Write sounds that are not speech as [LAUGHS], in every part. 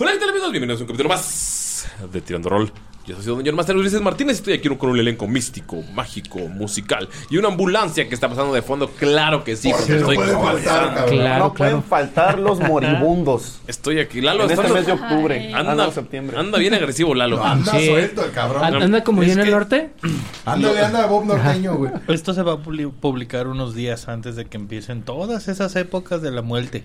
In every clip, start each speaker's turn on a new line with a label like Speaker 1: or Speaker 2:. Speaker 1: Hola, ¿qué tal amigos? Bienvenidos a un capítulo más de Tirando Rol. Yo soy Don John Master Ulises Martínez y estoy aquí con un elenco místico, mágico, musical y una ambulancia que está pasando de fondo. Claro que sí, porque estoy
Speaker 2: Claro, no pueden faltar
Speaker 3: [LAUGHS]
Speaker 2: los moribundos.
Speaker 1: Estoy aquí. Lalo
Speaker 2: en
Speaker 1: está-
Speaker 2: este mes de octubre.
Speaker 1: Anda,
Speaker 2: no, septiembre.
Speaker 1: anda bien agresivo, Lalo.
Speaker 4: Anda
Speaker 3: Sí.
Speaker 4: suelto el cabrón.
Speaker 3: An- ¿Anda como yo en el
Speaker 5: [CLEARS THROAT]
Speaker 3: norte?
Speaker 4: Ándale, anda
Speaker 5: [LAUGHS]
Speaker 4: Bob Norteño, güey.
Speaker 5: Esto se va a publi- publicar unos días antes de que empiecen todas esas épocas de la muerte.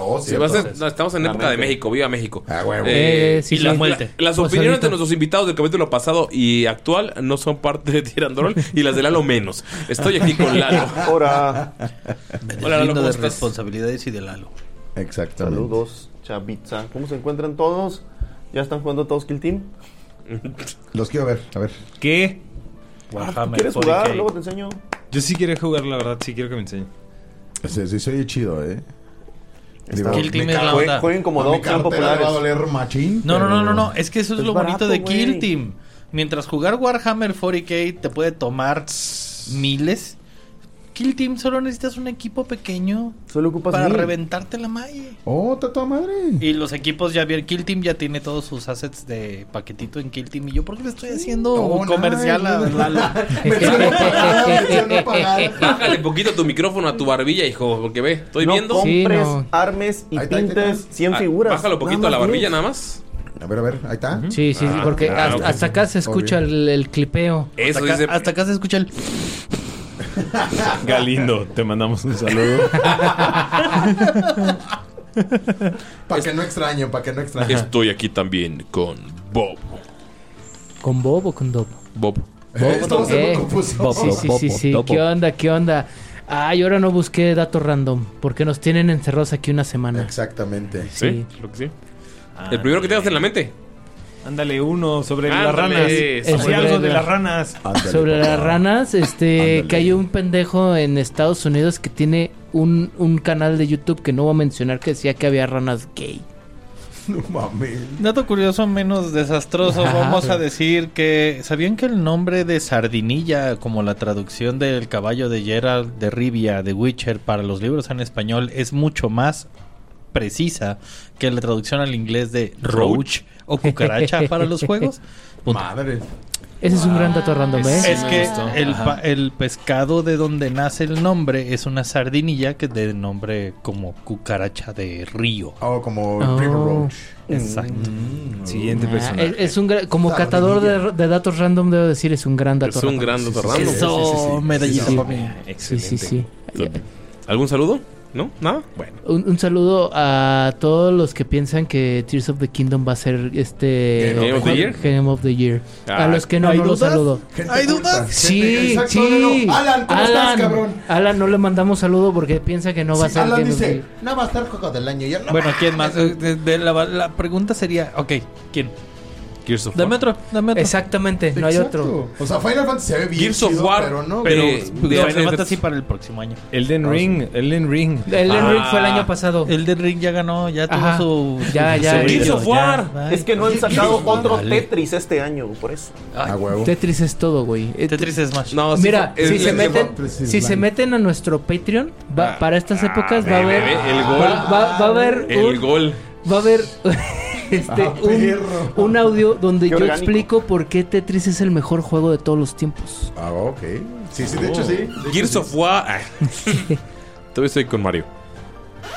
Speaker 4: Oh,
Speaker 1: Sí,
Speaker 4: sí,
Speaker 1: va a ser-
Speaker 4: entonces.
Speaker 1: no, estamos en época de México, viva México.
Speaker 4: Ah, huevo.
Speaker 3: Eh, sí,
Speaker 1: y las,
Speaker 3: sí.
Speaker 1: la- las
Speaker 3: Pues
Speaker 1: opiniones de
Speaker 3: ahorita.
Speaker 1: nuestros invitados del capítulo pasado y actual no son parte de Tirandorol y las de Lalo menos. Estoy aquí con Lalo.
Speaker 2: [LAUGHS] Ahora,
Speaker 1: Hola, Lalo, ¿cómo
Speaker 5: de
Speaker 1: estás?
Speaker 5: responsabilidades y de Lalo.
Speaker 6: Exactamente.
Speaker 2: saludos, chavitza. ¿Cómo se encuentran todos? ¿Ya están jugando todos Kill Team?
Speaker 4: Los quiero ver, a ver.
Speaker 6: ¿Qué?
Speaker 5: Warhammer
Speaker 2: ¿Quieres jugar?
Speaker 5: 40K.
Speaker 2: Luego te enseño.
Speaker 6: Yo sí quiero jugar, la verdad, sí quiero que me enseñe.
Speaker 4: Sí, sí, soy chido, eh. Digo,
Speaker 5: Kill Team [LAUGHS]
Speaker 4: me
Speaker 5: es la
Speaker 4: ca-
Speaker 2: Jue-
Speaker 5: onda.
Speaker 2: Jueguen como
Speaker 4: a mi
Speaker 2: dos, sean
Speaker 4: cartera le va a
Speaker 2: populares.
Speaker 4: doler machín.
Speaker 5: No, no,
Speaker 4: pero-
Speaker 5: no, no, no. Es que eso es,
Speaker 2: Es
Speaker 5: lo
Speaker 2: barato,
Speaker 5: bonito de
Speaker 2: güey.
Speaker 5: Kill Team. Mientras jugar Warhammer 40k te puede tomar miles, Kill Team solo necesitas un equipo pequeño
Speaker 2: Solo ocupas
Speaker 5: para
Speaker 2: mil.
Speaker 5: reventarte la malla.
Speaker 4: Oh, está toda madre.
Speaker 5: Y los equipos ya bien, Kill Team ya tiene todos sus assets de paquetito en Kill Team. Y yo, ¿por qué le estoy haciendo
Speaker 4: No,
Speaker 5: un comercial a
Speaker 4: nice. [LAUGHS]
Speaker 5: Lalo?
Speaker 6: [LAUGHS]
Speaker 4: Mencionó pagada, mencionó pagada.
Speaker 1: Bájale poquito tu micrófono a tu barbilla, hijo, porque ve, estoy
Speaker 2: No
Speaker 1: viendo.
Speaker 3: Sí,
Speaker 2: compres,
Speaker 3: no.
Speaker 2: armes y
Speaker 4: Ahí está, ahí está, ahí
Speaker 2: pintes
Speaker 4: está.
Speaker 2: 100
Speaker 1: Ah,
Speaker 2: figuras.
Speaker 1: Bájalo poquito a
Speaker 2: Nada
Speaker 1: la
Speaker 2: más
Speaker 1: barbilla
Speaker 2: diez.
Speaker 1: nada más.
Speaker 4: A ver, a ver, ahí está.
Speaker 3: Sí, sí,
Speaker 1: Ah,
Speaker 3: porque
Speaker 1: claro
Speaker 3: hasta,
Speaker 1: que
Speaker 3: hasta acá se escucha
Speaker 4: Obvio.
Speaker 3: el, el clipeo.
Speaker 1: Eso
Speaker 5: Acá-
Speaker 1: dice
Speaker 5: hasta
Speaker 4: [LAUGHS]
Speaker 5: acá se escucha el...
Speaker 6: Galindo, te mandamos un [LAUGHS] saludo.
Speaker 4: Para que no extrañen, para que no extrañen.
Speaker 1: Estoy aquí también con
Speaker 6: Eh,
Speaker 1: Bob.
Speaker 3: ¿Con Bob o con Dob?
Speaker 1: Bob.
Speaker 4: Eh, Estamos en
Speaker 3: Eh,
Speaker 4: un confuso.
Speaker 3: Sí, sí, sí, sí. ¿Qué onda? ¿Qué onda? Ay, ahora no busqué datos random. Porque nos tienen encerrados aquí una semana.
Speaker 4: Exactamente.
Speaker 1: Sí,
Speaker 3: Sí.
Speaker 1: lo que sí. El primero que tengas en la mente.
Speaker 6: Ándale, uno sobre las
Speaker 1: Ándale,
Speaker 6: ranas.
Speaker 1: sobre
Speaker 6: Así algo de
Speaker 3: la-
Speaker 6: las ranas.
Speaker 4: Ándale,
Speaker 3: Sobre
Speaker 4: papá.
Speaker 3: las ranas, este,
Speaker 4: Ándale.
Speaker 3: que hay un pendejo en Estados Unidos que tiene un, un canal de YouTube que no voy a mencionar que decía que había ranas gay.
Speaker 4: [LAUGHS] No mames.
Speaker 5: Dato curioso menos desastroso,
Speaker 3: Ajá.
Speaker 5: vamos a decir que ¿sabían que el nombre de Sardinilla, como la traducción del caballo de Gerald de Rivia de Witcher para los libros en español, es mucho más precisa que
Speaker 4: [LAUGHS]
Speaker 5: la traducción al inglés de roach o cucaracha para los juegos? Punto.
Speaker 4: Madre.
Speaker 3: Ese es un gran dato random, ¿eh?
Speaker 5: Es, es que el, pa- el pescado de donde nace el nombre es una sardinilla que de nombre como cucaracha de río.
Speaker 4: Oh, como
Speaker 3: Oh. River Roach.
Speaker 5: Exacto.
Speaker 7: Mm.
Speaker 6: Siguiente
Speaker 3: Ah, es, es un gran- como catador de, de datos random debo decir es un gran dato
Speaker 1: Es un gran dato random.
Speaker 3: Eso,
Speaker 1: Sí, sí, sí, sí.
Speaker 3: medallita
Speaker 1: Sí, sí.
Speaker 3: para mí. Sí, sí,
Speaker 1: Excelente.
Speaker 3: sí.
Speaker 1: ¿Algún saludo? ¿No? ¿Nada? Bueno.
Speaker 3: Un, un saludo a todos los que piensan que Tears of the Kingdom va a ser este
Speaker 1: Game of the Year.
Speaker 3: Game of the Year.
Speaker 1: Ah.
Speaker 3: a los que no,
Speaker 1: ¿Hay
Speaker 3: no los
Speaker 1: dudas?
Speaker 3: saludo.
Speaker 1: Gente ¿Hay culta. dudas?
Speaker 3: Sí,
Speaker 1: Gente-
Speaker 3: sí.
Speaker 1: exacto, no, no. Alan, ¿cómo estás, cabrón?
Speaker 3: Alan, no le mandamos saludo porque piensa que no va a ser
Speaker 7: Alan
Speaker 3: Game of the
Speaker 7: dice,
Speaker 3: Year.
Speaker 7: no va a estar juego del año. Yo, no
Speaker 5: Bueno,
Speaker 7: va". [LAUGHS]
Speaker 5: ¿quién más? Eh, de- de la, la pregunta sería, ok, ¿quién?
Speaker 1: Gears of
Speaker 5: Dame otro, dame otro.
Speaker 3: Exactamente,
Speaker 5: no hay otro.
Speaker 7: O sea, Final Fantasy se ve bien
Speaker 5: Gears of
Speaker 7: chido,
Speaker 5: War,
Speaker 7: pero no.
Speaker 5: pero-
Speaker 7: güey.
Speaker 5: pero Final Fantasy para el próximo año.
Speaker 6: Elden Ring, Elden Ring.
Speaker 3: Elden Ring fue el
Speaker 5: Ah.
Speaker 3: año pasado.
Speaker 5: Elden Ring ya ganó, ya tuvo
Speaker 3: Ajá.
Speaker 5: su, su-
Speaker 3: Ya,
Speaker 5: su
Speaker 3: ya,
Speaker 5: brillo,
Speaker 3: Gears of
Speaker 5: ya.
Speaker 3: War.
Speaker 5: Bye.
Speaker 2: Es que no han sacado otro
Speaker 5: Vale.
Speaker 2: Tetris este año, por eso.
Speaker 3: Ay, Tetris es todo, güey. Eh,
Speaker 5: Tetris es más.
Speaker 1: No,
Speaker 3: Mira,
Speaker 1: sí,
Speaker 3: si
Speaker 1: el-
Speaker 3: se
Speaker 1: el-
Speaker 3: meten,
Speaker 1: el-
Speaker 3: si se meten a nuestro Patreon, va-
Speaker 4: Ah.
Speaker 3: para estas épocas va a haber
Speaker 1: bebé, el gol.
Speaker 3: va, va- va a haber
Speaker 1: El
Speaker 3: un-
Speaker 1: gol.
Speaker 3: va a
Speaker 4: [LAUGHS]
Speaker 3: haber este,
Speaker 1: Ah,
Speaker 3: un,
Speaker 1: perro.
Speaker 3: un audio donde
Speaker 1: Qué
Speaker 3: yo
Speaker 1: orgánico.
Speaker 3: explico por qué Tetris es el mejor juego de todos los tiempos.
Speaker 4: Ah, ok. Sí, sí,
Speaker 1: Oh. Gears of War. [LAUGHS] Ah. Todavía estoy con Mario.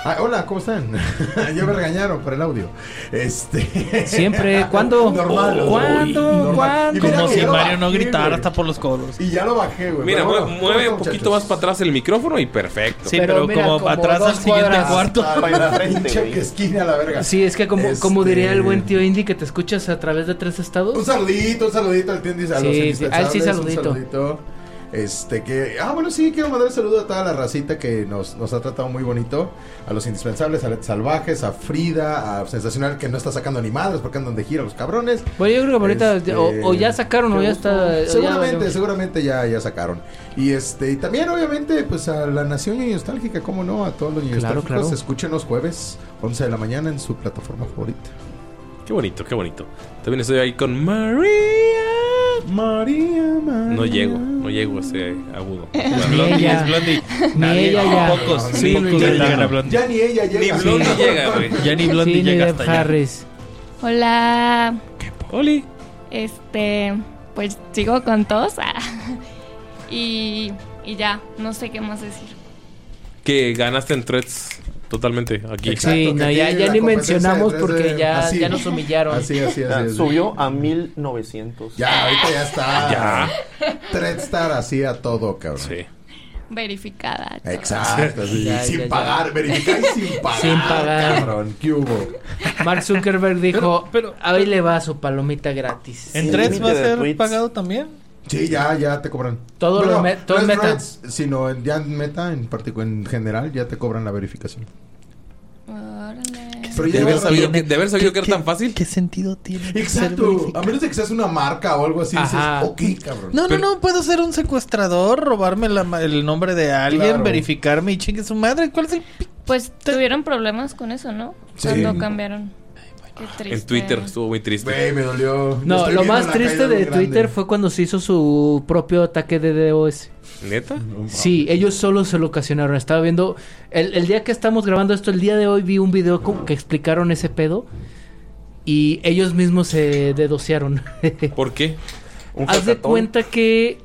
Speaker 4: Ah, hola, ¿cómo están? [LAUGHS] ya me regañaron por el audio. Este. [LAUGHS]
Speaker 3: Siempre, ¿cuándo?
Speaker 4: Normal.
Speaker 3: Oh, ¿cuándo?
Speaker 4: normal.
Speaker 3: ¿cuándo?
Speaker 4: Y mira
Speaker 5: Como
Speaker 4: que
Speaker 5: si
Speaker 4: ya lo
Speaker 5: Mario no
Speaker 4: bajé,
Speaker 5: gritara
Speaker 4: güey.
Speaker 5: hasta por los codos.
Speaker 4: Y ya lo bajé, güey.
Speaker 1: Mira,
Speaker 4: pero
Speaker 1: mue-
Speaker 4: Pues bueno, ¿cómo
Speaker 1: mueve
Speaker 4: están,
Speaker 1: un poquito
Speaker 4: muchachos?
Speaker 1: más para atrás el micrófono y perfecto.
Speaker 5: Sí, pero, como, atrás al siguiente cuarto.
Speaker 4: Ah, [LAUGHS]
Speaker 5: [LAUGHS]
Speaker 4: Pinche que esquina a la verga.
Speaker 3: Sí, es que como,
Speaker 4: Este-
Speaker 3: como diría el buen tío Indy que te escuchas a través de tres estados.
Speaker 4: Un saludito, un saludito al tiendis, a
Speaker 3: Sí,
Speaker 4: los
Speaker 3: sí,
Speaker 4: indispensables,
Speaker 3: a él sí
Speaker 4: un
Speaker 3: saludito.
Speaker 4: Este que, ah, bueno, sí, quiero mandar un saludo a toda la racita que nos, nos ha tratado muy bonito. A los indispensables, a Alex Salvajes, a Frida, a Sensacional, que no está sacando ni madres porque andan de gira los cabrones.
Speaker 3: Bueno, yo creo que ahorita
Speaker 4: Este,
Speaker 3: o, o ya sacaron o
Speaker 4: qué
Speaker 3: ya
Speaker 4: gusto.
Speaker 3: está. o ya
Speaker 4: Seguramente,
Speaker 3: valió.
Speaker 4: seguramente ya, ya sacaron. Y este, y también, obviamente, pues a la Nación Nostálgica, cómo no, a todos los nostálgicos,
Speaker 3: claro.
Speaker 4: escuchen los jueves, 11 de la mañana en su plataforma favorita.
Speaker 1: Qué bonito, qué bonito. También estoy ahí con María.
Speaker 4: María, María.
Speaker 1: No llego, no llego a ese
Speaker 3: [LAUGHS]
Speaker 1: agudo.
Speaker 3: Ni
Speaker 1: Blondie
Speaker 3: ella.
Speaker 1: es Blondie.
Speaker 3: [LAUGHS] Ni
Speaker 1: Nadie-
Speaker 3: ella ya.
Speaker 1: Pocos,
Speaker 3: Sí,
Speaker 1: pocos
Speaker 3: ni
Speaker 1: le
Speaker 3: ella.
Speaker 1: llegan a Blondie.
Speaker 4: Ya ni ella llega.
Speaker 1: Ni Blondie llega, güey.
Speaker 5: Ya ni Blondie
Speaker 3: Sí, ni
Speaker 5: llega
Speaker 3: Deb
Speaker 5: hasta allá.
Speaker 3: Harris.
Speaker 8: Hola,
Speaker 1: Oli.
Speaker 8: este, pues sigo con tos ah, [LAUGHS] y, y ya, no sé qué más decir.
Speaker 1: Que ganaste en threads totalmente aquí.
Speaker 3: Sí, no, ya, ya ni mencionamos porque ya,
Speaker 2: así.
Speaker 3: ya nos humillaron.
Speaker 2: Ah, Subió a 1900.
Speaker 4: Ya, ahorita ya está.
Speaker 1: Ya.
Speaker 4: Treadstar hacía todo, cabrón.
Speaker 1: Sí.
Speaker 8: [LAUGHS] Verificada. todo.
Speaker 4: Exacto, sí.
Speaker 3: Ya,
Speaker 4: sin
Speaker 3: ya, ya.
Speaker 4: pagar, verificar y sin pagar.
Speaker 3: Sin pagar.
Speaker 4: Cabrón, ¿qué hubo?
Speaker 3: Mark Zuckerberg dijo, ahí le va su palomita gratis.
Speaker 4: ¿En Sí, Threads límite va a de ser tweets.
Speaker 5: pagado también?
Speaker 4: Sí, ya, ya te cobran.
Speaker 3: Todo
Speaker 4: Bueno,
Speaker 3: lo me- todo es
Speaker 4: no es
Speaker 3: meta.
Speaker 4: Threads, sino en- ya en meta, en, particu- en general, ya te cobran la verificación. Pero
Speaker 1: De
Speaker 4: ya
Speaker 1: haber
Speaker 4: va
Speaker 1: sabido,
Speaker 4: rápido.
Speaker 1: de haber sabido que era tan fácil.
Speaker 5: ¿Qué sentido tiene?
Speaker 4: Exacto. A menos de que seas una marca o algo así,
Speaker 3: Ajá.
Speaker 4: dices, ok, cabrón.
Speaker 5: No, no, no, puedo ser un secuestrador, robarme la ma- el nombre de alguien,
Speaker 4: Claro.
Speaker 5: verificarme y chingue su madre. ¿Cuál es el
Speaker 8: Pues tuvieron problemas con eso, ¿no?
Speaker 5: Sí.
Speaker 8: Cuando cambiaron. Qué triste.
Speaker 1: En Twitter estuvo muy triste.
Speaker 4: Güey, me dolió.
Speaker 3: No, lo más triste de Twitter fue cuando se hizo su propio ataque de DOS.
Speaker 1: ¿Neta?
Speaker 3: Sí, ellos solo se lo ocasionaron. Estaba viendo. El, el día que estamos grabando esto, el día de hoy vi un video co- que explicaron ese pedo. Y ellos mismos se [LAUGHS] dedosearon.
Speaker 1: ¿Por qué?
Speaker 3: Haz de cuenta que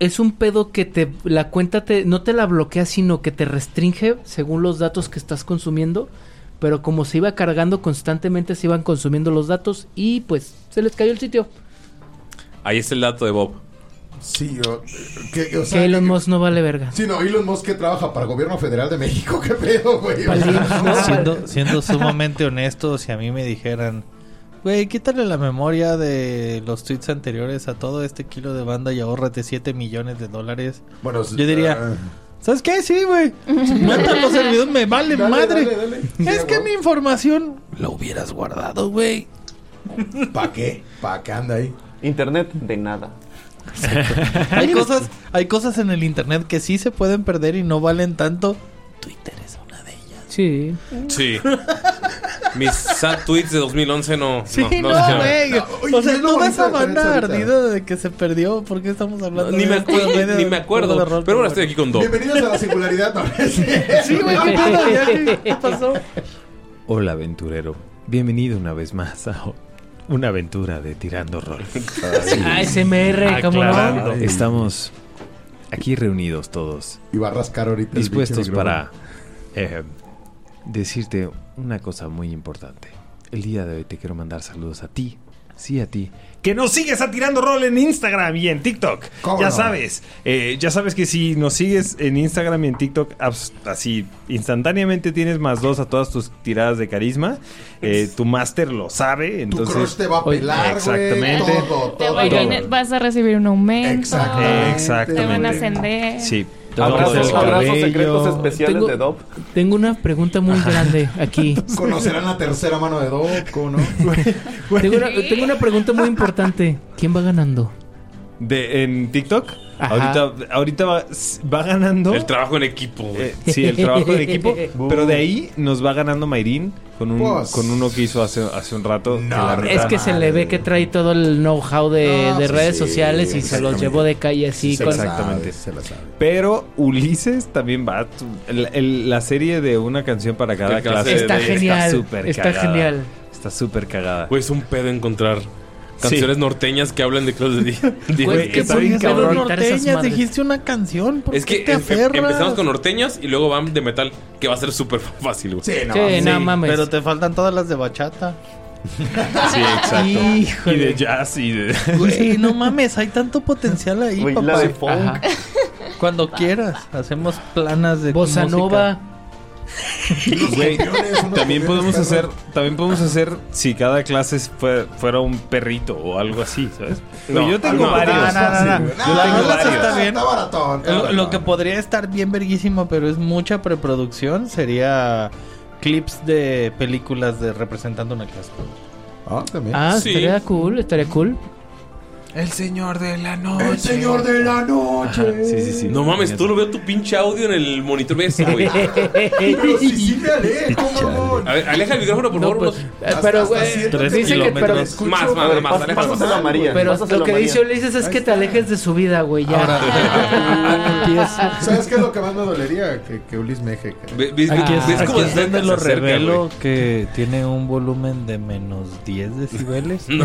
Speaker 3: es un pedo que te la cuenta te no te la bloquea, sino que te restringe según los datos que estás consumiendo. Pero como se iba cargando constantemente, se iban consumiendo los datos y pues se les cayó el sitio.
Speaker 1: Ahí está el dato de Bob.
Speaker 4: Sí, yo. Que,
Speaker 3: Que Elon Musk no vale verga.
Speaker 4: Sí, no, Elon Musk que trabaja para el gobierno federal de México, [LAUGHS] qué pedo, güey.
Speaker 3: Pues
Speaker 4: [LAUGHS] O sea,
Speaker 5: siendo, siendo sumamente honesto, si a mí me dijeran, güey, quítale la memoria de los tweets anteriores a todo este kilo de banda y ahórrate 7 millones de dólares.
Speaker 4: Bueno, ah.
Speaker 5: yo diría, ¿sabes qué? Sí, güey. Mata los servidores, me vale
Speaker 4: Dale,
Speaker 5: madre.
Speaker 4: dale, dale.
Speaker 5: Es que mi información la hubieras guardado, güey.
Speaker 4: ¿Para qué? ¿Para qué anda ahí?
Speaker 2: Internet de nada.
Speaker 5: hay cosas, hay cosas en el internet que sí se pueden perder y no valen tanto.
Speaker 3: Sí.
Speaker 1: Sí. Mis sad tweets de 2011 no.
Speaker 5: Sí, no,
Speaker 1: se-
Speaker 5: güey.
Speaker 4: oye,
Speaker 5: o sea,
Speaker 4: es lo
Speaker 5: toda
Speaker 4: bonito
Speaker 5: esa
Speaker 4: de Friends
Speaker 5: banda
Speaker 4: ahorita.
Speaker 5: ardida de que se perdió, ¿por qué estamos hablando?
Speaker 1: Ni
Speaker 5: de
Speaker 1: me
Speaker 5: esto?
Speaker 1: acuerdo,
Speaker 5: Medio
Speaker 1: ni me
Speaker 5: de-
Speaker 1: acuerdo.
Speaker 5: de rol,
Speaker 1: Pero bueno, estoy aquí con Doc.
Speaker 4: Bienvenidos a la singularidad, ¿no?
Speaker 5: [LAUGHS] Sí, güey, ¿qué pedo?
Speaker 6: Ah. [LAUGHS]
Speaker 5: Ya, ¿qué- ¿Qué pasó?
Speaker 6: Hola, aventurero. Bienvenido una vez más a Una aventura de Tirando [LAUGHS] Rol.
Speaker 3: ASMR, ¿cómo no?
Speaker 6: Aclarando. Estamos aquí reunidos todos.
Speaker 4: Y va a rascar ahorita el
Speaker 6: Dispuestos
Speaker 4: pinche
Speaker 6: para eh, decirte una cosa muy importante. El día de hoy te quiero mandar saludos a ti. Sí, a ti. Que nos sigues a Tirando Rol en Instagram y en TikTok.
Speaker 7: ¿Cómo
Speaker 6: ya
Speaker 7: no?
Speaker 6: sabes. Eh, ya sabes que si nos sigues en Instagram y en TikTok, abs- así instantáneamente tienes más dos a todas tus tiradas de carisma. Eh, tu máster lo sabe. Entonces,
Speaker 4: crush te va a pelar, güey.
Speaker 6: Exactamente.
Speaker 4: Todo,
Speaker 8: Te va a-
Speaker 6: Todo.
Speaker 8: vas a recibir un aumento.
Speaker 6: Exactamente.
Speaker 8: Te van a ascender.
Speaker 6: Sí.
Speaker 5: Ah,
Speaker 2: Abrazos,
Speaker 6: Todo.
Speaker 2: abrazos
Speaker 6: Cabello.
Speaker 2: secretos especiales
Speaker 3: Tengo-
Speaker 2: de Dop.
Speaker 3: Tengo una pregunta muy grande aquí.
Speaker 4: Conocerán la tercera mano de Doco, ¿no?
Speaker 3: Tengo una, tengo una pregunta muy importante. ¿Quién va ganando?
Speaker 6: De, en TikTok.
Speaker 3: Ajá.
Speaker 6: Ahorita, ahorita va, s- va ganando.
Speaker 1: El trabajo en equipo. güey.
Speaker 6: Eh, sí, el trabajo
Speaker 3: [LAUGHS]
Speaker 6: de equipo. pero de ahí nos va ganando Mayrin con, un,
Speaker 3: Pues.
Speaker 6: con uno que hizo hace, hace un rato. que la neta-
Speaker 3: Es que se le ve que trae todo el know-how de,
Speaker 6: Ah, No,
Speaker 3: de
Speaker 6: sí,
Speaker 3: redes
Speaker 6: sí,
Speaker 3: sociales y se los
Speaker 6: exactamente.
Speaker 3: llevó de calle así.
Speaker 6: Sí,
Speaker 3: con-
Speaker 6: exactamente. Pero Ulises también va. tu- el- el- la serie de una canción para cada
Speaker 1: Qué clase
Speaker 6: clase.
Speaker 1: de Está
Speaker 6: de-
Speaker 1: genial,
Speaker 6: súper
Speaker 1: está
Speaker 6: cagada.
Speaker 1: genial.
Speaker 6: Está súper cagada.
Speaker 1: Güey, es un pedo encontrar canciones norteñas que hablan de clases de día.
Speaker 6: Güey, que está bien
Speaker 5: Pero
Speaker 6: cabrón.
Speaker 5: norteñas, dijiste una canción. ¿Por
Speaker 1: Es
Speaker 5: qué
Speaker 1: que
Speaker 5: te
Speaker 1: em- em-
Speaker 5: aferras?
Speaker 1: empezamos con norteñas y luego van de metal, que va a ser súper [LAUGHS] fácil, güey.
Speaker 5: Pero te faltan todas las de bachata.
Speaker 1: Sí, exacto.
Speaker 6: Y de jazz y de.
Speaker 1: [LAUGHS]
Speaker 5: Güey, no mames, hay tanto potencial ahí,
Speaker 6: Güey,
Speaker 5: papá.
Speaker 6: la de funk.
Speaker 5: Ajá. Cuando quieras, hacemos planas de
Speaker 3: Bossa
Speaker 5: música.
Speaker 3: nova.
Speaker 6: Güey,
Speaker 5: copiones, unos
Speaker 6: también
Speaker 5: copiones,
Speaker 6: podemos
Speaker 5: perro.
Speaker 6: hacer, también podemos hacer si cada clase fue- fuera un perrito o algo así, ¿sabes? Güey, yo tengo
Speaker 5: no,
Speaker 6: varios.
Speaker 5: No, no, no, no.
Speaker 6: Yo tengo
Speaker 5: Las rolas
Speaker 6: varios.
Speaker 5: está bien.
Speaker 4: Está baratón, está
Speaker 5: Lo- lo,
Speaker 4: baratón.
Speaker 5: que podría estar bien verguísimo, pero es mucha preproducción, sería clips de películas de representando una clase.
Speaker 4: Ah, también.
Speaker 3: Ah, estaría cool, estaría cool.
Speaker 6: El señor de la noche.
Speaker 4: El señor de la noche.
Speaker 6: sí, sí, sí.
Speaker 1: No mames, tú lo veo tu pinche audio en el monitor. ¿Ves, güey?
Speaker 4: Pero si sí me alejo, mamón.
Speaker 1: A ver, aleja el micrófono, por
Speaker 4: No,
Speaker 1: favor.
Speaker 4: pues,
Speaker 1: unos-
Speaker 4: eh, pero, Hasta- güey, hasta siete
Speaker 3: Dice que- pero-
Speaker 1: Escucho, más, más, más, más. aleja.
Speaker 3: Pero lo que dice Ulises es que te alejes de su vida, güey. [LAUGHS] Ya.
Speaker 4: ¿Sabes qué es lo que más me dolería? Que, que Ulis Meje.
Speaker 1: Ve- ve- ve-
Speaker 5: Aquí es,
Speaker 1: ves cómo
Speaker 5: aquí es
Speaker 1: se-
Speaker 5: donde
Speaker 1: se
Speaker 5: lo
Speaker 1: acerca,
Speaker 5: revelo
Speaker 1: güey.
Speaker 5: que tiene un volumen de menos 10 decibeles.
Speaker 1: [LAUGHS] no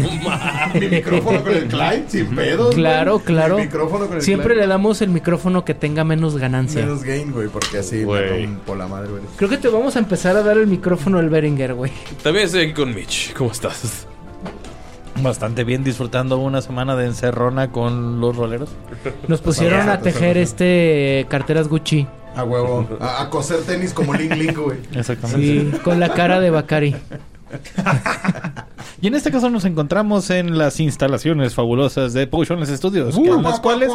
Speaker 4: [LAUGHS]
Speaker 1: mames.
Speaker 4: Mi micrófono con el Clyde, sin pedos.
Speaker 3: Claro,
Speaker 4: güey.
Speaker 3: claro.
Speaker 4: Mi micrófono con el
Speaker 3: Siempre
Speaker 4: Clyde.
Speaker 3: le damos el micrófono que tenga menos ganancia.
Speaker 4: Menos gain, güey, porque así me rompo la madre, güey.
Speaker 3: Creo que te vamos a empezar a dar el micrófono al Beringer, güey.
Speaker 1: También estoy aquí con Mitch. ¿Cómo estás?
Speaker 5: Bastante bien disfrutando una semana de encerrona con los roleros.
Speaker 3: Nos pusieron a tejer este carteras Gucci.
Speaker 4: A huevo. A, a coser tenis como Link Link, güey.
Speaker 3: Sí, con la cara de Bacari.
Speaker 5: Y en este caso nos encontramos en las instalaciones fabulosas de Potions Studios,
Speaker 7: Uh,
Speaker 5: con
Speaker 7: guau,
Speaker 5: las cuales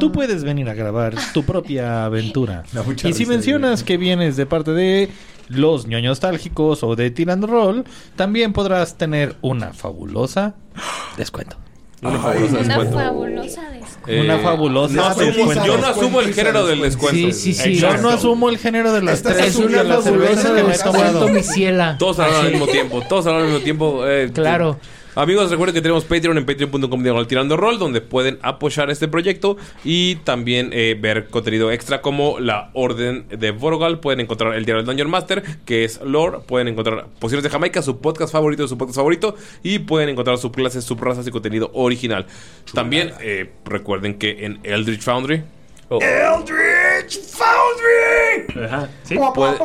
Speaker 5: tú puedes venir a grabar tu
Speaker 7: [LAUGHS]
Speaker 5: propia aventura.
Speaker 7: mucha
Speaker 5: Y si
Speaker 7: risa,
Speaker 5: mencionas que vienes de parte de los ñoños nostálgicos o de Tirando Roll, también podrás tener una fabulosa [GASPS] descuento.
Speaker 1: Una fabulosa
Speaker 8: Una
Speaker 1: descuento.
Speaker 8: fabulosa descuento.
Speaker 1: Eh,
Speaker 5: Una fabulosa
Speaker 1: no asumo-
Speaker 5: descuento.
Speaker 1: yo no asumo el género del descuento.
Speaker 5: Sí, sí, sí. Yo no asumo el género de las
Speaker 1: Estás
Speaker 5: tres
Speaker 1: asumiendo
Speaker 5: de las
Speaker 1: fabulosa
Speaker 5: cervezas que me he tomado.
Speaker 1: Todos hablan al mismo tiempo, todos hablan al mismo tiempo. eh,
Speaker 3: Claro.
Speaker 1: te- Amigos, recuerden que tenemos Patreon en patreon.com diagonal tirando rol, donde pueden apoyar este proyecto y también eh, ver contenido extra como la Orden de Vorgal. Pueden encontrar el diario del Dungeon Master, que es lore. Pueden encontrar Pociones de Jamaica, su podcast favorito, su podcast favorito. Y pueden encontrar subclases, subrazas y contenido original. También eh, recuerden que en Eldritch Foundry.
Speaker 7: Eldritch Foundry.
Speaker 1: Oh. Ajá, sí. Puede-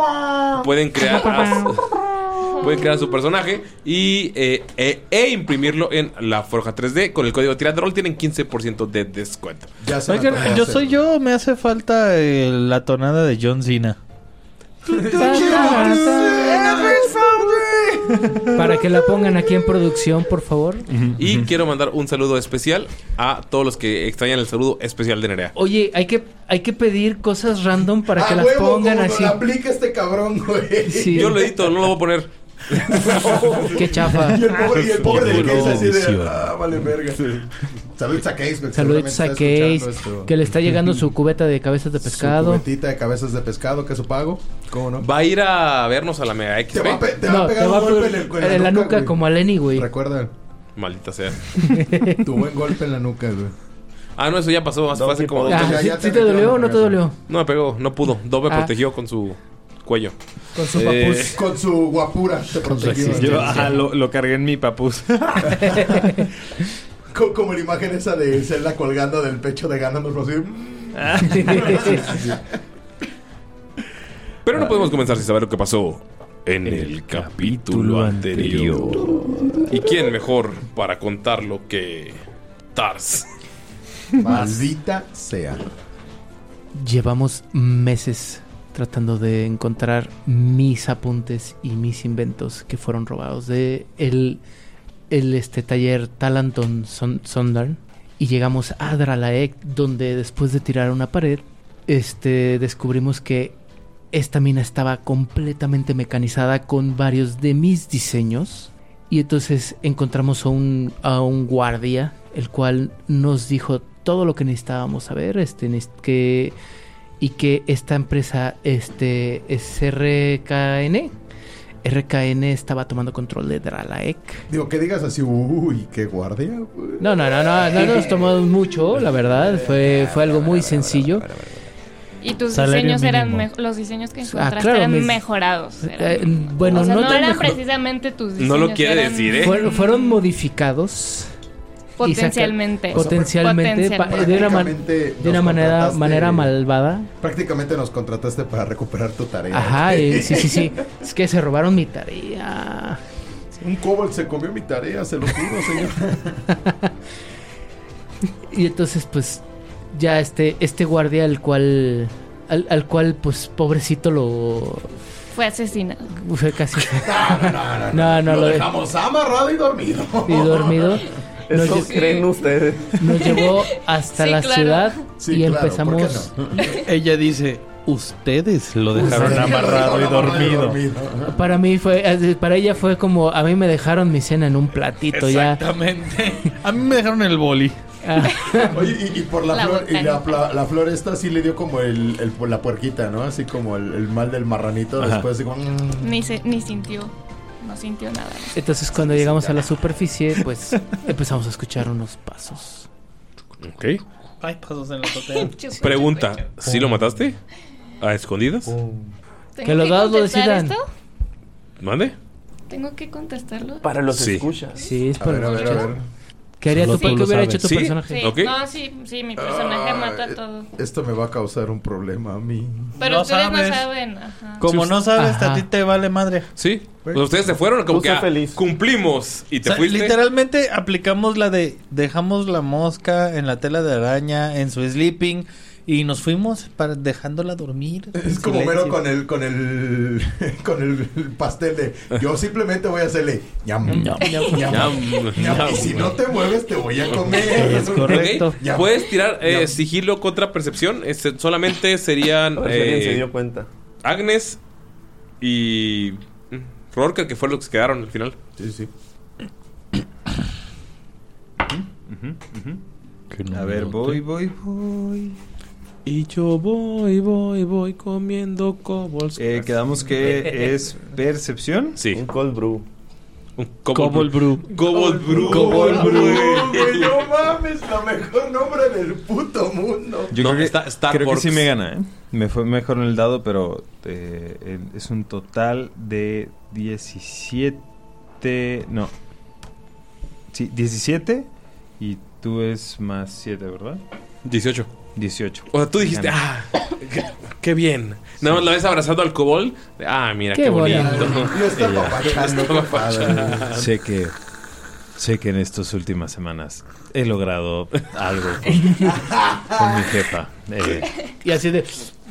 Speaker 1: pueden crear
Speaker 7: [LAUGHS]
Speaker 1: a- pueden crear a su personaje y eh, eh, e imprimirlo en la forja 3D con el código Tirandrol tienen 15% de descuento.
Speaker 5: Oigan, yo soy yo, me hace falta eh, la tonada de John Cena.
Speaker 3: Para que la pongan aquí en producción, por favor.
Speaker 1: Y quiero mandar un saludo especial a todos los que extrañan el saludo especial de Nerea.
Speaker 3: Oye, hay que, hay que pedir cosas random para que las pongan
Speaker 4: Ah, como
Speaker 3: así.
Speaker 4: lo aplica este cabrón, güey.
Speaker 1: Yo lo edito, no lo voy a poner.
Speaker 3: [LAUGHS] Qué chafa.
Speaker 4: Y el pobre, y el pobre del
Speaker 3: Yo
Speaker 4: que es
Speaker 3: lo
Speaker 4: así de.
Speaker 3: odio.
Speaker 4: Ah, vale, verga. Saludos a Case, güey.
Speaker 3: Saludos a Case, que le está llegando su cubeta de cabezas de
Speaker 4: pescado. Su
Speaker 3: pescado.
Speaker 4: cubetita de cabezas de pescado, que es su pago. ¿Cómo no?
Speaker 1: Va a ir a vernos a la Mega X. ¿eh?
Speaker 4: Te va a pe- te va a
Speaker 3: No,
Speaker 4: pegar
Speaker 3: te
Speaker 4: un
Speaker 3: va a
Speaker 4: golpe
Speaker 3: poner
Speaker 4: en, el- en
Speaker 3: en la nuca
Speaker 4: güey.
Speaker 3: como a Lenny, güey. [LAUGHS]
Speaker 4: Recuerda.
Speaker 1: Maldita sea.
Speaker 4: Tu buen golpe en la nuca, güey.
Speaker 1: Ah, no, eso ya pasó. Hace, fue hace como
Speaker 3: Ah,
Speaker 1: dos
Speaker 3: ¿sí-
Speaker 1: meses.
Speaker 3: ¿Sí te dolió o no te dolió?
Speaker 1: No me pegó, no pudo. Dobe
Speaker 3: Ah.
Speaker 1: protegió con su cuello.
Speaker 4: Con su
Speaker 1: Eh,
Speaker 4: papús. Con su guapura. Te ah, protegió.
Speaker 6: Yo ajá, lo, lo cargué en mi papus.
Speaker 4: Co- Como la imagen esa de Zelda colgando del pecho de Gandalf así. mm. Ah. [LAUGHS]
Speaker 1: Pero no podemos comenzar sin saber lo que pasó Ah, eh. en el capítulo anterior. ¿Y quién mejor para contarlo que Tars?
Speaker 4: Maldita sea.
Speaker 3: Llevamos meses tratando de encontrar mis apuntes y mis inventos que fueron robados de el, el este taller Talanton Son- Sondern y llegamos a Dralaek donde después de tirar una pared este descubrimos que esta mina estaba completamente mecanizada con varios de mis diseños y entonces encontramos a un, a un guardia, el cual nos dijo todo lo que necesitábamos saber, este, neces- que, y que esta empresa, este, es RKN. RKN estaba tomando control de Dralaek.
Speaker 4: Digo, que digas así, uy, qué guardia. güey".
Speaker 3: No, no, no, no, no nos tomó mucho, la verdad. Fue, fue algo muy sencillo.
Speaker 8: Y tus
Speaker 3: Salario
Speaker 8: diseños eran
Speaker 3: mínimo.
Speaker 8: mejo- los diseños que
Speaker 3: Ah,
Speaker 8: encontraste
Speaker 3: claro,
Speaker 8: eran
Speaker 3: mis-
Speaker 8: mejorados. eran-
Speaker 3: Eh, bueno,
Speaker 8: o sea,
Speaker 3: no
Speaker 8: no,
Speaker 3: tan
Speaker 8: eran
Speaker 3: mejor-
Speaker 8: precisamente tus diseños. eran
Speaker 3: Fueron, fueron modificados. y saca-
Speaker 8: Potencialmente.
Speaker 3: potencialmente. pa- de una, man-
Speaker 4: Prácticamente
Speaker 3: de una
Speaker 4: nos
Speaker 3: manera,
Speaker 4: contrataste-
Speaker 3: manera malvada.
Speaker 4: Prácticamente nos contrataste para recuperar tu tarea.
Speaker 3: Ajá, eh, sí, sí, sí. Es que se robaron mi tarea.
Speaker 4: [LAUGHS] Un kobold se comió mi tarea, se lo juro, señor.
Speaker 3: Y entonces, pues, ya este, este guardia al cual, al, al cual, pues, pobrecito lo
Speaker 8: Fue asesinado.
Speaker 3: fue
Speaker 4: [LAUGHS]
Speaker 3: casi.
Speaker 4: No, no,
Speaker 3: No, no,
Speaker 4: lo
Speaker 3: lo de-
Speaker 4: dejamos amarrado y dormido.
Speaker 3: y dormido. Nos
Speaker 2: Eso
Speaker 3: lle-
Speaker 2: creen ustedes.
Speaker 3: [LAUGHS] Nos llevó hasta
Speaker 2: Sí,
Speaker 3: la
Speaker 2: claro.
Speaker 3: ciudad
Speaker 2: Sí,
Speaker 3: y
Speaker 2: claro, ¿por qué
Speaker 3: empezamos.
Speaker 5: [LAUGHS] Ella dice, ustedes lo dejaron
Speaker 3: Ustedes lo
Speaker 5: amarrado y
Speaker 3: dejaron amarrado y
Speaker 5: dormido.
Speaker 3: Para mí fue, eh, para ella fue como, a mí me dejaron mi cena en un platito ya.
Speaker 5: Exactamente. A mí me dejaron el boli.
Speaker 4: [LAUGHS]
Speaker 5: [LAUGHS]
Speaker 4: Oye, y, y por la,
Speaker 5: La
Speaker 4: flor, y la,
Speaker 5: botanita.
Speaker 4: la- la flor esta sí le dio como el, el- la puerquita, ¿no? Así como el, el mal del marranito.
Speaker 5: Ajá.
Speaker 4: Después, así como. mm.
Speaker 8: Ni, se- ni sintió. No sintió nada.
Speaker 3: Entonces cuando llegamos a la superficie,
Speaker 1: [LAUGHS]
Speaker 3: pues empezamos a escuchar unos pasos.
Speaker 1: Ok.
Speaker 5: Ay, pasos en la azotea.
Speaker 1: Pregunta, ¿sí lo mataste? ¿A escondidas?
Speaker 8: ¿Tengo
Speaker 3: Que los dados lo
Speaker 8: contestar
Speaker 3: decidan.
Speaker 8: esto?
Speaker 1: ¿Mande?
Speaker 8: ¿Tengo que contestarlo?
Speaker 1: Sí.
Speaker 3: Sí, es
Speaker 1: A
Speaker 3: para
Speaker 1: ver, a
Speaker 3: los
Speaker 1: ver, a
Speaker 3: escuchas.
Speaker 1: ver.
Speaker 3: ¿Qué haría
Speaker 1: Solo
Speaker 3: tu,
Speaker 1: tú
Speaker 3: ¿qué
Speaker 1: lo
Speaker 3: hubiera
Speaker 1: sabes.
Speaker 3: hecho tu
Speaker 1: Sí.
Speaker 3: personaje?
Speaker 8: Sí, No, sí, sí, mi personaje mató a todo.
Speaker 4: eh, Esto me va a causar un problema a mí.
Speaker 8: Pero
Speaker 5: No
Speaker 8: ustedes
Speaker 5: sabes.
Speaker 8: no saben. Ajá.
Speaker 5: Como
Speaker 1: Sí,
Speaker 5: no
Speaker 1: usted-
Speaker 5: sabes,
Speaker 1: Ajá.
Speaker 5: a ti te vale madre.
Speaker 1: Sí. Pues ustedes se fueron como
Speaker 5: Tú
Speaker 1: que
Speaker 5: sé
Speaker 1: ah, cumplimos y te
Speaker 5: O sea,
Speaker 1: fuiste.
Speaker 5: literalmente aplicamos la de dejamos la mosca en la tela de araña, en su sleeping y nos fuimos para dejándola dormir.
Speaker 4: Es como Homero con el, con el [LAUGHS] con el pastel de yo simplemente voy a hacerle ñam, ñam, ñam,
Speaker 1: Ñam,
Speaker 4: ñam, y
Speaker 1: ñam.
Speaker 4: si no te mueves te
Speaker 6: Pues
Speaker 4: voy a comer.
Speaker 1: Ok,
Speaker 4: Pues,
Speaker 1: Puedes tirar eh, sigilo contra percepción. Este, solamente serían.
Speaker 2: A ver si alguien
Speaker 1: eh,
Speaker 2: se dio cuenta.
Speaker 1: Agnes y. mm, Rorka, que fue los que quedaron al final.
Speaker 4: Sí, sí.
Speaker 6: A ver, voy, voy, voy.
Speaker 1: Y yo voy, voy, voy comiendo cobbles.
Speaker 6: Eh, quedamos que es percepción.
Speaker 1: Sí.
Speaker 6: Un cold brew.
Speaker 1: Un
Speaker 6: cold brew.
Speaker 1: Cobalt Brew.
Speaker 6: Cobalt
Speaker 4: Güey, no mames, la mejor nombre del puto mundo.
Speaker 6: Yo creo, que, creo que
Speaker 1: Starbucks.
Speaker 6: sí me gana, ¿eh? Me fue mejor en el dado, pero eh, el- es un total de 17. No. Sí, 17. Y tú es más 7, ¿verdad?
Speaker 1: 18.
Speaker 6: 18.
Speaker 1: O sea, tú dijiste,
Speaker 6: Gané.
Speaker 1: ah, qué, qué bien. Nada más la ves abrazando al cobol. Ah, mira, qué,
Speaker 6: Qué
Speaker 1: bonito.
Speaker 6: bonito. Lo
Speaker 1: [LAUGHS]
Speaker 6: está
Speaker 1: Ella.
Speaker 6: apapachando,
Speaker 1: Lo está apapachando.
Speaker 6: Sé que. Sé que en estas últimas semanas he logrado algo con,
Speaker 1: [LAUGHS]
Speaker 6: con mi jefa. Eh,
Speaker 3: Y así de,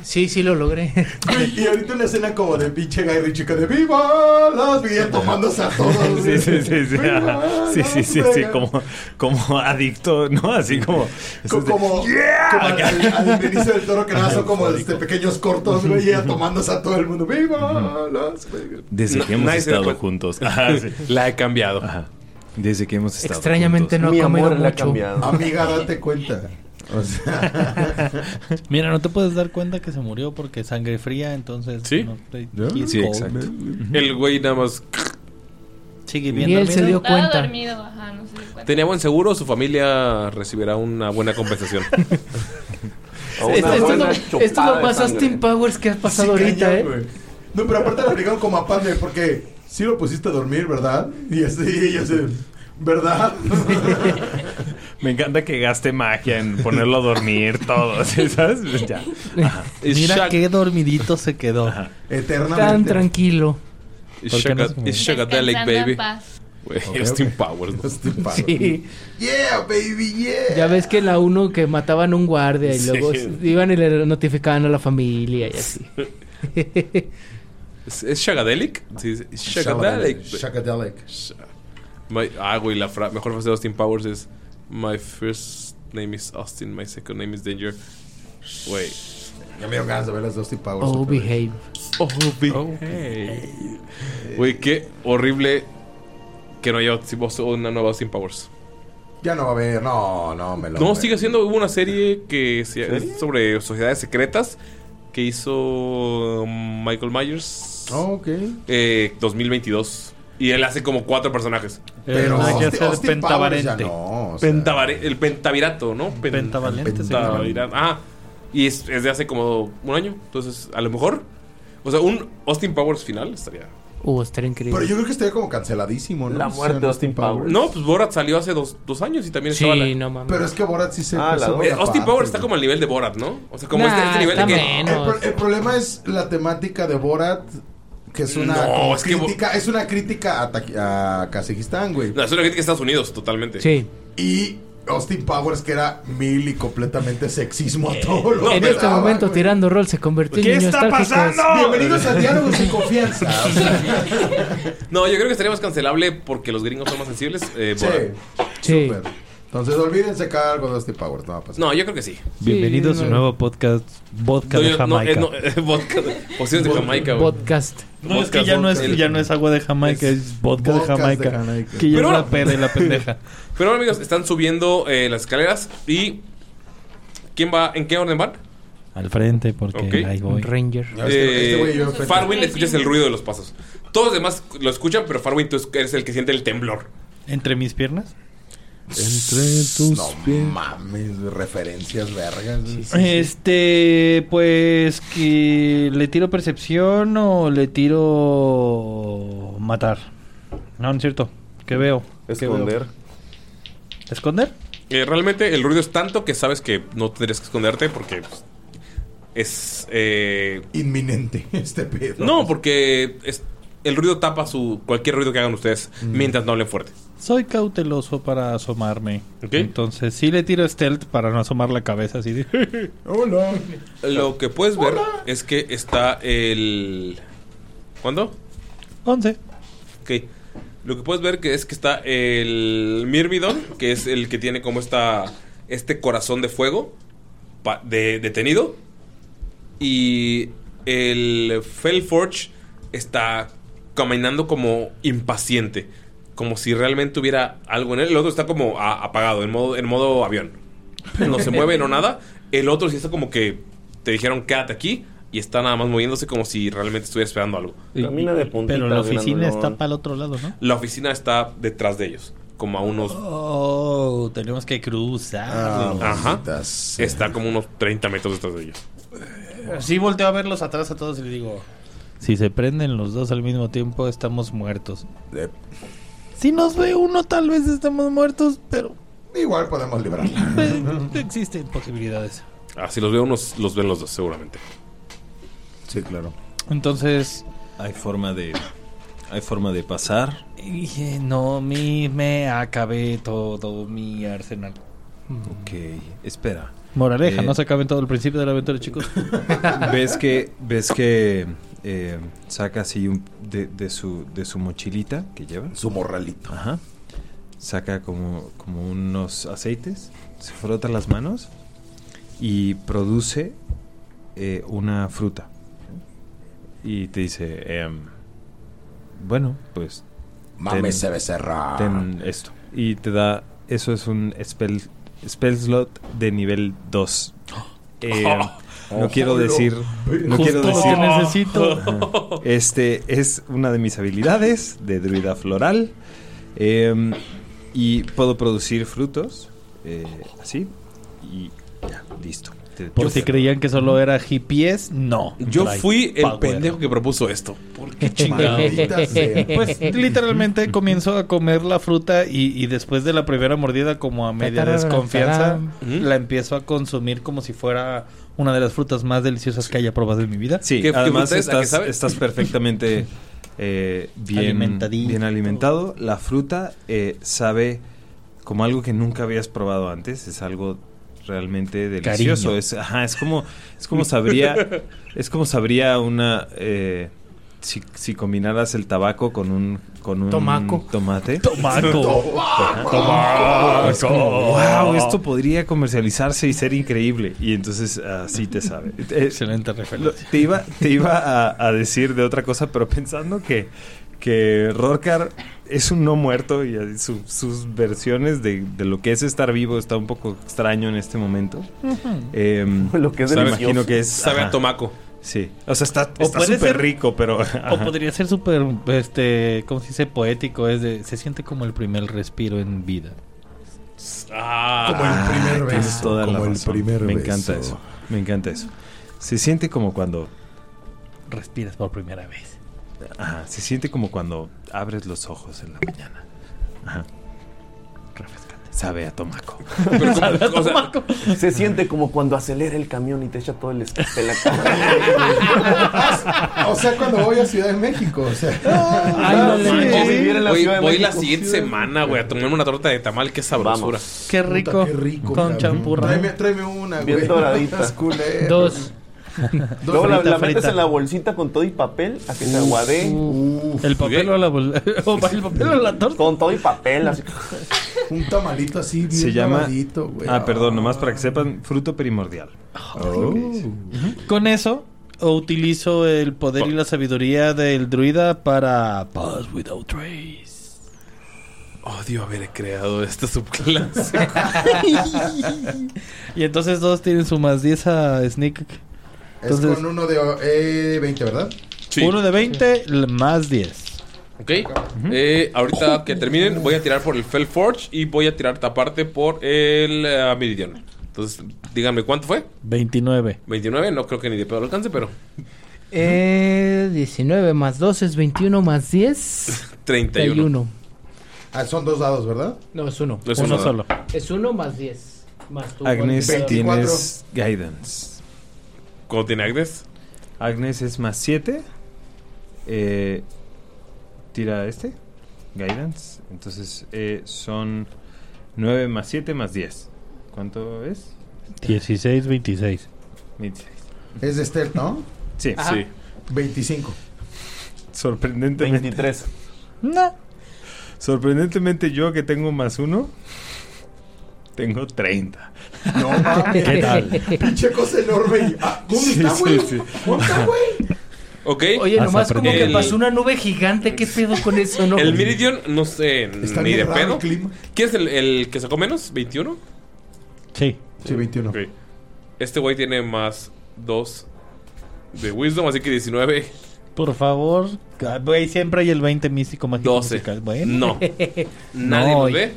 Speaker 3: sí, sí lo logré.
Speaker 4: Güey, Y ahorita una escena como de pinche Guy Ritchie que de viva las vidas tomándose a [LAUGHS] todos.
Speaker 6: Sí, sí, sí, sí. ajá. [LAUGHS] Sí, sí, sí, sí,
Speaker 4: Como,
Speaker 6: como, como adicto, ¿no? Así como.
Speaker 4: como, como al, al- al Benicio del Toro que nada son como este, pequeños cortos, güey, y ella tomándose a todo el mundo. Viva las vidas.
Speaker 6: Desde
Speaker 1: No,
Speaker 6: que hemos
Speaker 1: nadie se da
Speaker 6: estado
Speaker 1: cuenta.
Speaker 6: juntos.
Speaker 1: La he cambiado.
Speaker 6: Desde que hemos estado
Speaker 3: Extrañamente no ha
Speaker 6: juntos.
Speaker 3: comido mucho.
Speaker 4: Amiga, date cuenta.
Speaker 3: [LAUGHS]
Speaker 4: O sea,
Speaker 5: [LAUGHS] Mira, no te puedes dar cuenta que se murió porque sangre fría, entonces.
Speaker 1: Sí.
Speaker 5: no te-
Speaker 6: Sí, exacto.
Speaker 1: El güey nada más.
Speaker 5: Sigue
Speaker 3: bien Ni él se dormido. dio
Speaker 8: Estaba
Speaker 3: cuenta.
Speaker 8: dormido, ajá, no se dio cuenta.
Speaker 1: Tenía buen seguro, su familia recibirá una
Speaker 5: [LAUGHS]
Speaker 1: buena compensación.
Speaker 3: Esto, esto no, esto no pasa a Austin Powers que ha pasado ahorita, ¿eh?
Speaker 4: No, pero aparte la obligaron como aparte, porque sí lo pusiste a dormir, ¿verdad? Y así, y así, ¿verdad?
Speaker 6: Me encanta que gaste magia en ponerlo a dormir todo, [LAUGHS] ¿sí? ¿sabes? Pues Ya. Ajá.
Speaker 5: Mira
Speaker 6: Shaq-
Speaker 5: qué dormidito se quedó.
Speaker 3: Tan tranquilo.
Speaker 1: It's
Speaker 5: ¿Por qué no
Speaker 1: sugar-
Speaker 5: se mueve?
Speaker 1: it's sugadelic, baby.
Speaker 8: en paz.
Speaker 1: Güey,
Speaker 3: Ok,
Speaker 1: Austin
Speaker 3: ok.
Speaker 1: Powers. ¿no?
Speaker 3: Sí.
Speaker 4: Yeah, baby, yeah.
Speaker 3: Ya ves que en la uno que mataban a un guardia y
Speaker 1: Sí.
Speaker 3: luego s- iban y le notificaban a la familia y así. [LAUGHS]
Speaker 1: ¿Es, es Shagadelic? Sí, es- es Shagadelic.
Speaker 4: Shagadelic.
Speaker 1: My- ah, güey, la fra- mejor frase de Austin Powers es: My first name is Austin, my second name is Danger. Güey.
Speaker 4: Ya me dieron ganas de ver las de Austin Powers.
Speaker 3: Oh,
Speaker 4: otra vez.
Speaker 3: behave.
Speaker 1: Oh, behave.
Speaker 4: Eh,
Speaker 1: Güey, qué horrible que no haya otro- una nueva Austin Powers.
Speaker 4: Ya no va a haber, no, no, me lo.
Speaker 1: No, sigue siendo. Hubo una serie que se- es sobre sociedades secretas que hizo um, Michael Myers.
Speaker 4: Ah, ok.
Speaker 1: eh, 2022. Y él hace como cuatro personajes.
Speaker 4: Pero
Speaker 5: no hay que Austin- hacer Austin pentavalente. Powers ya
Speaker 4: no, o
Speaker 1: Pentavare- el pentavirato, ¿no? Pen-
Speaker 5: Pentavalente, sí.
Speaker 1: pentavirato. Ah, y es, es de hace como un año. Entonces, a lo mejor. O sea, un Austin Powers final estaría.
Speaker 3: Uh, estaría increíble.
Speaker 4: Pero yo creo que estaría como canceladísimo, ¿no?
Speaker 1: La muerte
Speaker 4: de
Speaker 1: Austin No, pues Borat salió hace dos, dos años y también
Speaker 3: Sí,
Speaker 1: estaba. la-
Speaker 3: no mames.
Speaker 4: Pero es que Borat sí se.
Speaker 1: Ah, la
Speaker 4: empezó
Speaker 1: dos.
Speaker 4: muy
Speaker 1: Eh, Austin
Speaker 4: aparte,
Speaker 1: Powers está como al nivel de Borat, ¿no? O sea, como este, este nivel de que.
Speaker 4: El, pro- el problema es la temática de Borat, que es una
Speaker 1: No,
Speaker 4: como
Speaker 1: es que Bo-
Speaker 4: crítica, es una crítica a, Taqui- a Kazajistán, güey.
Speaker 1: No, es una crítica a Estados Unidos, totalmente.
Speaker 4: Y Austin Powers que era mil y completamente sexismo a todo lo
Speaker 3: en
Speaker 4: que
Speaker 3: este
Speaker 4: daba.
Speaker 3: momento, tirando rol, se convirtió en niños tárgicos.
Speaker 4: Bienvenidos a Diálogos
Speaker 1: [LAUGHS]
Speaker 4: sin Confianza. O sea,
Speaker 1: No, yo creo que estaría más cancelable porque los gringos son más sensibles. eh,
Speaker 4: Sí.
Speaker 1: Borat.
Speaker 4: súper. Entonces, olvídense cada algo de Austin Powers, no va a pasar.
Speaker 1: No, yo creo que sí.
Speaker 5: Bienvenidos a un nuevo podcast, Vodka
Speaker 1: No,
Speaker 5: de
Speaker 1: yo- no,
Speaker 5: Jamaica.
Speaker 1: eh, no, eh, [LAUGHS] vodka de- pociones de Jamaica, güey.
Speaker 3: Podcast.
Speaker 5: No, es que ya no es, ya no es agua de Jamaica, es, vodka de
Speaker 1: vodkas de
Speaker 5: Jamaica.
Speaker 1: Jamaica.
Speaker 5: Que ya
Speaker 1: Pero
Speaker 5: es la
Speaker 1: ahora-
Speaker 5: pera y la pendeja.
Speaker 1: [LAUGHS] Pero bueno, amigos, están subiendo eh, las escaleras y. ¿Quién va? ¿En qué orden van?
Speaker 5: [LAUGHS] Al frente, porque
Speaker 1: Ok.
Speaker 5: ahí voy.
Speaker 3: Ranger.
Speaker 4: este
Speaker 1: Eh,
Speaker 5: frente.
Speaker 1: Farwin, escuchas el ruido de los pasos. Todos los demás lo escuchan, pero Farwin, tú eres el que siente el temblor.
Speaker 5: ¿Entre mis piernas?
Speaker 4: Entre tus no mames, Ah, referencias vergas.
Speaker 5: Este, pues que le tiro percepción o le tiro matar. No, no es cierto. ¿Qué veo? ¿Qué veo?
Speaker 1: Esconder.
Speaker 5: ¿Esconder?
Speaker 1: Eh, realmente el ruido es tanto que sabes que no tendrías que esconderte porque pues, es. eh,
Speaker 4: Inminente [LAUGHS] este pedo.
Speaker 1: No, porque es- el ruido tapa su cualquier ruido que hagan ustedes
Speaker 4: Mm.
Speaker 1: mientras no hablen fuerte.
Speaker 5: Soy cauteloso para asomarme. Entonces, sí le tiro stealth para no asomar la cabeza así de... [LAUGHS] "Oh,
Speaker 4: Hola.
Speaker 1: Lo que puedes ver es que está el. ¿Cuándo?
Speaker 5: 11.
Speaker 1: Ok. Lo que puedes ver que es que está el Myrmidon, que es el que tiene como esta este corazón de fuego pa- de, detenido. Y el Felforge está caminando como impaciente, como si realmente hubiera algo en él. El otro está como a- apagado, en modo, en modo avión. No se mueve, no nada. El otro sí está como que te dijeron quédate aquí y está nada más moviéndose como si realmente estuviera esperando algo.
Speaker 2: Camina de puntitas.
Speaker 5: Pero la oficina
Speaker 2: grandulón.
Speaker 5: está para el otro lado, ¿no?
Speaker 1: La oficina está detrás de ellos, como a unos...
Speaker 5: Oh, tenemos que cruzar.
Speaker 1: Ah, Ajá. Está como unos 30 metros detrás de ellos.
Speaker 5: Sí, volteo a verlos atrás a todos y le digo... Si se prenden los dos al mismo tiempo, estamos muertos. Si nos ve uno, tal vez estamos muertos, pero...
Speaker 4: Igual podemos librarla.
Speaker 3: Pues,
Speaker 5: Existen posibilidades.
Speaker 1: Ah, si los veo unos, los ven los dos, seguramente.
Speaker 4: Sí, claro.
Speaker 5: Entonces...
Speaker 6: Hay forma de... Hay forma de pasar.
Speaker 5: eh, No, mi, me acabé todo mi arsenal.
Speaker 6: Ok, espera.
Speaker 5: Mm. Moraleja,
Speaker 6: Eh,
Speaker 5: no se acaben todo el principio de la aventura, chicos.
Speaker 6: [LAUGHS] ves que ves que eh, saca así un- de, de su de su mochilita que lleva
Speaker 4: su morralito
Speaker 6: ajá saca como como unos aceites se frota las manos y produce eh, una fruta y te dice em, bueno pues
Speaker 4: Mame se becerra.
Speaker 6: ten esto y te da eso es un spell spell slot de nivel 2
Speaker 4: ¡Ah!
Speaker 6: Eh,
Speaker 5: [LAUGHS]
Speaker 6: no quiero decir no
Speaker 5: Oh, Justo
Speaker 6: quiero
Speaker 5: lo
Speaker 6: decir
Speaker 5: que necesito.
Speaker 6: Ajá. [LAUGHS] este es una de mis habilidades de druida floral em, y puedo producir frutos eh, así y ya listo
Speaker 5: Por
Speaker 1: Yo
Speaker 5: si
Speaker 1: fu-
Speaker 5: creían que solo era GPS, no.
Speaker 1: Yo
Speaker 5: Trae
Speaker 1: fui el
Speaker 5: power. [LAUGHS]
Speaker 1: pendejo que propuso esto. ¿Por qué chingado?
Speaker 5: Pues literalmente comenzó a comer la fruta y, y después de la primera mordida como a media
Speaker 1: Tatarara,
Speaker 5: desconfianza
Speaker 1: tarán.
Speaker 6: ¿Mm?
Speaker 5: la empiezo a consumir como si fuera una de las frutas más deliciosas que haya probado en mi vida.
Speaker 6: Sí, además estás, estás perfectamente eh, bien,
Speaker 5: Alimentadito.
Speaker 6: bien alimentado. La fruta eh, sabe como algo que nunca habías probado antes. Es algo realmente delicioso.
Speaker 5: Cariño.
Speaker 6: Es, ajá, es como es como
Speaker 5: [LAUGHS]
Speaker 6: sabría es como sabría una eh, si, si combinaras el tabaco con un con un
Speaker 5: Tomaco.
Speaker 6: tomate.
Speaker 5: Tomaco.
Speaker 6: Ajá.
Speaker 5: Tomaco.
Speaker 6: Es como, wow, esto podría comercializarse y ser increíble. Y entonces así te sabe.
Speaker 5: Excelente
Speaker 6: referencia. Te iba, te iba a, a decir de otra cosa, pero pensando que, que Rorcar es un no muerto y así su- sus versiones de, de lo que es estar vivo está un poco extraño en este momento. lo
Speaker 1: que es
Speaker 6: Me
Speaker 1: delicioso.
Speaker 6: imagino que es.
Speaker 1: Sabe a
Speaker 6: ajá.
Speaker 1: tomaco.
Speaker 6: Sí. O sea, está
Speaker 5: O
Speaker 6: está
Speaker 5: puede
Speaker 6: súper
Speaker 5: ser-
Speaker 6: rico, pero.
Speaker 5: O podría ser súper, este, ¿cómo se dice? Poético. Es de, se siente como el primer respiro en vida.
Speaker 6: Como el primer
Speaker 5: beso, como el primer
Speaker 6: Me
Speaker 5: beso.
Speaker 6: encanta eso. Me encanta eso. Se siente como cuando.
Speaker 5: Respiras por primera vez.
Speaker 6: Ajá, se siente como cuando abres los ojos en la mañana. Ajá. Sabe a
Speaker 5: [LAUGHS]
Speaker 6: tomaco.
Speaker 2: Pero como-
Speaker 6: Sabe a
Speaker 2: o sea,
Speaker 6: tomaco.
Speaker 2: se siente como cuando acelera el camión y te echa todo el escape en la cara.
Speaker 4: O sea, cuando Ah,
Speaker 3: [LAUGHS]
Speaker 4: voy [LAUGHS] a Ciudad de México, o sea.
Speaker 5: Ándale.
Speaker 4: Ah, Sí.
Speaker 1: Manches,
Speaker 4: Vivir en la
Speaker 1: voy
Speaker 4: Ciudad de
Speaker 1: voy la
Speaker 4: México.
Speaker 1: siguiente semana, güey, a tomarme una torta de tamal. Qué sabrosura.
Speaker 5: Qué rico.
Speaker 4: qué rico,
Speaker 5: Con
Speaker 4: cabrón.
Speaker 5: champurra.
Speaker 4: Tráeme, tráeme una,
Speaker 2: Bien
Speaker 4: güey.
Speaker 2: doradita.
Speaker 4: Estás culero.
Speaker 5: Dos.
Speaker 2: Luego la,
Speaker 5: Frita,
Speaker 2: la metes
Speaker 5: frita.
Speaker 2: en la bolsita con todo y papel a que se
Speaker 5: Uf,
Speaker 2: aguade.
Speaker 5: uf. El papel o la bol-
Speaker 4: [LAUGHS]
Speaker 5: o el papel o la torta.
Speaker 2: Con todo y papel. Así.
Speaker 4: Un tamalito así bien
Speaker 6: Se llama.
Speaker 4: doradito, güey.
Speaker 6: Ah, perdón, nomás para que sepan, fruto primordial.
Speaker 5: Oh. Con eso o utilizo el poder y la sabiduría del druida para Pass Without Trace.
Speaker 1: Odio haber este creado
Speaker 5: [LAUGHS]
Speaker 6: [LAUGHS]
Speaker 1: esta subclase.
Speaker 5: y entonces dos tienen su más 10 a Sneak.
Speaker 4: Es
Speaker 5: Entonces,
Speaker 4: con uno de eh, 20, ¿verdad?
Speaker 5: uno de 20 l- más 10.
Speaker 1: Ok. Eh, ahorita que terminen, voy a tirar por el Fell Forge y voy a tirar aparte por el eh, Meridian. Entonces, díganme cuánto fue.
Speaker 3: 29.
Speaker 1: 29, no creo que ni de pedo lo alcance, pero
Speaker 3: Eh, 19 más 2 es 21 más 10.
Speaker 1: 31.
Speaker 4: Ah, son dos dados, ¿verdad?
Speaker 3: No, es uno.
Speaker 6: Es Uno uno. solo.
Speaker 3: Es 1 más 10. Más tu
Speaker 6: Agnes,
Speaker 3: bonificador.
Speaker 6: tienes guidance.
Speaker 1: ¿Cuánto tiene Agnes?
Speaker 6: Agnes es más 7. tira este. Guidance. Entonces eh, son 9 más 7 más 10. ¿Cuánto es?
Speaker 5: 16, 26.
Speaker 6: 26.
Speaker 4: Es de Esther, ¿no?
Speaker 6: Sí.
Speaker 4: Ajá.
Speaker 6: Sí.
Speaker 4: 25.
Speaker 6: Sorprendentemente. 23. Sorprendentemente yo que tengo más 1, tengo 30.
Speaker 4: No
Speaker 3: [LAUGHS]
Speaker 4: mames.
Speaker 6: ¿Qué tal?
Speaker 4: [LAUGHS] Pinche cosa enorme. y, ah, ¿Dónde está, güey? ¿Dónde está, güey?
Speaker 1: Ok.
Speaker 3: [LAUGHS] Oye,
Speaker 1: Has
Speaker 3: nomás como que
Speaker 1: aprendido.
Speaker 3: pasó una nube gigante. ¿Qué pedo con eso, no?
Speaker 1: El Meridian, no sé,
Speaker 3: Está
Speaker 1: ni
Speaker 3: bien
Speaker 1: de
Speaker 3: raro el
Speaker 1: pedo. ¿Quién es el, el que sacó menos? ¿21?
Speaker 5: Sí.
Speaker 4: Sí, 21.
Speaker 1: Ok. Este güey tiene más 2 de Wisdom, así que 19.
Speaker 5: Por favor, ca- güey, siempre hay el 20 místico mágico
Speaker 1: 12.
Speaker 5: musical. Bueno.
Speaker 1: No. Nadie
Speaker 5: No,
Speaker 1: nos
Speaker 5: y-
Speaker 1: ve.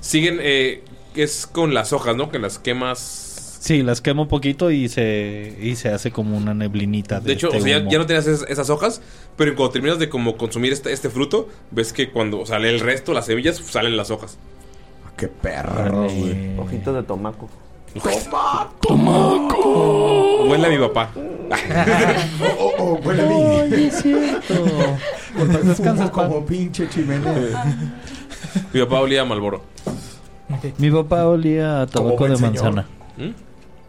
Speaker 1: Siguen, eh, es con las hojas, ¿no? Que las quemas.
Speaker 5: [LAUGHS] Sí, las quemo un poquito y se y se hace como una neblinita de,
Speaker 1: De hecho,
Speaker 5: este
Speaker 1: o sea, ya,
Speaker 5: humo.
Speaker 1: ya no tenías esas, esas hojas, pero cuando terminas de como consumir este, este fruto, ves que cuando sale el resto, las semillas, pues, salen las hojas.
Speaker 4: Qué perro,
Speaker 2: güey. Hojitas de tomaco.
Speaker 1: Huele a mi papá.
Speaker 4: Oh, oh, huele a mí.
Speaker 3: Oye, es
Speaker 4: [LAUGHS]
Speaker 3: cierto.
Speaker 4: Porque fumo como pinche chimenea.
Speaker 1: Mi papá olía a Malboro.
Speaker 5: Mi papá olía a
Speaker 1: Como
Speaker 5: tabaco
Speaker 1: buen
Speaker 5: de
Speaker 1: señor.
Speaker 5: manzana.
Speaker 1: ¿Mm? Eh,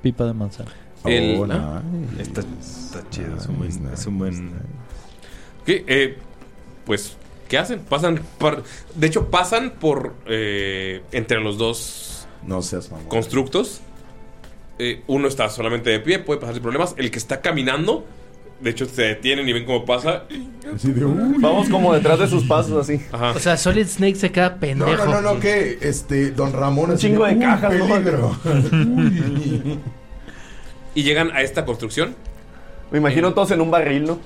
Speaker 5: Pipa de manzana.
Speaker 1: El-
Speaker 6: Hola. Está, está chido, es un buen. Es un buen
Speaker 1: ¿Qué? Eh, pues, ¿qué hacen? Pasan por- De hecho, pasan por... eh, entre los dos
Speaker 4: No seas mamón.
Speaker 1: constructos. Eh, uno está solamente de pie, puede pasar sin problemas. El que está caminando, de hecho, se detienen y ven cómo pasa.
Speaker 2: Vamos como detrás de sus pasos, así.
Speaker 1: Ajá.
Speaker 3: O sea, Solid Snake se queda pendejo.
Speaker 4: No, no, no, no, que este, Don Ramón.
Speaker 2: Un
Speaker 4: así
Speaker 2: chingo de
Speaker 4: "Uy,
Speaker 2: cajas, ¿no?"
Speaker 4: peligro.
Speaker 1: Y llegan a esta construcción.
Speaker 2: Me imagino todos en un barril, ¿no?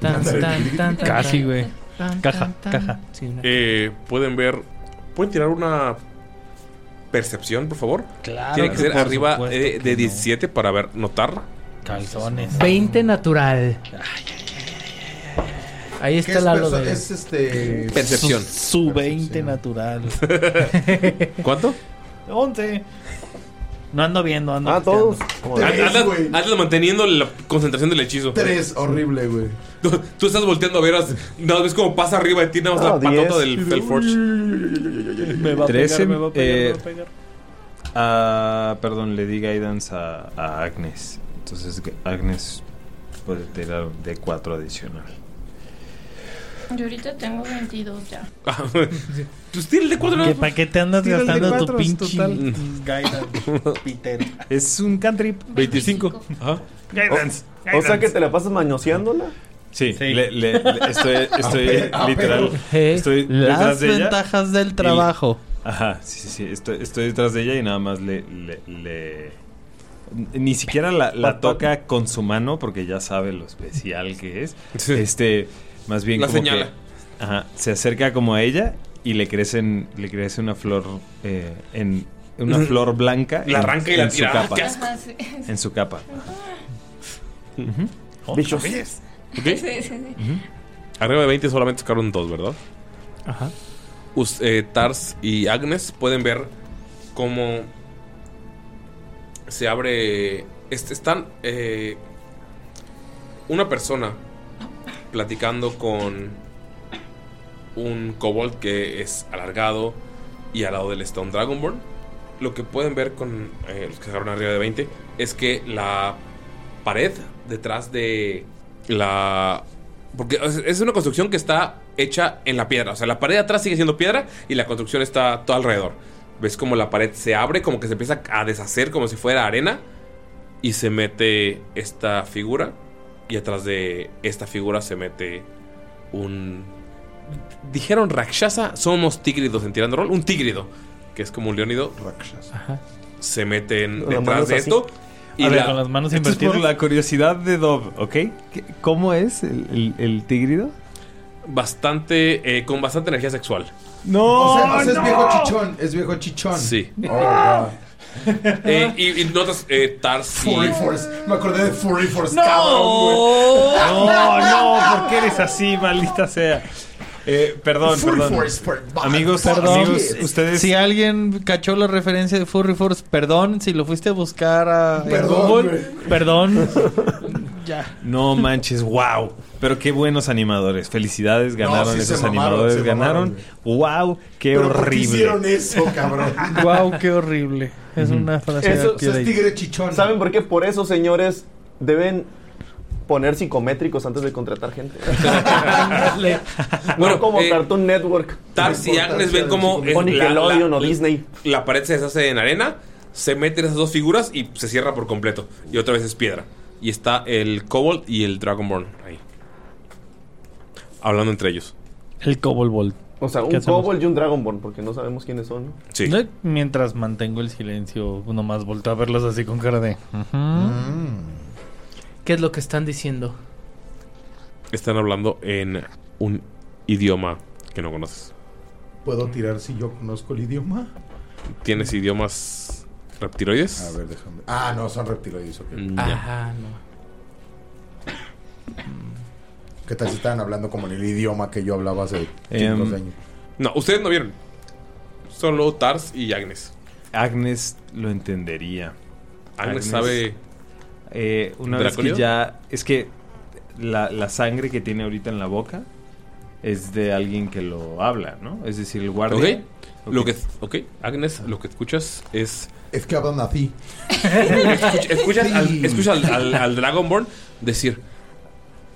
Speaker 3: Tan, tan, tan, tan, tan.
Speaker 1: Casi, güey.
Speaker 3: Tan,
Speaker 1: Caja,
Speaker 3: tan, tan.
Speaker 1: caja.
Speaker 3: Sí, una-
Speaker 1: Eh, pueden ver... Pueden tirar una... percepción, por favor.
Speaker 3: Claro
Speaker 1: Tiene que,
Speaker 3: que
Speaker 1: ser
Speaker 3: por
Speaker 1: arriba
Speaker 3: supuesto
Speaker 1: eh, de 17 para ver, notar.
Speaker 5: Calzones.
Speaker 3: 20 natural. Ahí está
Speaker 4: es
Speaker 3: la lo
Speaker 4: perso-
Speaker 3: de...
Speaker 4: es, este,
Speaker 1: Percepción.
Speaker 5: Su, su 20 natural.
Speaker 1: ¿Cuánto?
Speaker 5: 11. No ando viendo, ando. Ah,
Speaker 1: todos.
Speaker 5: de-
Speaker 1: Andas- andas manteniendo la concentración del hechizo.
Speaker 4: Tres, horrible, güey.
Speaker 1: Tú, tú estás volteando a ver, as- nada más ves como pasa arriba de ti, nada más la patota del, del Forge.
Speaker 5: Me va a pegar, me va a pegar, me va a pegar.
Speaker 6: eh, ah, perdón, le di guidance a, a Agnes. Entonces gu- Agnes puede tirar de 4 adicional.
Speaker 8: Yo ahorita tengo 22 ya.
Speaker 5: Ah,
Speaker 6: [LAUGHS]
Speaker 1: Pues tira el de 4
Speaker 5: ¿Para qué te andas
Speaker 6: Tira el de
Speaker 5: gastando tu
Speaker 6: cuatro,
Speaker 5: pinche
Speaker 6: total. [LAUGHS]
Speaker 5: guidance, Peter?
Speaker 6: Es un cantrip.
Speaker 1: 25. Ajá.
Speaker 6: Guidance,
Speaker 2: O, o sea
Speaker 6: guidance.
Speaker 2: que te la pasas mañoseándola.
Speaker 6: Sí, le- le- le-
Speaker 1: [LAUGHS]
Speaker 6: estoy, estoy
Speaker 2: A ver, a
Speaker 6: literal.
Speaker 2: ver.
Speaker 6: Estoy
Speaker 5: Las
Speaker 6: detrás de ella
Speaker 5: ventajas del
Speaker 6: y-
Speaker 5: trabajo.
Speaker 6: ajá, sí, sí, sí. Estoy, estoy detrás de ella y nada más le. le- le- ni siquiera la, la toca con su mano porque ya sabe lo especial que es. Este, más bien
Speaker 1: La
Speaker 6: como
Speaker 1: señala.
Speaker 6: que, ajá, se acerca como a ella y le crecen, le crece una flor eh, en una
Speaker 1: Ujú.
Speaker 6: flor blanca.
Speaker 1: La
Speaker 6: en-
Speaker 1: arranca y
Speaker 6: en
Speaker 1: la
Speaker 6: su
Speaker 1: tira. Ah,
Speaker 6: capa.
Speaker 1: qué asco. Ajá,
Speaker 8: sí.
Speaker 6: En su capa. Ujú.
Speaker 1: ¿Otra
Speaker 6: Bichos.
Speaker 1: vez? ¿Ok?
Speaker 8: Sí, sí, sí.
Speaker 1: Arriba de 20 solamente sacaron dos, ¿verdad?
Speaker 3: Ajá.
Speaker 1: Us- eh, Tars y Agnes pueden ver cómo se abre. est- están eh, una persona platicando con un kobold que es alargado y al lado del Stone Dragonborn. Lo que pueden ver con eh, los que sacaron arriba de 20 es que la pared detrás de la. Porque es- es una construcción que está hecha en la piedra. O sea, la pared de atrás sigue siendo piedra y la construcción está todo alrededor. Ves como la pared se abre, como que se empieza a deshacer como si fuera arena. Y se mete esta figura. Y atrás de esta figura se mete un. Dijeron Rakshasa, somos tigridos en Tirando Roll. Un tigrido, que es como un leónido. Rakshasa. Se meten
Speaker 6: Con las
Speaker 1: detrás
Speaker 6: manos
Speaker 1: de
Speaker 6: así.
Speaker 1: esto.
Speaker 6: A ver,
Speaker 1: la-
Speaker 6: con las manos invertidas. por la curiosidad de Dov, ¿ok? ¿Cómo es el, tigrido?
Speaker 1: Bastante. eh, con bastante
Speaker 5: [LAUGHS]
Speaker 1: energía sexual.
Speaker 4: No, o sea, o sea,
Speaker 1: no.
Speaker 4: es viejo chichón, es viejo chichón.
Speaker 1: Sí.
Speaker 4: Oh, God.
Speaker 1: Eh, y, y notas eh, Tars y-
Speaker 4: Furry Force, me acordé de Furry Force,
Speaker 7: No.
Speaker 6: [LAUGHS]
Speaker 4: cabrón, Pues, güey.
Speaker 6: No, no, ¿por qué eres así, maldita sea? Eh, perdón,
Speaker 4: Full
Speaker 6: perdón.
Speaker 4: force for-
Speaker 6: amigos,
Speaker 5: Perdón,
Speaker 6: amigos, ustedes.
Speaker 5: Si alguien cachó la referencia de Furry Force, perdón. Si lo fuiste a buscar a en
Speaker 6: Perdón,
Speaker 5: Google,
Speaker 6: güey.
Speaker 5: perdón.
Speaker 6: No manches, wow. Pero qué buenos animadores. Felicidades, ganaron
Speaker 4: sí, se
Speaker 6: esos
Speaker 4: mamaron,
Speaker 6: animadores,
Speaker 4: se
Speaker 6: ganaron. wow, qué
Speaker 4: Pero ¿por qué
Speaker 6: horrible.
Speaker 4: hicieron eso, cabrón?
Speaker 5: wow, qué horrible. Es una frase
Speaker 2: Eso
Speaker 5: aquí de ahí.
Speaker 4: chichón.
Speaker 2: ¿Saben por qué? Por eso, señores, deben poner psicométricos antes de contratar gente. bueno, como Cartoon Network.
Speaker 1: Tars y eh, Agnes ven como
Speaker 2: O Nickelodeon o Disney.
Speaker 1: la pared se deshace en arena, se meten esas dos figuras y se cierra por completo. Y otra vez es piedra. Y está el Kobold y el Dragonborn ahí. Hablando entre ellos.
Speaker 5: El Cobalt Bolt.
Speaker 2: O sea,
Speaker 5: ¿Qué
Speaker 2: un
Speaker 5: hacemos?
Speaker 2: Cobol y un Dragonborn, porque no sabemos quiénes son. ¿no?
Speaker 1: Sí.
Speaker 5: Mientras mantengo el silencio, nomás volteo a verlos así con cara de. "Ujú".
Speaker 3: ¿Qué es lo que están diciendo?
Speaker 1: Están hablando en un idioma que no conoces.
Speaker 4: ¿Puedo tirar si yo conozco el idioma?
Speaker 1: ¿Tienes idiomas reptiloides?
Speaker 4: A ver, déjame. Ah, no, son reptiloides, ok.
Speaker 1: Mm, ya.
Speaker 3: Ajá, Ah, no.
Speaker 4: ¿Qué tal si estaban hablando como en el idioma que yo hablaba hace
Speaker 6: Em,
Speaker 4: 5 años?
Speaker 1: No, ustedes no vieron. Solo Tars y Agnes.
Speaker 6: Agnes lo entendería.
Speaker 1: Agnes sabe-
Speaker 6: eh, una
Speaker 1: ¿Draconido?
Speaker 6: vez que ya. Es que la, la sangre que tiene ahorita en la boca es de alguien que lo habla, ¿no? Es decir, el guardia.
Speaker 1: Ok. Lo que, ok, Agnes, lo que escuchas es.
Speaker 4: Es que hablan así.
Speaker 1: Escucha- escuchas al,
Speaker 4: Sí.
Speaker 1: escuchas al- al- al Dragonborn decir: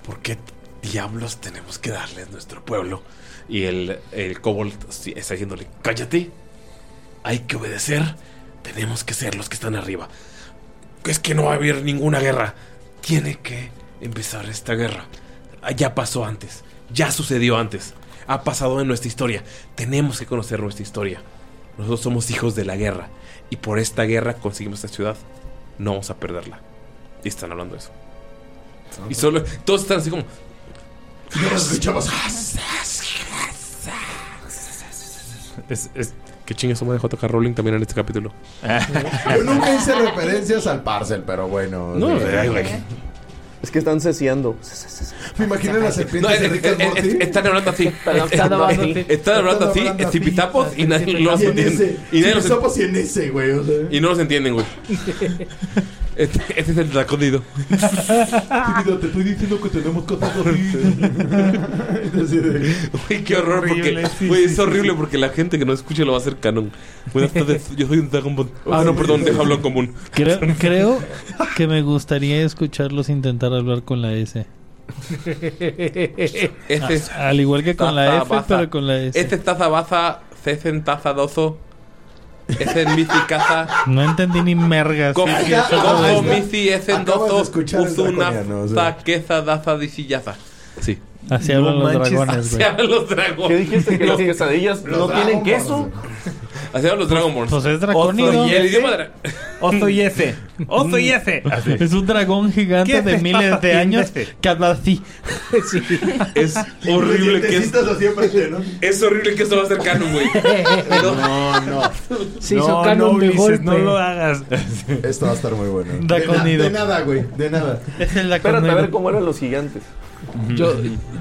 Speaker 1: ¿Por qué diablos tenemos que darles nuestro pueblo? Y el, el Kobold sí- está diciéndole: Cállate, hay que obedecer, tenemos que ser los que están arriba. Es que no va a haber ninguna guerra. Tiene que empezar esta guerra. Ah, Ya pasó antes, ya sucedió antes, ha pasado en nuestra historia. Tenemos que conocer nuestra historia. Nosotros somos hijos de la guerra y por esta guerra conseguimos esta ciudad. No vamos a perderla. Y están hablando de eso. Y solo todos están así como Ah,
Speaker 4: Yo los escuchamos.
Speaker 1: Es, es, qué chingue somos de JK Rowling también en este capítulo.
Speaker 4: [LAUGHS] Yo nunca hice referencias al parcel, pero bueno.
Speaker 1: No,
Speaker 4: de-
Speaker 1: ay, güey.
Speaker 2: Es que están ceciando.
Speaker 4: Me imagino las serpientes de Rick and Morty.
Speaker 1: Están hablando así. Están hablando así. Están hablando así. Estipitapos y nadie los
Speaker 4: Y en ese.
Speaker 1: entiende.
Speaker 4: Y
Speaker 1: Y nadie los
Speaker 4: y en ese, güey. o sea.
Speaker 1: Y no los entienden, güey. Este, este es el dracónido.
Speaker 4: Mira, te estoy diciendo que tenemos cosas así.
Speaker 1: Güey, qué horror.
Speaker 4: Horrible,
Speaker 1: porque,
Speaker 4: sí,
Speaker 1: güey,
Speaker 4: sí,
Speaker 1: es
Speaker 4: sí,
Speaker 1: horrible porque la gente que no escuche lo va a hacer canon.
Speaker 4: [LAUGHS]
Speaker 1: Buenas tardes, yo soy un Dragon Ball.
Speaker 4: Oh,
Speaker 1: Ah, no, perdón, deja hablar en común.
Speaker 5: [LAUGHS] Creo, creo que me gustaría escucharlos intentar hablar con la S.
Speaker 1: Este es-
Speaker 5: Ah, al igual que con la
Speaker 1: Taza,
Speaker 5: F,
Speaker 1: baza.
Speaker 5: pero con la S.
Speaker 1: Este es taza baza, cesen taza dozo, esen bici
Speaker 5: [LAUGHS]
Speaker 1: caza,
Speaker 5: No entendí ni mergas.
Speaker 1: cojo
Speaker 5: Sí, sí, eso todo
Speaker 1: cojo,
Speaker 5: es-
Speaker 1: mici, esen
Speaker 5: Acabas de
Speaker 1: dozo,
Speaker 5: escuchar el
Speaker 1: uzuna,
Speaker 5: draconiano, o sea.
Speaker 1: ta, queza, daza, disi, yaza. Sí.
Speaker 5: Así hablan los dragones,
Speaker 1: Así
Speaker 5: güey.
Speaker 1: hablan los dragones.
Speaker 2: ¿Qué dijiste? ¿Que
Speaker 1: [LAUGHS]
Speaker 2: las quesadillas no tienen queso?
Speaker 1: Así hablan los Dragon Balls.
Speaker 5: Pues es draconido.
Speaker 1: Ozo y el idioma dra-
Speaker 9: Ozo y F. Ozo y F.
Speaker 5: oh, Mm. Es un dragón
Speaker 9: ¿Qué
Speaker 5: gigante de
Speaker 9: haces?
Speaker 5: miles de años que habla [LAUGHS] así.
Speaker 1: Es
Speaker 2: [LAUGHS]
Speaker 1: horrible que es, es horrible que esto va a ser canon, güey.
Speaker 4: No, no.
Speaker 3: Se hizo canon de golpe.
Speaker 5: hagas.
Speaker 4: Esto va a estar muy bueno.
Speaker 2: Da
Speaker 4: De na-
Speaker 2: conido.
Speaker 4: de nada, güey. De
Speaker 1: [LAUGHS]
Speaker 4: nada.
Speaker 2: Espérate a ver cómo eran los gigantes.
Speaker 3: Yo,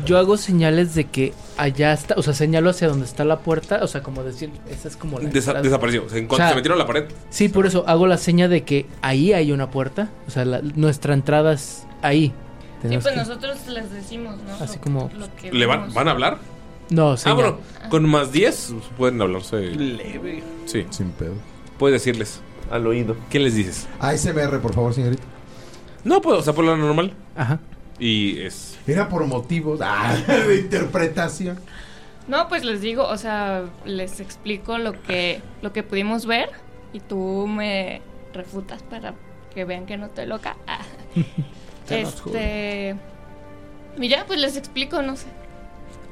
Speaker 3: yo hago señales de que allá está, o sea, señalo hacia donde está la puerta, o sea, como decir, esa es como la
Speaker 1: Desa-
Speaker 3: entrada.
Speaker 1: desapareció. Se, en cuanto
Speaker 3: O sea,
Speaker 1: se metieron a la pared.
Speaker 3: Sí, por eso hago la seña de que ahí hay una puerta, o sea, la- nuestra entrada es ahí.
Speaker 8: Sí,
Speaker 3: Tenemos
Speaker 8: pues
Speaker 3: que-
Speaker 8: nosotros les decimos, ¿no?
Speaker 3: Así
Speaker 8: Lo-
Speaker 3: como-
Speaker 8: lo que
Speaker 1: ¿Le van,
Speaker 8: vemos.
Speaker 1: van a hablar?
Speaker 3: No, señal.
Speaker 1: Ah, bueno, con más 10 pueden hablarse. Leve. Sí.
Speaker 4: Sin pedo.
Speaker 1: Puedes decirles.
Speaker 2: Al oído.
Speaker 1: ¿Qué les dices?
Speaker 4: ASMR, por favor, señorita.
Speaker 1: No, pues, o sea, por lo normal.
Speaker 3: Ajá.
Speaker 1: Y es.
Speaker 4: Era por motivos [LAUGHS] ah, de interpretación.
Speaker 8: No, pues les digo, o sea, les explico lo que, lo que pudimos ver y tú me refutas para que vean que no estoy loca. Ah.
Speaker 1: Te los juro.
Speaker 8: este. Mira, pues les explico, no sé.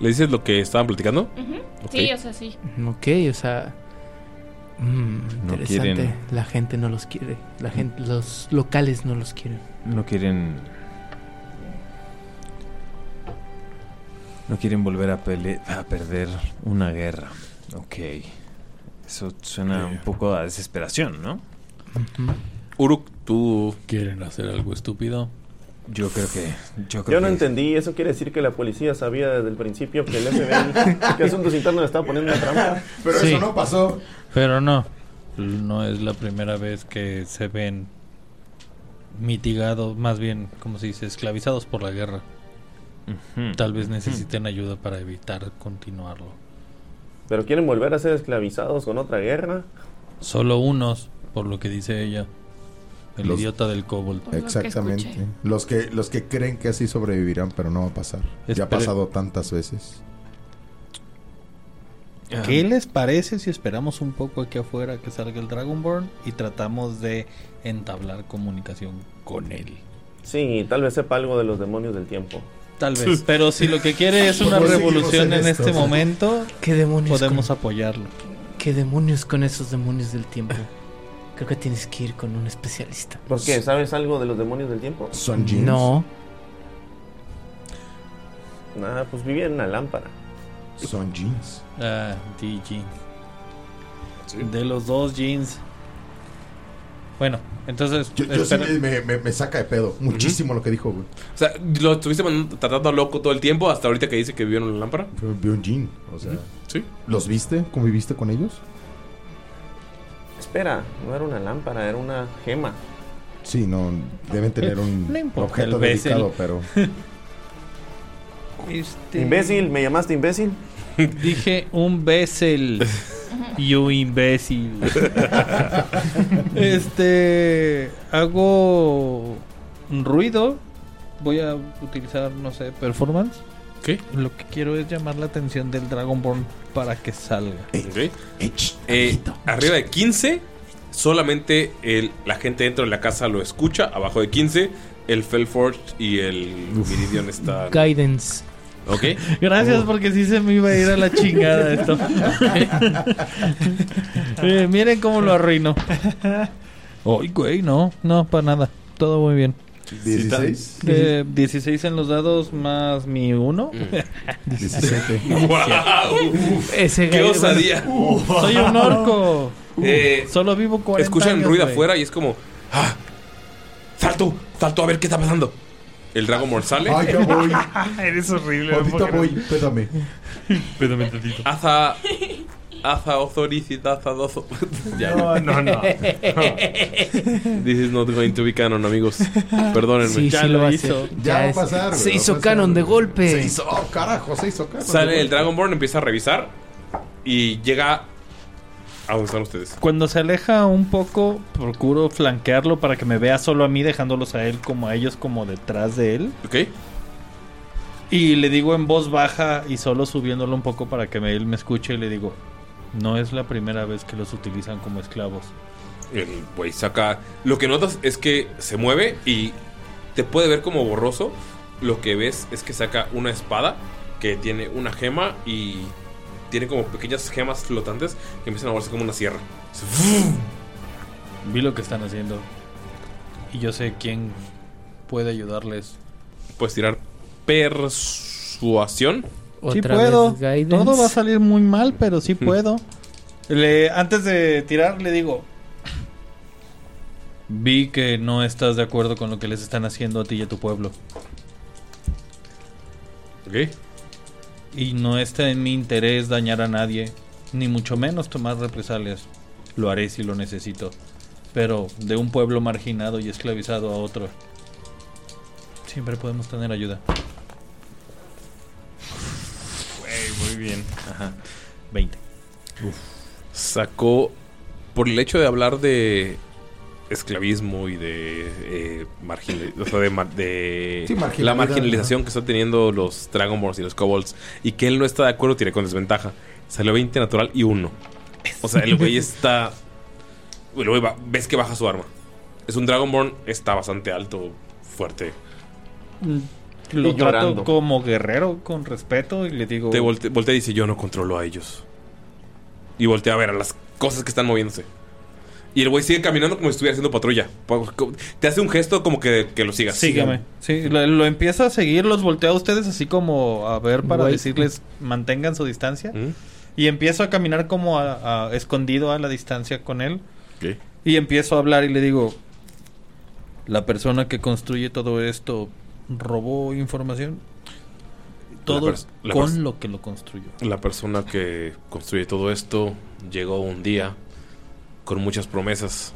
Speaker 1: ¿Le dices lo que estaban platicando?
Speaker 8: Ujú.
Speaker 1: Ok.
Speaker 8: Sí, o sea, sí.
Speaker 3: Ok, o sea. mm,
Speaker 6: No
Speaker 3: interesante.
Speaker 6: quieren.
Speaker 3: La gente no los quiere. La gente, los locales no los quieren.
Speaker 6: No quieren. No quieren volver a, pele- a perder una guerra. Ok. Eso suena un poco a desesperación, ¿no?
Speaker 1: Uruk, tú.
Speaker 9: ¿Quieren hacer algo estúpido?
Speaker 6: Yo creo que. Yo creo
Speaker 2: Yo no
Speaker 6: que-
Speaker 2: entendí, eso quiere decir que la policía sabía desde el principio que el FBI, que Asuntos Internos le estaba poniendo una trampa.
Speaker 4: [LAUGHS] Pero
Speaker 5: Sí.
Speaker 4: eso no pasó.
Speaker 5: Pero no. No es la primera vez que se ven mitigados, más bien, como se dice, esclavizados por la guerra. Tal vez necesiten ayuda para evitar continuarlo.
Speaker 2: Pero quieren volver a ser esclavizados con otra guerra.
Speaker 5: Solo unos, por lo que dice ella. El
Speaker 4: Los-
Speaker 5: idiota del kobold.
Speaker 4: Exactamente. los, que, los que creen que así sobrevivirán, pero no va a pasar. Ya ha
Speaker 5: Espere-
Speaker 4: pasado tantas veces.
Speaker 5: ¿Qué les parece si esperamos un poco aquí afuera que salga el Dragonborn y tratamos de entablar comunicación con él?
Speaker 2: Sí, tal vez sepa algo de los demonios del tiempo.
Speaker 5: Tal vez, [LAUGHS] pero si lo que quiere
Speaker 4: Ah,
Speaker 5: es una
Speaker 2: ¿Cómo seguimos
Speaker 5: revolución
Speaker 2: en
Speaker 5: en
Speaker 2: esto?
Speaker 5: este momento,
Speaker 3: ¿Qué demonios
Speaker 5: podemos apoyarlo.
Speaker 3: ¿Qué demonios con esos demonios del tiempo? Creo que tienes que ir con un especialista.
Speaker 2: ¿Por qué? ¿Sabes algo de los demonios del tiempo?
Speaker 3: No.
Speaker 2: Nada, pues vivía en una lámpara.
Speaker 4: Son jeans.
Speaker 5: Ah, DG. De los dos jeans. Bueno, entonces.
Speaker 4: Yo, yo sí
Speaker 5: espera-
Speaker 4: me, me- me- me saca de pedo. Muchísimo lo que dijo, güey.
Speaker 1: O sea, lo estuviste mandando- tratando loco todo el tiempo hasta ahorita que dice que vivió en una lámpara.
Speaker 4: Pero Veo un jean. O sea,
Speaker 1: Sí.
Speaker 4: ¿los viste? ¿Conviviste con ellos?
Speaker 2: Espera, no era una lámpara, era una gema.
Speaker 4: Sí, no. Deben tener un
Speaker 2: No importa,
Speaker 4: objeto
Speaker 2: el bezel.
Speaker 4: dedicado, pero.
Speaker 5: Este
Speaker 2: Imbécil, ¿me llamaste imbécil?
Speaker 5: [LAUGHS] Dije un Bessel. y un imbécil. [LAUGHS] este. Hago. Un ruido. Voy a utilizar, no sé, performance.
Speaker 1: ¿Qué?
Speaker 5: Lo que quiero es llamar la atención del Dragonborn para que salga.
Speaker 1: Ok. Eh, arriba de 15, solamente el- la gente dentro de la casa lo escucha. Abajo de 15, el Felforge y el Meridian están.
Speaker 3: Guidance.
Speaker 4: [LAUGHS]
Speaker 1: Ok.
Speaker 5: Gracias porque sí se me iba a ir a la chingada esto. Eh, miren cómo lo arruino. Ay, güey, no, no, para nada. Todo muy bien.
Speaker 4: ¿Dieciséis?
Speaker 5: Eh, 16 en los dados más mi 1. [LAUGHS]
Speaker 1: Mm.
Speaker 4: 17.
Speaker 5: Ese
Speaker 1: ¡Qué osadía!
Speaker 5: Soy un orco.
Speaker 1: Eh,
Speaker 5: Solo vivo 40
Speaker 1: Escuchan
Speaker 5: años,
Speaker 1: ruido
Speaker 5: güey.
Speaker 1: afuera y es como. "Ah, ¡Salto! ¡Salto a ver qué está pasando! El Dragomor sale.
Speaker 4: Ay, ya voy.
Speaker 1: [LAUGHS]
Speaker 10: Eres horrible.
Speaker 4: Ahorita voy, pédame.
Speaker 1: Pédame tantito.
Speaker 4: Ah,
Speaker 1: Aza. Aza Ozoricit, Aza Dozo. [LAUGHS] Ya.
Speaker 10: No, no, no.
Speaker 1: [LAUGHS] This is not going to be canon,
Speaker 3: [LAUGHS]
Speaker 1: amigos. Perdónenme.
Speaker 3: Sí, sí lo va a hacer. Ya es- Se hizo canon de golpe.
Speaker 4: Se hizo, oh, carajo, se hizo canon.
Speaker 1: Sale el Dragonborn, empieza a revisar y llega a donde están ustedes.
Speaker 5: Cuando se aleja un poco, procuro flanquearlo para que me vea solo a mí, dejándolos a él como a ellos como detrás de él.
Speaker 1: Ok.
Speaker 5: Y le digo en voz baja y solo subiéndolo un poco para que me- él me escuche y le digo, no es la primera vez que los utilizan como esclavos.
Speaker 1: El güey saca. Lo que notas es que se mueve y te puede ver como borroso. Lo que ves es que saca una espada que tiene una gema y tiene como pequeñas gemas flotantes que empiezan a moverse como una sierra.
Speaker 5: Vi lo que están haciendo y yo sé quién puede ayudarles.
Speaker 1: Puedes tirar persuasión.
Speaker 5: sí puedo. Todo va a salir muy mal, pero sí puedo. Le, antes de tirar, le digo. Vi que no estás de acuerdo con lo que les están haciendo a ti y a tu pueblo.
Speaker 1: Ok.
Speaker 5: Y no está en mi interés dañar a nadie, ni mucho menos tomar represalias. Lo haré si lo necesito. Pero de un pueblo marginado y esclavizado a otro, siempre podemos tener ayuda.
Speaker 9: muy bien.
Speaker 5: Ajá. 20.
Speaker 1: Sacó, por el hecho de hablar de esclavismo y de, eh, margin- o sea, de, mar- de
Speaker 6: Sí, marginalidad,
Speaker 1: la marginalización que están teniendo los Dragon Balls y los Kobolds, y que él no está de acuerdo, tiene con desventaja. Salió 20 natural y 1. O sea, el güey está. el güey va- ves que baja su arma. Es un Dragonborn, está bastante alto, fuerte.
Speaker 5: Mm, Lo
Speaker 1: Y llorando.
Speaker 5: trato como guerrero con respeto y le digo.
Speaker 1: Te volte- voltea y dice: Yo no controlo a ellos. Y voltea a ver a las cosas que están moviéndose. Y el güey sigue caminando como si estuviera haciendo patrulla. Po- co- Te hace un gesto como que, que lo sigas.
Speaker 5: Sígueme. Sí, lo, lo empieza a seguir, los voltea a ustedes así como a ver para
Speaker 1: Güey. Mm.
Speaker 5: decirles mantengan su distancia. Y empiezo a caminar como a- a- escondido a la distancia con él.
Speaker 1: Ok.
Speaker 5: Y empiezo a hablar y le digo, la persona que construye todo esto robó información. Todo
Speaker 1: pers- la pers-
Speaker 5: con lo que lo construyó.
Speaker 1: La persona que construye todo esto llegó un día con muchas promesas.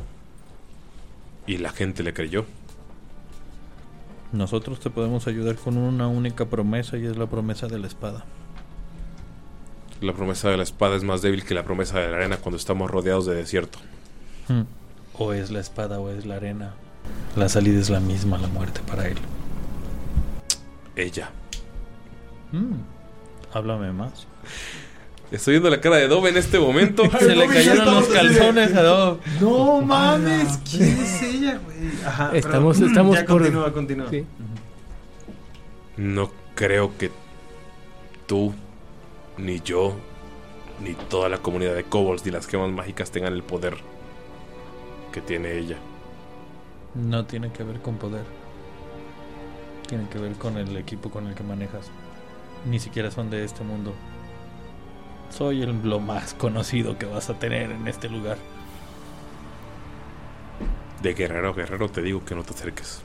Speaker 1: Y la gente le creyó.
Speaker 5: Nosotros te podemos ayudar con una única promesa y es la promesa de la espada.
Speaker 1: La promesa de la espada es más débil que la promesa de la arena cuando estamos rodeados de desierto.
Speaker 5: O es la espada o es la arena. La salida es la misma, la muerte para él.
Speaker 1: Ella.
Speaker 5: Mm, Háblame más.
Speaker 1: Estoy viendo la cara de Dove en
Speaker 5: [LAUGHS]
Speaker 1: este momento.
Speaker 5: Se le cayeron los calzones a Dove.
Speaker 10: No
Speaker 3: Ah.
Speaker 10: mames, ¿quién es ella, güey? Ajá. pero-
Speaker 6: Mm,
Speaker 3: Estamos- estamos
Speaker 10: ya
Speaker 3: por-
Speaker 10: Continúa, continúa.
Speaker 3: Sí.
Speaker 1: No creo que tú, ni yo, ni toda la comunidad de kobolds ni las gemas mágicas tengan el poder que tiene ella.
Speaker 5: No tiene que ver con poder. Tiene que ver con el equipo con el que manejas. Ni siquiera son de este mundo. Soy el lo más conocido que vas a tener en este lugar.
Speaker 1: De guerrero a guerrero te digo que no te acerques.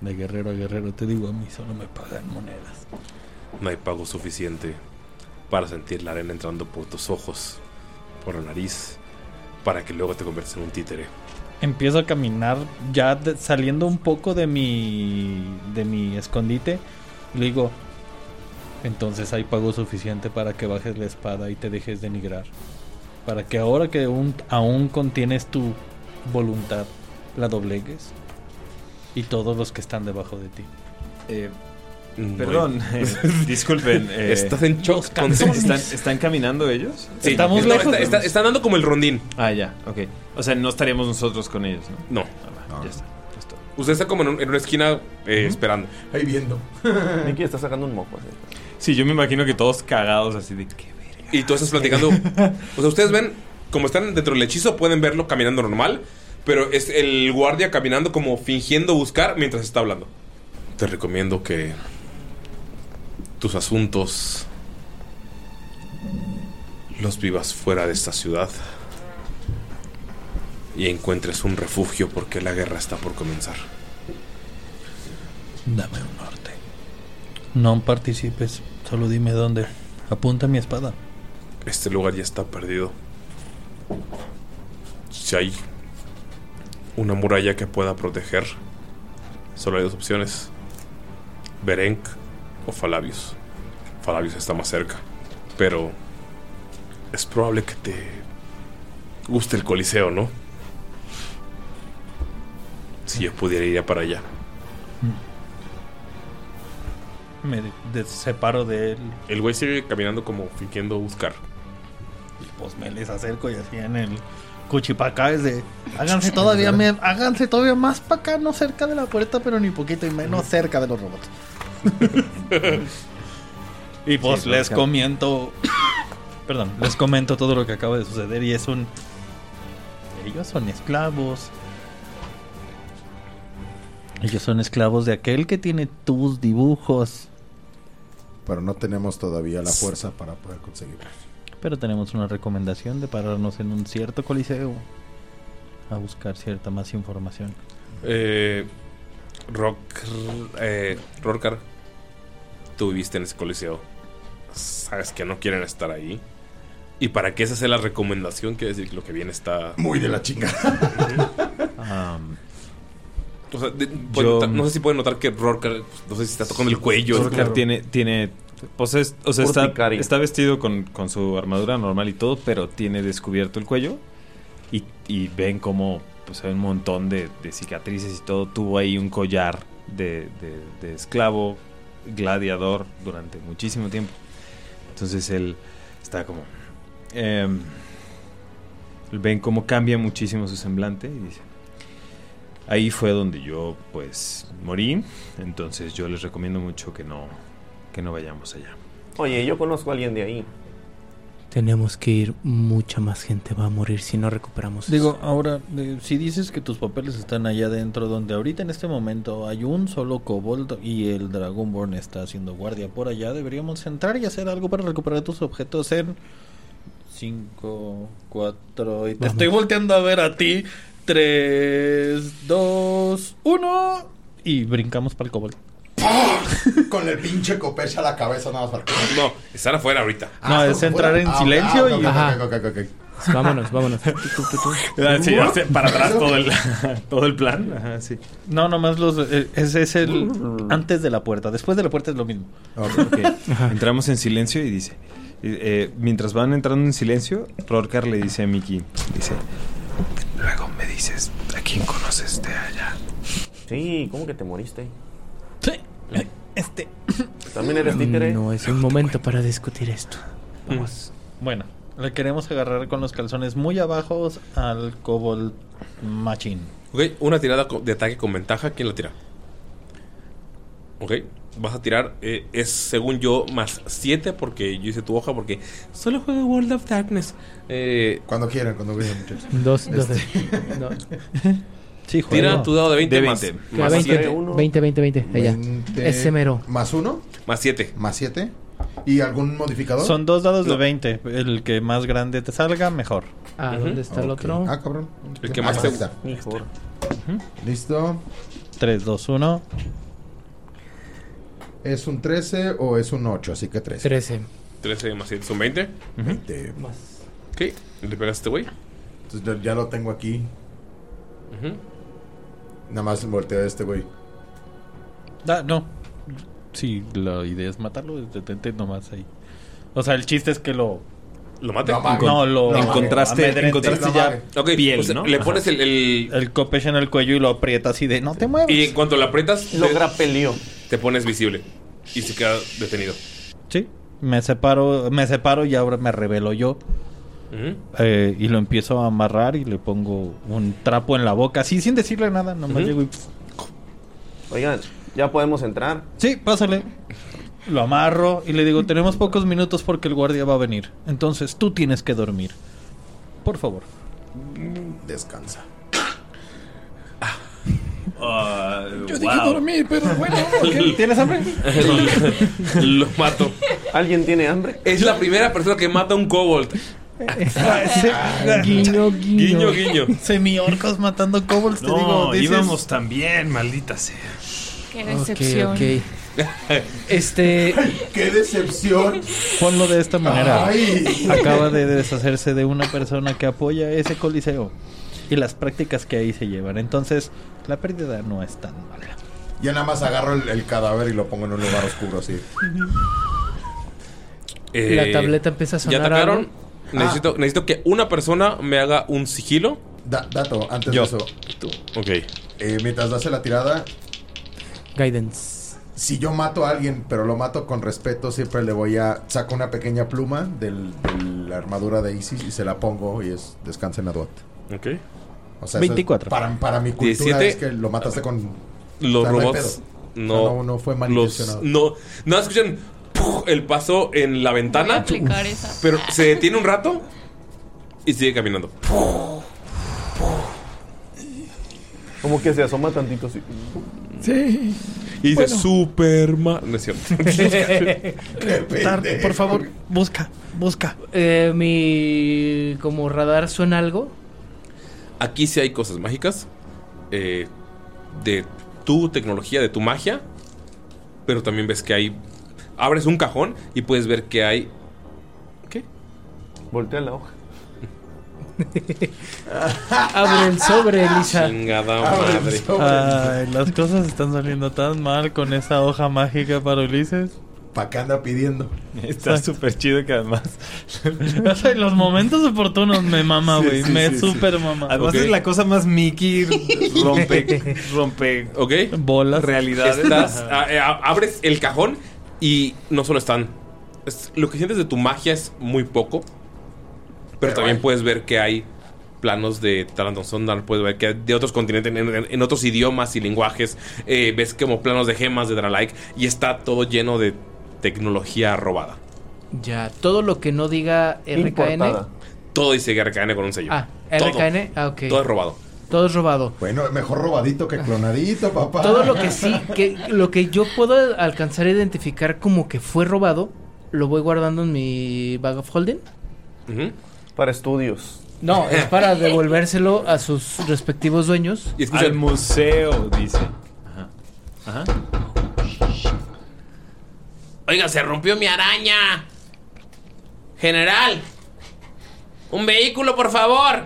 Speaker 5: De guerrero a guerrero te digo, a mí solo me pagan monedas.
Speaker 1: No hay pago suficiente para sentir la arena entrando por tus ojos, por la nariz, para que luego te conviertas en un títere.
Speaker 5: Empiezo a caminar ya de- saliendo un poco de mi de mi escondite. y Le digo, entonces hay pago suficiente para que bajes la espada y te dejes denigrar. Para que ahora que aún, aún contienes tu voluntad, la doblegues. Y todos los que están debajo de ti. Eh, Mm,
Speaker 6: Perdón,
Speaker 10: [LAUGHS]
Speaker 6: eh, [LAUGHS] disculpen. eh,
Speaker 1: Estás en shock,
Speaker 6: ¿Están,
Speaker 1: entonces.
Speaker 6: están, están caminando ellos?
Speaker 1: Sí. Estamos Está- lejos. está- está- están dando como el rondín.
Speaker 6: Ah, ya, ok. O sea, no estaríamos nosotros con ellos, ¿no?
Speaker 1: No.
Speaker 6: Ah, va, Ya está. ya está.
Speaker 1: Usted está como en, un- en una esquina eh, esperando.
Speaker 4: Ahí
Speaker 6: [LAUGHS]
Speaker 1: [LAUGHS]
Speaker 4: viendo. [LAUGHS]
Speaker 2: Nicky está sacando un moco. así.
Speaker 6: Sí, yo me imagino que todos cagados así de qué verga.
Speaker 1: Y tú estás platicando. o sea, ustedes ven, como están dentro del hechizo, pueden verlo caminando normal. pero es el guardia caminando como fingiendo buscar mientras está hablando. Te recomiendo que tus asuntos los vivas fuera de esta ciudad y encuentres un refugio porque la guerra está por comenzar.
Speaker 5: Dame un norte. No participes, solo dime dónde. Apunta mi espada.
Speaker 1: Este lugar ya está perdido. Si hay una muralla que pueda proteger, solo hay dos opciones: Berenk o Falabius. Falabius está más cerca, pero es probable que te guste el Coliseo, ¿no? Si yo pudiera ir para allá.
Speaker 5: Me de- de- separo de él.
Speaker 1: El güey sigue caminando como fingiendo buscar.
Speaker 5: Pues me les acerco y así en el cuchipacá es [LAUGHS] de. Háganse todavía, me- háganse todavía más para acá, no cerca de la puerta, pero ni poquito y menos cerca de los robots. y pues
Speaker 6: Sí,
Speaker 5: les
Speaker 10: [COUGHS]
Speaker 6: porque-
Speaker 5: comento. Perdón, [LAUGHS] les comento todo lo que acaba de suceder y es un. Ellos son esclavos. Ellos son esclavos de aquel que tiene tus dibujos.
Speaker 4: Pero no tenemos todavía la fuerza para poder conseguirlo.
Speaker 5: Pero tenemos una recomendación de pararnos en un cierto coliseo a buscar cierta más información.
Speaker 1: Eh, Rock, eh, Rorcar, tú viviste en ese coliseo. Sabes que no quieren estar ahí. ¿Y para qué esa sea la recomendación? Quiere decir que lo que viene está...
Speaker 4: Muy de la
Speaker 1: chingada. [LAUGHS] o sea, de- pueden
Speaker 6: Yo-
Speaker 1: notar- no sé si pueden notar que Rorcar, pues, no sé si está tocando el cuello. es
Speaker 6: Rorcar
Speaker 1: como-
Speaker 6: tiene, tiene pues es- o sea, está,
Speaker 1: Urticaria.
Speaker 6: está vestido con, con su armadura normal y todo, pero tiene descubierto el cuello. Y, y ven como pues, hay un montón de, de cicatrices y todo. Tuvo ahí un collar de, de- de esclavo, gladiador, durante muchísimo tiempo. Entonces él está como... em, ven cómo cambia muchísimo su semblante y dice... Ahí fue donde yo pues morí, entonces yo les recomiendo mucho que no que no vayamos allá.
Speaker 2: Oye, yo conozco a alguien de ahí.
Speaker 3: Tenemos que ir, mucha más gente va a morir si no recuperamos
Speaker 5: Digo, ahora, eh, si dices que tus papeles están allá adentro, donde ahorita en este momento hay un solo kobold y el Dragonborn está haciendo guardia por allá, deberíamos entrar y hacer algo para recuperar tus objetos en 5, 4 y te
Speaker 3: Vamos.
Speaker 5: estoy volteando a ver a ti. 3, 2, 1 y brincamos para el kobold.
Speaker 4: [LAUGHS] Con el pinche copecha a la cabeza nada más. para-
Speaker 1: No, están afuera ahorita.
Speaker 5: No, es entrar en
Speaker 4: Ah,
Speaker 5: silencio
Speaker 4: ah, ok,
Speaker 5: y...
Speaker 4: ok,
Speaker 5: Ajá.
Speaker 4: ok, ok, ok.
Speaker 3: Vámonos,
Speaker 4: [LAUGHS]
Speaker 3: vámonos.
Speaker 6: Ah, sí, hace para atrás todo el, todo el plan.
Speaker 4: Ah,
Speaker 6: Ajá, sí.
Speaker 5: No, nomás los... eh, ese es el... Antes de la puerta. Después de la puerta es lo mismo.
Speaker 6: Ah, Entramos en silencio y dice, eh, eh, mientras van entrando en silencio, Rorcar le dice a Mickey, dice, luego me dices a quién conoces de allá.
Speaker 2: Sí, ¿cómo que te moriste?
Speaker 5: Este.
Speaker 2: ¿También eres títere?
Speaker 3: No es un momento para discutir esto.
Speaker 4: Mm.
Speaker 3: Vamos.
Speaker 5: Pues, Bueno, le queremos agarrar con los calzones muy abajos al Cobalt Machine.
Speaker 1: Ok, una tirada co- de ataque con ventaja. ¿Quién la tira? Ok, vas a tirar. eh, es según yo más 7 porque yo hice tu hoja porque solo juego World of Darkness. eh, cuando quieran, cuando quieran,
Speaker 3: [LAUGHS]
Speaker 1: muchachos. Este.
Speaker 3: Dos, dos. de-
Speaker 1: [LAUGHS]
Speaker 3: no.
Speaker 1: Tira tu dado de 20 más-
Speaker 3: Cada
Speaker 1: más
Speaker 3: 20, 20, 20, 20, allá.
Speaker 4: 20.
Speaker 3: Ese mero.
Speaker 4: ¿Más uno?
Speaker 1: Más 7.
Speaker 4: ¿Más siete? ¿Y algún modificador?
Speaker 5: Son dos dados
Speaker 4: No.
Speaker 5: de 20. El que más grande te salga, mejor.
Speaker 3: Ah, ¿dónde está el
Speaker 4: Ok.
Speaker 3: otro?
Speaker 4: Ah, cabrón.
Speaker 5: El que
Speaker 4: Ah,
Speaker 5: más
Speaker 4: ahí
Speaker 5: te-
Speaker 4: está.
Speaker 2: Mejor.
Speaker 5: este
Speaker 4: Listo.
Speaker 5: 3, 2, 1.
Speaker 4: ¿Es un 13 o es un 8? Así que 13.
Speaker 3: 13.
Speaker 1: 13 más 7 son 20.
Speaker 3: Más.
Speaker 1: Ok, le pegas a este güey.
Speaker 4: Entonces ya- ya lo tengo aquí.
Speaker 1: Ujú.
Speaker 4: Nada más volteo a este güey.
Speaker 5: Da, Ah, no. Sí, la idea es matarlo. Detente nomás ahí. O sea, el chiste es que lo.
Speaker 1: ¿Lo
Speaker 5: mate?
Speaker 1: mate?
Speaker 5: No, lo.
Speaker 6: Encontraste-
Speaker 5: amedrente.
Speaker 6: encontraste ya
Speaker 1: Ok,
Speaker 6: piel,
Speaker 1: o sea,
Speaker 6: ¿no?
Speaker 1: Le pones
Speaker 6: Ajá.
Speaker 1: el, el-
Speaker 5: El copech en el cuello y lo aprietas y de no te muevas.
Speaker 1: Y en cuanto lo aprietas.
Speaker 5: Lo
Speaker 1: grapelio. Te pones visible. Y se queda detenido.
Speaker 5: Sí. Me separo, me separo y ahora me revelo yo.
Speaker 1: Ujú.
Speaker 5: Eh, y lo empiezo a amarrar y le pongo un trapo en la boca. Así sin decirle nada, nomás
Speaker 2: Ujú.
Speaker 5: llego y.
Speaker 2: Oigan, ¿ya podemos entrar?
Speaker 5: Sí, pásale. Lo amarro y le digo, tenemos pocos minutos porque el guardia va a venir. Entonces tú tienes que dormir. Por favor.
Speaker 4: Descansa.
Speaker 9: Ah,
Speaker 7: Yo
Speaker 9: wow.
Speaker 7: dije dormir,
Speaker 5: pues. [LAUGHS]
Speaker 7: pero bueno.
Speaker 5: ¿Tienes hambre?
Speaker 1: lo, [LAUGHS] lo mato.
Speaker 2: ¿Alguien tiene hambre?
Speaker 1: Es la primera persona que mata a un kobold.
Speaker 5: [LAUGHS] guiño,
Speaker 1: guiño. Guiño, guiño.
Speaker 5: Semiorcos matando kobolds, te
Speaker 6: No,
Speaker 5: digo. dices-
Speaker 6: íbamos tan bien, maldita sea.
Speaker 8: Qué
Speaker 5: decepción. ok.
Speaker 3: Este.
Speaker 4: ¡Qué decepción!
Speaker 5: Ponlo de esta manera.
Speaker 4: Ay.
Speaker 5: Acaba de deshacerse de una persona que apoya ese coliseo y las prácticas que ahí se llevan. Entonces, la pérdida no es tan mala.
Speaker 4: Yo nada más agarro el, el cadáver y lo pongo en un lugar oscuro así.
Speaker 3: La tableta empieza a sonar
Speaker 1: Eh, ¿Ya atacaron? Ah.
Speaker 3: algo.
Speaker 1: Necesito, necesito que una persona me haga un sigilo.
Speaker 4: dato, antes
Speaker 1: Yo.
Speaker 4: de eso. Tú.
Speaker 1: Ok.
Speaker 4: Eh, mientras hace la tirada,
Speaker 3: Guidance.
Speaker 4: si yo mato a alguien, pero lo mato con respeto, siempre le voy a. Saco una pequeña pluma del- de la armadura de Isis y se la pongo y es descansa en Aduat.
Speaker 1: Ok.
Speaker 4: O sea, eso es-
Speaker 5: 24.
Speaker 4: para, para mi cultura
Speaker 1: 17.
Speaker 4: es que lo mataste con.
Speaker 1: Los
Speaker 4: o sea, no hay
Speaker 1: robots.
Speaker 4: pedo.
Speaker 1: No,
Speaker 4: O sea, no, no fue mal
Speaker 1: los-
Speaker 4: intencionado.
Speaker 1: No, no escuchan ¡puf! el paso en la ventana.
Speaker 8: aplicar esa.
Speaker 1: Pero se detiene un rato y sigue caminando.
Speaker 2: Como que se asoma tantito así.
Speaker 1: Sí. Y dice
Speaker 2: Bueno.
Speaker 1: Superman. No es cierto.
Speaker 5: Tarde, por favor, busca, busca.
Speaker 3: Eh, mi. Como radar suena algo.
Speaker 1: Aquí sí hay cosas mágicas. eh, de tu tecnología, de tu magia. Pero también ves que hay. Abres un cajón y puedes ver que hay.
Speaker 2: Voltea la hoja.
Speaker 3: Abre el sobre, Elisa.
Speaker 1: Chingada
Speaker 5: Abre el
Speaker 1: madre.
Speaker 5: sobre. Ay, las cosas están saliendo tan mal con esa hoja mágica para Ulises. [LAUGHS]
Speaker 4: ¿Para qué anda pidiendo?
Speaker 6: [LAUGHS] Está
Speaker 5: Exacto.
Speaker 6: súper chido que además.
Speaker 5: O sea, en los momentos oportunos me mama,
Speaker 6: Sí,
Speaker 5: güey.
Speaker 6: sí,
Speaker 5: me
Speaker 6: sí, sí.
Speaker 5: super mama.
Speaker 6: Además es la cosa más Mickey [LAUGHS] rompe,
Speaker 3: [LAUGHS]
Speaker 6: rompe
Speaker 1: ¿Ok?
Speaker 5: bolas.
Speaker 6: realidades.
Speaker 1: Estás-
Speaker 6: Ajá.
Speaker 1: a- a- abres el cajón y no solo están. es- lo que sientes de tu magia es muy poco. Pero, también puedes ver que hay planos de Tarantonson, puedes ver que hay de otros continentes, en, en- en otros idiomas y lenguajes. eh, ves como planos de gemas de Dralike y está todo lleno de tecnología robada.
Speaker 3: Ya, todo lo que no diga RKN.
Speaker 1: Todo dice RKN con un sello.
Speaker 3: Ah,
Speaker 1: Todo.
Speaker 3: RKN. Ah, ok.
Speaker 1: Todo es robado.
Speaker 3: Todo es robado.
Speaker 4: Bueno, mejor robadito que clonadito, papá.
Speaker 3: Todo lo que sí, que lo que yo puedo alcanzar a identificar como que fue robado, lo voy guardando en mi bag of holding.
Speaker 2: Para estudios.
Speaker 3: No,
Speaker 2: [LAUGHS]
Speaker 3: es para devolvérselo a sus respectivos dueños.
Speaker 1: Y
Speaker 6: Al museo, dice. Ajá. Ajá.
Speaker 1: Oiga, se rompió mi araña. General. Un vehículo, por favor.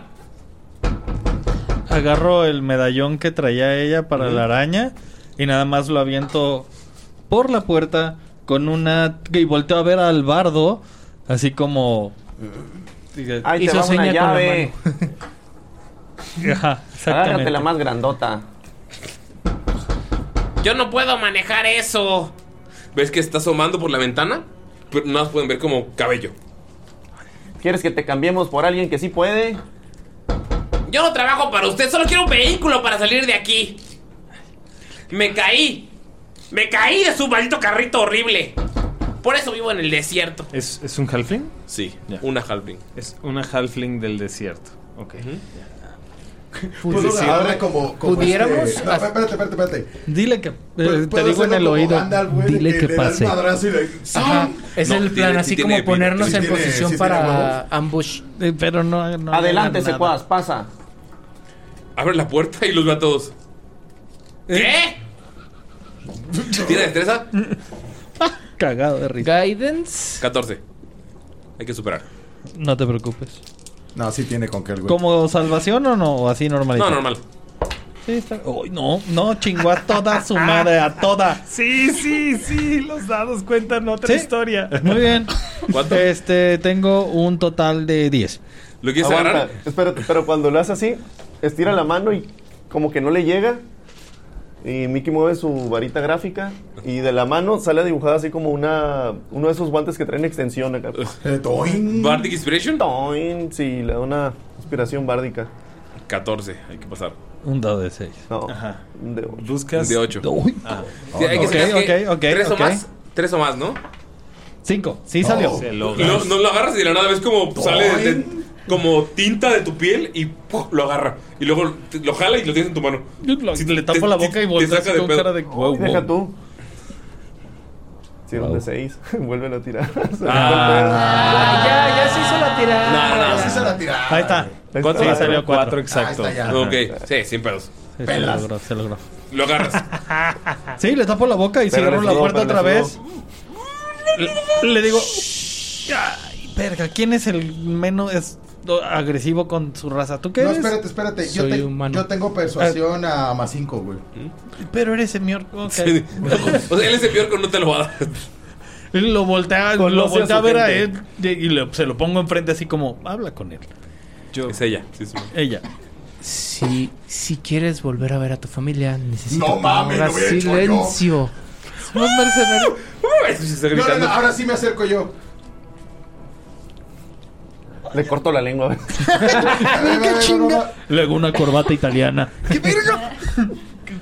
Speaker 5: [LAUGHS] Agarro el medallón que traía ella para la araña y nada más lo aviento por la puerta con una... Y volteo a ver al bardo, así como...
Speaker 2: Ahí te
Speaker 5: Hizo
Speaker 2: va una
Speaker 5: seña con la
Speaker 2: llave. [LAUGHS]
Speaker 5: Ajá,
Speaker 2: Agárrate
Speaker 5: exactamente.
Speaker 2: la más grandota.
Speaker 1: Yo no puedo manejar eso. ¿Ves que está asomando por la ventana? Pero nada más pueden ver como cabello.
Speaker 2: ¿Quieres que te cambiemos por alguien que sí puede?
Speaker 1: Yo no trabajo para usted, solo quiero un vehículo para salir de aquí. Me caí. Me caí de su maldito carrito horrible. Por eso vivo en el desierto.
Speaker 6: ¿Es, es un halfling?
Speaker 1: Sí, una halfling.
Speaker 6: Es una halfling del desierto. Ok. Pues,
Speaker 4: Puedo agarrarla como, como
Speaker 6: Pudiéramos
Speaker 4: este- No,
Speaker 3: Ah.
Speaker 6: hacer-
Speaker 4: espérate, espérate, espérate.
Speaker 5: Dile que... eh, te
Speaker 4: puedo
Speaker 5: digo en
Speaker 4: hacerlo
Speaker 5: el
Speaker 4: como
Speaker 5: oído.
Speaker 4: Gandalf, güey, de
Speaker 5: Dile
Speaker 4: que
Speaker 5: que
Speaker 4: le da el
Speaker 5: pase.
Speaker 4: madrazo y le- Ah.
Speaker 3: Ajá, es
Speaker 5: No,
Speaker 3: el plan,
Speaker 5: tiene- sí
Speaker 3: así
Speaker 5: tiene
Speaker 3: como
Speaker 5: vida,
Speaker 3: ponernos
Speaker 5: sí
Speaker 3: en
Speaker 5: tiene-
Speaker 3: posición
Speaker 5: sí tiene
Speaker 3: para
Speaker 5: huevos.
Speaker 3: ambush.
Speaker 5: pero no,
Speaker 2: Adelante, secuaz, pasa.
Speaker 1: Abre la puerta y los ve a todos. ¿Qué? ¿Tiene destreza?
Speaker 5: Cagado de risa.
Speaker 3: Guidance.
Speaker 1: 14. Hay que superar.
Speaker 5: No te preocupes.
Speaker 4: No, sí tiene con que el güey.
Speaker 5: ¿Como salvación o no? ¿O así normalito?
Speaker 1: No, normal.
Speaker 5: Sí, está... Uy, no, no, chingó a toda su madre, a toda.
Speaker 6: Sí, sí, sí. Los dados cuentan otra [LAUGHS] historia.
Speaker 5: Muy bien. Este, tengo un total de 10.
Speaker 1: ¿Lo
Speaker 2: Aguanta, Espérate, pero cuando lo hace así, estira la mano y como que no le llega. Y Mickey mueve su varita gráfica y de la mano sale dibujada así como una uno de esos guantes que traen extensión acá.
Speaker 1: ¿Bardic Inspiration?
Speaker 2: Toin, sí, le da una inspiración bárdica.
Speaker 1: 14. Hay que pasar.
Speaker 5: Un dado de 6.
Speaker 2: No. De
Speaker 6: Buscas.
Speaker 1: De 8.
Speaker 5: Uy.
Speaker 2: Ah,
Speaker 1: hay que
Speaker 5: Ok,
Speaker 1: sacar que
Speaker 5: ok, ok,
Speaker 1: ¿Tres
Speaker 5: ok.
Speaker 1: o más? ¿Tres o más, no?
Speaker 5: 5. Sí salió. Oh,
Speaker 1: No, no lo agarras y de la nada ves como sale de, de- como tinta de tu piel y ¡puf! lo agarra. Y luego te- lo jala y lo tienes en tu mano.
Speaker 5: Si le tapo la boca y voltea
Speaker 1: volteas
Speaker 5: así con cara de, wow,
Speaker 2: Deja
Speaker 5: wow.
Speaker 2: tú. Si era un de 6, [LAUGHS] vuélvelo a tirar.
Speaker 5: Ah.
Speaker 3: Ya, ya se hizo la tirada.
Speaker 1: no.
Speaker 2: Ah,
Speaker 3: Ya se hizo la tirada.
Speaker 5: Ahí está.
Speaker 1: ¿Cuánto?
Speaker 5: Sí,
Speaker 1: Ah,
Speaker 5: salió cuatro,
Speaker 1: cuatro,
Speaker 5: exacto.
Speaker 1: Ah, está ya. Ok, sí, sin pedos.
Speaker 5: Sí, se
Speaker 1: Pelas.
Speaker 5: logró, se logró.
Speaker 1: Lo agarras.
Speaker 6: [LAUGHS]
Speaker 5: Sí, le tapo la boca y se
Speaker 1: Pero
Speaker 5: agarró
Speaker 1: le
Speaker 5: la
Speaker 1: sudó,
Speaker 5: puerta
Speaker 1: pero
Speaker 5: otra
Speaker 1: le
Speaker 5: vez. Le, le digo, ay, verga, ¿quién es el menos es- do- agresivo con su raza? ¿Tú qué
Speaker 4: No,
Speaker 5: eres?
Speaker 4: espérate, espérate. Yo, te- yo tengo persuasión
Speaker 3: Ah.
Speaker 4: a más 5, güey.
Speaker 3: ¿Mm?
Speaker 5: Pero eres señor. ok. [LAUGHS]
Speaker 1: Sí. o sea, él es el peor que no te lo va a dar.
Speaker 5: Y Lo voltea,
Speaker 1: Conoce
Speaker 5: lo
Speaker 1: a
Speaker 5: voltea a
Speaker 1: su
Speaker 5: ver a él
Speaker 1: gente.
Speaker 5: y y le- se lo pongo enfrente así como, habla con él.
Speaker 1: Es ella. sí, [LAUGHS] es una-
Speaker 5: Ella.
Speaker 3: Si, si quieres volver a ver a tu familia, necesito
Speaker 4: No mames,
Speaker 3: ahora
Speaker 4: lo hubiera hecho
Speaker 3: silencio. Somos
Speaker 4: [LAUGHS]
Speaker 3: mercenarios.
Speaker 4: No, no, no, ahora sí me
Speaker 3: [LAUGHS]
Speaker 4: acerco yo.
Speaker 2: Le corto la lengua.
Speaker 5: ¡Qué chinga! Luego una corbata italiana. ¡Qué verga!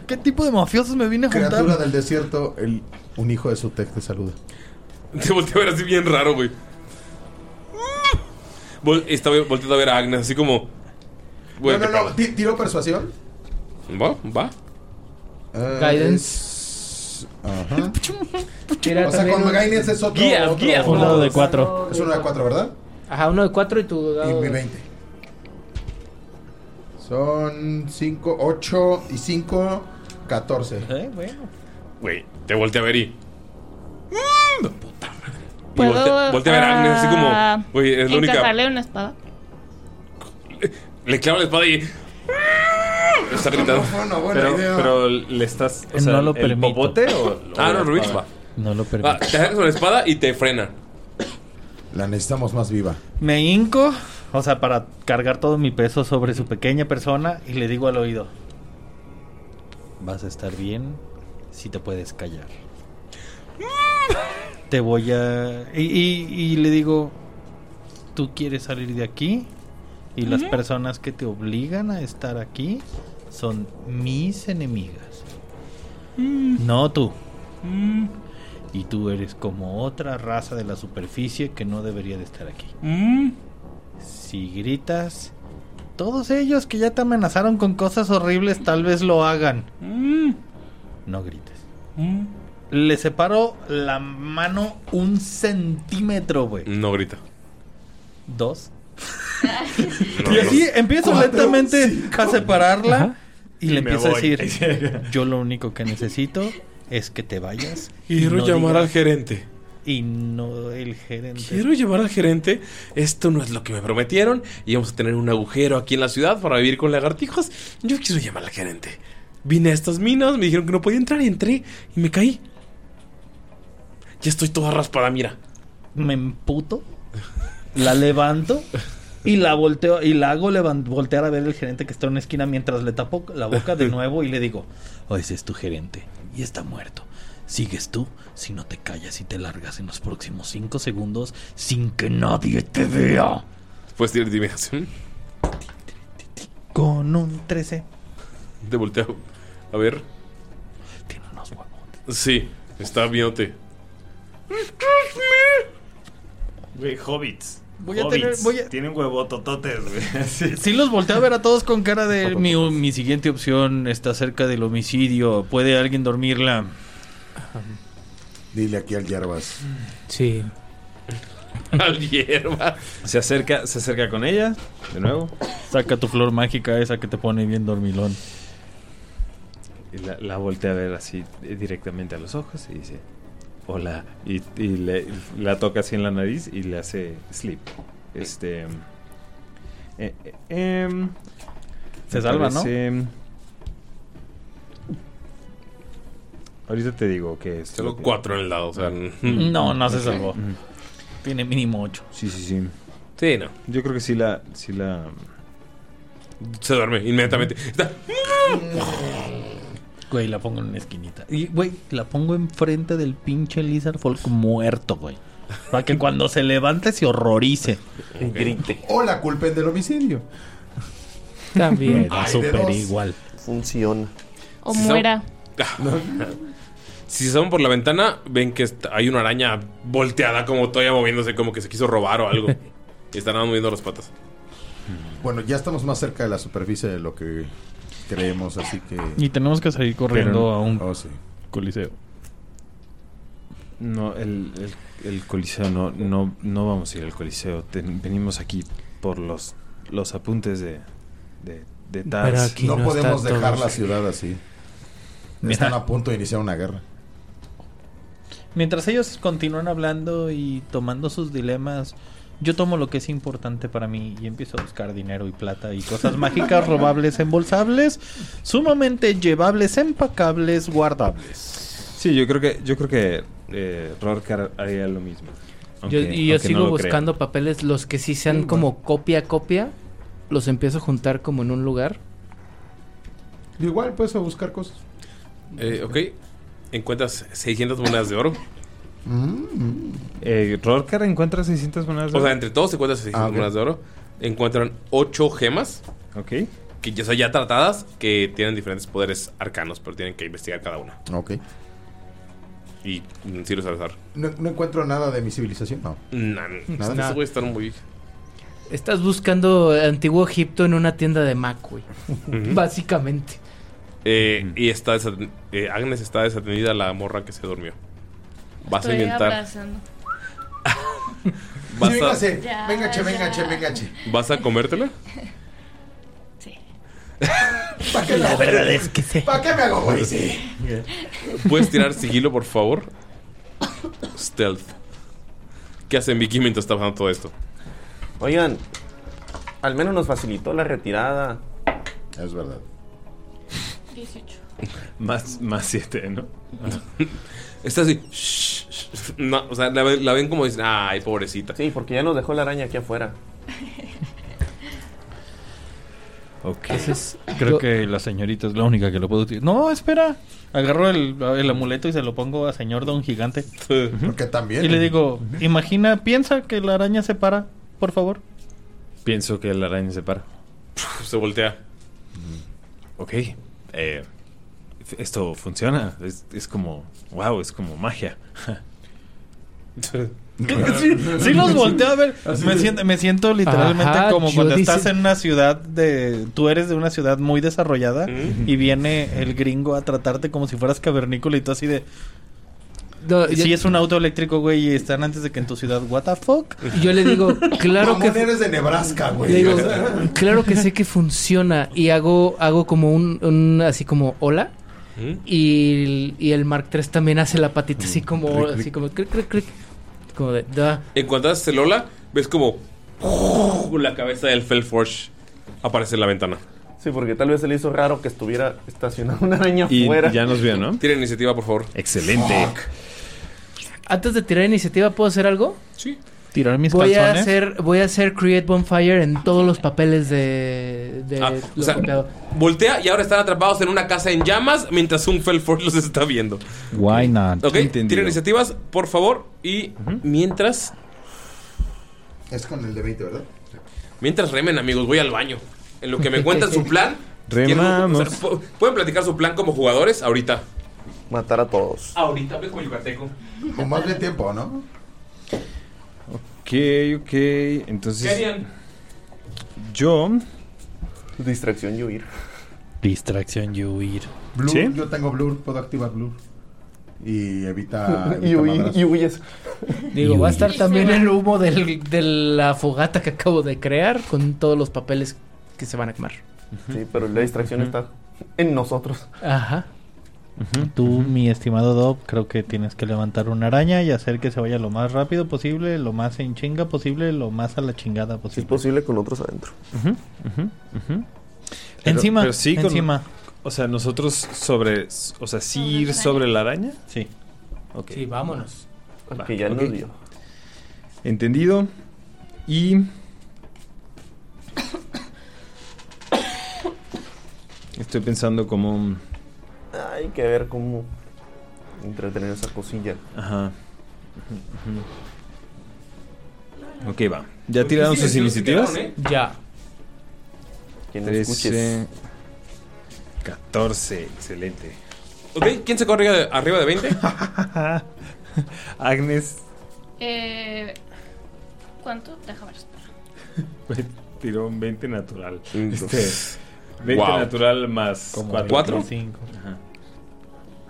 Speaker 5: ¿Qué tipo de mafiosos me vine a juntar?
Speaker 4: Criatura del desierto, el, un hijo de su te saluda.
Speaker 1: Te volteé a ver así bien raro, güey. Vol- estaba volteando a ver a Agnes, así como. güey,
Speaker 4: no,
Speaker 1: ¿qué
Speaker 4: no, no. ti- ¿Tiro persuasión?
Speaker 1: pedo? ¿Va? ¿Va?
Speaker 4: Eh,
Speaker 3: Guidance.
Speaker 4: es- Ajá.
Speaker 3: Mira,
Speaker 4: o sea,
Speaker 3: también
Speaker 4: con
Speaker 3: un-
Speaker 4: Guidance es otro.
Speaker 3: Guías,
Speaker 4: otro-
Speaker 3: guías. Un dado de cuatro.
Speaker 4: Es uno de cuatro, ¿verdad?
Speaker 3: Ajá, uno de cuatro y tu dado
Speaker 4: Y mi
Speaker 3: de-
Speaker 4: 20. Son 5, 8 y 5, 14.
Speaker 5: Eh, bueno.
Speaker 1: [LAUGHS] Güey, te volteé a ver y. Mm, Y
Speaker 8: ¿Puedo,
Speaker 1: voltea, voltea a ver a Agnes, así
Speaker 8: ah,
Speaker 1: como. Güey, es la única.
Speaker 8: encajarle una espada?
Speaker 1: Le clava la espada y. Mm, Está gritando.
Speaker 9: pero, pero le estás. O sea,
Speaker 5: No lo
Speaker 9: el
Speaker 5: permito.
Speaker 9: popote o.
Speaker 1: Ah,
Speaker 9: o la
Speaker 1: no, lo permites,
Speaker 9: espada?
Speaker 1: va.
Speaker 5: No lo permito.
Speaker 1: Va, te acercas con la espada y te frena.
Speaker 4: La necesitamos más viva.
Speaker 5: Me hinco, o sea, para cargar todo mi peso sobre su pequeña persona y le digo al oído, vas a estar bien si te puedes callar. Te voy a... Y, y- y le digo, tú quieres salir de aquí y las
Speaker 9: Ujú.
Speaker 5: personas que te obligan a estar aquí son mis enemigas.
Speaker 3: Mm.
Speaker 5: No tú.
Speaker 6: Mm,
Speaker 5: Y tú eres como otra raza de la superficie que no debería de estar aquí.
Speaker 6: mm.
Speaker 5: Si gritas, todos ellos que ya te amenazaron con cosas horribles tal vez lo hagan. No grites. Le separo la mano un centímetro, güey.
Speaker 1: No grita. [LAUGHS]
Speaker 5: Dos.
Speaker 1: No,
Speaker 5: y así
Speaker 1: no.
Speaker 5: empiezo
Speaker 1: Cuatro,
Speaker 5: lentamente a separarla.
Speaker 1: Ajá.
Speaker 5: Y le
Speaker 1: Me
Speaker 5: empiezo a
Speaker 1: voy. [LAUGHS]
Speaker 5: decir, yo lo único que necesito es que te vayas.
Speaker 1: Quiero llamar al
Speaker 5: gerente. Y no el gerente.
Speaker 1: Quiero llevar al gerente. Esto no es lo que me prometieron. Y vamos a tener un agujero aquí en la ciudad para vivir con lagartijos. Yo quiero llamar al gerente. Vine a estas minas, me dijeron que no podía entrar y entré y me caí. Ya estoy toda raspada, mira.
Speaker 5: me emputo, la levanto y la volteo y la hago levan- voltear a ver el gerente que está en una esquina mientras le tapo la boca de nuevo y le digo, "Oh, ese es tu gerente y está muerto. Sigues tú si no te callas y te largas en los próximos 5 segundos sin que nadie te vea."
Speaker 1: Después de intimidación,
Speaker 5: Con un 13.
Speaker 1: te volteo a ver. Tiene unos huevos. Sí, está viéndote.
Speaker 9: Güey, hobbits.
Speaker 5: Voy a
Speaker 9: hobbits.
Speaker 5: tener- voy a-
Speaker 9: Tienen huevotototes, güey. [LAUGHS] Sí.
Speaker 5: Sí los volteo a ver a todos con cara de mi, mi siguiente opción está cerca del homicidio. ¿Puede alguien dormirla?
Speaker 4: Dile aquí al Yerbas.
Speaker 5: Sí.
Speaker 1: [LAUGHS] Al hierba.
Speaker 5: Se acerca, se acerca con ella, de nuevo. Saca tu flor mágica esa que te pone bien dormilón.
Speaker 6: Y la, la voltea a ver así eh, directamente a los ojos y dice, hola. Y, y le- la toca así en la nariz y le hace sleep. Este... em, eh, eh, em,
Speaker 5: Se
Speaker 6: me
Speaker 5: salva, ¿no?
Speaker 6: parece- Ahorita te digo que es...
Speaker 1: Tengo cuatro en el lado, o sea. n-
Speaker 5: Mm. No, no se salvó.
Speaker 6: Mm.
Speaker 5: Tiene mínimo 8.
Speaker 6: Sí, sí, sí.
Speaker 1: Sí, no.
Speaker 6: Yo creo que sí la... Sí la
Speaker 1: Se duerme inmediatamente. Está-
Speaker 5: Güey, la pongo en una esquinita. Y, güey, la pongo enfrente del pinche Lizard Folk muerto, güey. Para que cuando se levante se horrorice.
Speaker 4: Y grite. O la culpen del homicidio.
Speaker 5: También.
Speaker 4: [LAUGHS] Ay, de
Speaker 5: Súper
Speaker 4: dos.
Speaker 5: igual.
Speaker 2: Funciona.
Speaker 8: O
Speaker 1: Sí, son-
Speaker 8: muera.
Speaker 1: [LAUGHS] Si se asoman por la ventana, ven que est- hay
Speaker 5: [LAUGHS]
Speaker 1: una araña volteada, como todavía moviéndose, como que se quiso robar o algo. y están nada más moviendo las patas.
Speaker 4: Bueno, ya estamos más cerca de la superficie de lo que creemos, así que...
Speaker 5: Y tenemos que salir corriendo
Speaker 4: Pero-
Speaker 5: a un
Speaker 4: Oh, sí.
Speaker 5: coliseo.
Speaker 6: No, el, el- el coliseo no, no, no vamos a ir al coliseo. Ten- venimos aquí por los, los apuntes de, de, de Taz.
Speaker 4: Pero aquí No no podemos está dejar todo. la ciudad así. Están a punto de iniciar una guerra.
Speaker 5: Mientras ellos continúan hablando y tomando sus dilemas, yo tomo lo que es importante para mí y empiezo a buscar dinero y plata y cosas mágicas, robables, embolsables, sumamente llevables, empacables, guardables.
Speaker 6: Sí, yo creo que, yo creo que eh, Rorcar haría lo mismo.
Speaker 3: Yo-
Speaker 6: Aunque-
Speaker 3: y yo
Speaker 6: aunque no
Speaker 3: sigo
Speaker 6: lo crea.
Speaker 3: buscando papeles, los que sí sean como copia copia, los empiezo a juntar como en un lugar.
Speaker 4: Igual pues. puedes buscar cosas.
Speaker 1: Eh, ok. Encuentras 600 monedas de oro.
Speaker 6: Eh, Rorcar encuentra 600 monedas de
Speaker 1: O sea,
Speaker 6: oro.
Speaker 1: entre todos encuentras 600
Speaker 6: Ah, ok.
Speaker 1: monedas de oro. Encuentran 8 gemas.
Speaker 6: Ok.
Speaker 1: Que ya son ya tratadas, que tienen diferentes poderes arcanos, pero tienen que investigar cada una.
Speaker 4: Ok.
Speaker 1: Y mm, Ciro Salazar.
Speaker 4: No, no encuentro nada de mi civilización, no.
Speaker 1: Nah,
Speaker 4: Nada.
Speaker 1: estos güeyes están muy.
Speaker 3: Estás buscando antiguo Egipto en una tienda de Mac, güey.
Speaker 1: Ujú.
Speaker 4: [LAUGHS]
Speaker 3: Básicamente.
Speaker 1: Eh, Y está desaten- eh, Agnes está desatendida la morra que se durmió. Vas
Speaker 8: Estoy
Speaker 1: a inventar.
Speaker 8: abrazando.
Speaker 1: Vas a-
Speaker 4: véngase,
Speaker 8: Ya,
Speaker 4: véngache,
Speaker 8: ya.
Speaker 4: véngache, véngache.
Speaker 1: ¿Vas a comértela?
Speaker 4: La
Speaker 1: verdad es que
Speaker 4: sí. ¿Para qué me hago, güey? Sí.
Speaker 1: [LAUGHS] ¿Puedes tirar sigilo, por favor? Stealth. ¿Qué hace Vicky mientras está pasando todo esto?
Speaker 2: Oigan, al menos nos facilitó la retirada.
Speaker 4: Es verdad.
Speaker 8: 18.
Speaker 6: Más, más 7, ¿no?
Speaker 1: [LAUGHS] Está así. shh, shh. No, o sea, la, ven- la ven como dicen, ay, pobrecita.
Speaker 2: Sí, porque ya nos dejó la araña aquí afuera.
Speaker 6: Ok.
Speaker 5: Creo
Speaker 6: Yo-
Speaker 5: que la señorita es la única que lo puede utilizar. No, espera. Agarro el, el amuleto y se lo pongo a señor don gigante.
Speaker 4: Porque también.
Speaker 5: Y le digo, imagina, piensa que la araña se para, por favor.
Speaker 6: Pienso que la araña se para. Mm.
Speaker 1: Se voltea.
Speaker 6: Ok. eh, f- esto funciona. Es, es como. Wow, es como
Speaker 1: [LAUGHS]
Speaker 6: magia.
Speaker 5: Sí, sí los volteo a ver.
Speaker 6: Así
Speaker 5: Me
Speaker 6: de-
Speaker 5: siento, me siento literalmente
Speaker 6: Ajá,
Speaker 5: como
Speaker 6: yo
Speaker 5: cuando estás
Speaker 6: dice-
Speaker 5: en una ciudad de... Tú eres de una ciudad muy desarrollada y viene el gringo a tratarte como si fueras cavernícola y tú así de...
Speaker 3: No,
Speaker 5: si
Speaker 3: yo-
Speaker 5: es un auto eléctrico, güey, y están antes de que en tu ciudad, what the fuck.
Speaker 3: Yo le digo, claro que... Le digo,
Speaker 4: [LAUGHS]
Speaker 3: claro que sé que funciona y hago, hago como un, un así como hola.
Speaker 1: ¿Mm?
Speaker 3: Y, el- y el Mark III también hace la patita así como,
Speaker 1: Cric, cric.
Speaker 3: así como, cric, cric, cric. Como de, da.
Speaker 1: En cuanto haces el hola, ves como ¡puf! la cabeza del Felforge aparece en la ventana.
Speaker 2: Sí, porque tal vez se le hizo raro que estuviera estacionada una araña
Speaker 1: Y
Speaker 2: afuera.
Speaker 1: ya
Speaker 6: nos vio, ¿no?
Speaker 1: Tiene iniciativa, por favor.
Speaker 6: Excelente.
Speaker 3: Antes de tirar iniciativa, ¿puedo hacer algo?
Speaker 1: Sí.
Speaker 5: Tirar mis
Speaker 3: Voy a,
Speaker 5: calzones.
Speaker 3: hacer, voy a hacer Create Bonfire en todos los papeles de, de
Speaker 1: Ah, o
Speaker 3: lo
Speaker 1: sea,
Speaker 3: copiado.
Speaker 1: voltea y ahora están atrapados en una casa en llamas mientras un Felforge los está viendo.
Speaker 5: Why not?
Speaker 1: Ok, tira iniciativas, por favor. Y mientras,
Speaker 4: Es con el de 20, ¿verdad?
Speaker 1: mientras remen, amigos, voy al baño. En lo que me cuentan su plan.
Speaker 6: [LAUGHS] Remamos.
Speaker 1: quiero- o sea, pu- Pueden platicar su plan como jugadores ahorita.
Speaker 2: Matar a todos.
Speaker 1: Ahorita, ve como yucateco.
Speaker 4: Con más de tiempo, ¿no?
Speaker 6: Ok, ok. Entonces. Yo.
Speaker 2: Distracción y huir.
Speaker 5: Distracción y huir.
Speaker 4: Blur,
Speaker 5: ¿Sí?
Speaker 4: yo tengo blur, puedo activar blur. Y evita.
Speaker 2: Y huí- y huyes.
Speaker 3: Digo,
Speaker 4: Y
Speaker 3: va a estar
Speaker 4: huye.
Speaker 3: también el humo del- de la fogata que acabo de crear con todos los papeles que se van a quemar.
Speaker 2: Sí, pero la distracción está en nosotros.
Speaker 3: Ajá.
Speaker 5: Tú, mi estimado Dob, creo que tienes que levantar una araña y hacer que se vaya lo más rápido posible, lo más en chinga posible, lo más a la chingada posible. Es
Speaker 2: posible con otros adentro.
Speaker 10: [LAUGHS]
Speaker 6: Pero-
Speaker 5: encima,
Speaker 6: pero sí con-
Speaker 5: encima.
Speaker 6: o sea, nosotros sobre. O sea, sí ir sobre la araña.
Speaker 5: Sí.
Speaker 6: Ok.
Speaker 3: Sí, vámonos.
Speaker 6: Va,
Speaker 2: Que ya
Speaker 6: ok.
Speaker 2: nos vio.
Speaker 6: Entendido. Y. [COUGHS] Estoy pensando como. un-
Speaker 2: Hay que ver cómo entretener esa cosilla.
Speaker 6: Ajá. Ok, va. ¿Ya tiraron sus iniciativas?
Speaker 1: ¿eh?
Speaker 3: Ya.
Speaker 2: Que
Speaker 6: no
Speaker 1: escuches.
Speaker 6: 14, excelente.
Speaker 1: Ok, ¿quién se corre arriba de- arriba
Speaker 6: [LAUGHS]
Speaker 1: de 20?
Speaker 6: Agnes,
Speaker 8: Eh, ¿Cuánto? Déjame ver. espera.
Speaker 9: tiró un 20 natural. Este, [LAUGHS]
Speaker 1: Entonces,
Speaker 9: 20
Speaker 1: wow.
Speaker 9: natural más
Speaker 1: Como
Speaker 9: 4.
Speaker 1: ¿Cuatro?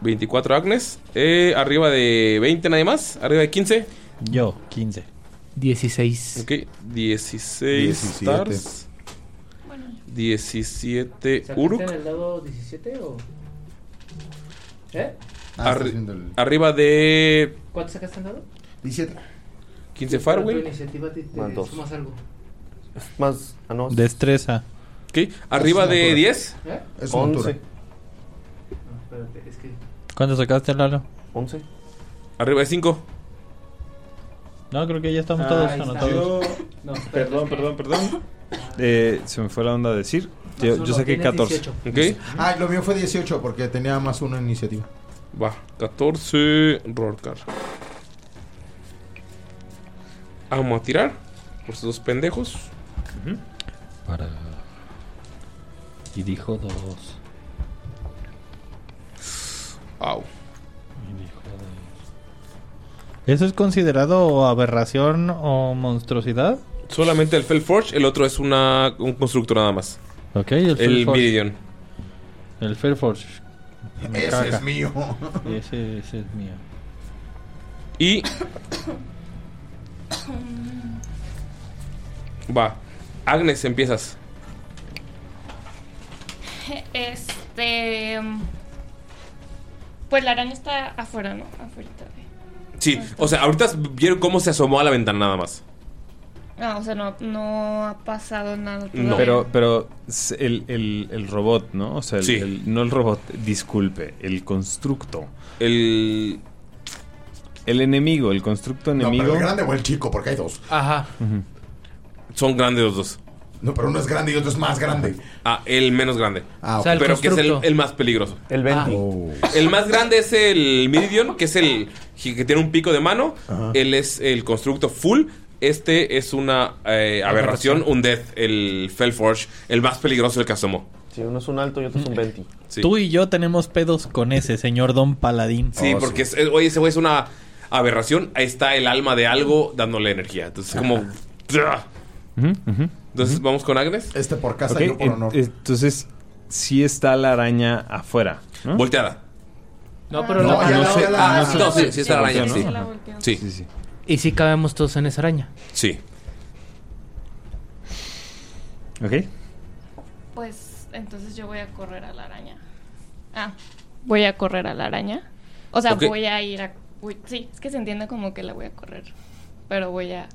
Speaker 1: 24 Agnes. Eh, arriba de 20 nadie más. Arriba de 15.
Speaker 5: Yo, 15.
Speaker 3: 16.
Speaker 1: Ok, 16
Speaker 5: 17.
Speaker 1: stars. 17 Uruk.
Speaker 3: ¿Sacaste en el dado 17 o...? ¿Eh?
Speaker 4: Ah, estás
Speaker 1: Arri-
Speaker 4: viendo el-
Speaker 1: Arriba de
Speaker 3: ¿Cuánto sacaste en el dado?
Speaker 4: 17.
Speaker 1: 15
Speaker 3: Tu
Speaker 1: Farway.
Speaker 3: iniciativa te, te
Speaker 2: Más dos.
Speaker 3: sumas algo.
Speaker 2: Más. Ah, no.
Speaker 5: Destreza.
Speaker 1: ¿Qué? Arriba
Speaker 2: Es una
Speaker 1: de
Speaker 2: altura.
Speaker 1: 10.
Speaker 3: ¿Eh?
Speaker 2: Es una altura.
Speaker 3: No, espérate, es que...
Speaker 5: ¿Cuánto sacaste, Lalo?
Speaker 2: 11.
Speaker 1: Arriba de 5.
Speaker 5: No, creo que ya estamos
Speaker 9: Ah,
Speaker 5: todos
Speaker 9: ahí está.
Speaker 5: anotados.
Speaker 9: Yo- Perdón, perdón, perdón.
Speaker 6: Eh, se me fue la onda a decir. Yo, yo saqué [LAUGHS] 14.
Speaker 4: Ah, lo mío fue 18 porque tenía más uno en iniciativa.
Speaker 1: Va, 14 Rorcar. Vamos a tirar por estos dos pendejos.
Speaker 5: Para... Y dijo dos.
Speaker 1: Au.
Speaker 5: ¿Eso es considerado aberración o monstruosidad?
Speaker 1: Solamente el Felforge, el otro es una, un constructor nada más.
Speaker 5: Ok, el
Speaker 1: El
Speaker 5: Felforge.
Speaker 1: Miridion.
Speaker 5: El Fairforge.
Speaker 4: Ese es mío.
Speaker 5: Ese, ese es mío.
Speaker 1: Y va. Agnes, empiezas.
Speaker 8: [COUGHS] Este. Pues la araña está afuera, ¿no? Afuera.
Speaker 1: Sí, o sea, ahorita vieron cómo se asomó a la ventana nada más.
Speaker 8: No, Ah, o sea, no, no ha pasado nada. todavía.
Speaker 6: Pero, pero s- el, el- el robot, ¿no? O sea, el-
Speaker 1: Sí.
Speaker 6: el- no el robot, disculpe, el constructo.
Speaker 1: El.
Speaker 6: El enemigo, el constructo
Speaker 4: No,
Speaker 6: enemigo.
Speaker 4: pero el grande o el chico, porque hay dos.
Speaker 3: Ajá.
Speaker 1: Son grandes los dos.
Speaker 4: No, pero uno es grande y otro es más grande.
Speaker 1: Ah, el menos grande.
Speaker 4: Ah, O sea, ok. el
Speaker 1: Pero que es el,
Speaker 4: constructo.
Speaker 1: el más peligroso.
Speaker 2: El 20.
Speaker 6: Oh.
Speaker 1: El más grande es el Miridion, que es el gi- que tiene un pico de mano.
Speaker 2: Ajá.
Speaker 1: Él es el constructo full. Este es una eh, aberración, un death, el Felforge, el más peligroso el que asomó.
Speaker 2: Sí, uno es un alto y otro es un 20.
Speaker 1: Sí.
Speaker 5: Tú y yo tenemos pedos con ese, señor Don Paladín.
Speaker 6: Oh,
Speaker 1: Sí, porque es- es- oye, ese güey es una aberración. Ahí está el alma de algo dándole energía. Entonces, como.
Speaker 6: Ah. Ujú, ujú.
Speaker 1: Entonces, vamos con Agnes.
Speaker 4: Este por casa
Speaker 6: Ok, eh,
Speaker 4: y yo por
Speaker 6: en-
Speaker 4: honor.
Speaker 6: Entonces, sí está la araña afuera. ¿no?
Speaker 1: Volteada.
Speaker 3: No, pero
Speaker 6: No,
Speaker 3: la, la-
Speaker 6: ya la-
Speaker 3: la-
Speaker 6: ya la-
Speaker 3: la-
Speaker 6: Ah, sí, no, sí, sí está la araña, sí. [LAUGHS]
Speaker 3: la-
Speaker 1: Sí.
Speaker 3: Y si cabemos todos en esa araña.
Speaker 1: Sí.
Speaker 6: Ok.
Speaker 8: Pues entonces yo voy a correr a la araña. Ah, voy a correr a la araña. O sea,
Speaker 3: Ok.
Speaker 8: voy a ir a. voy- sí, es que se entiende como que la voy a correr. Pero voy a. Ah,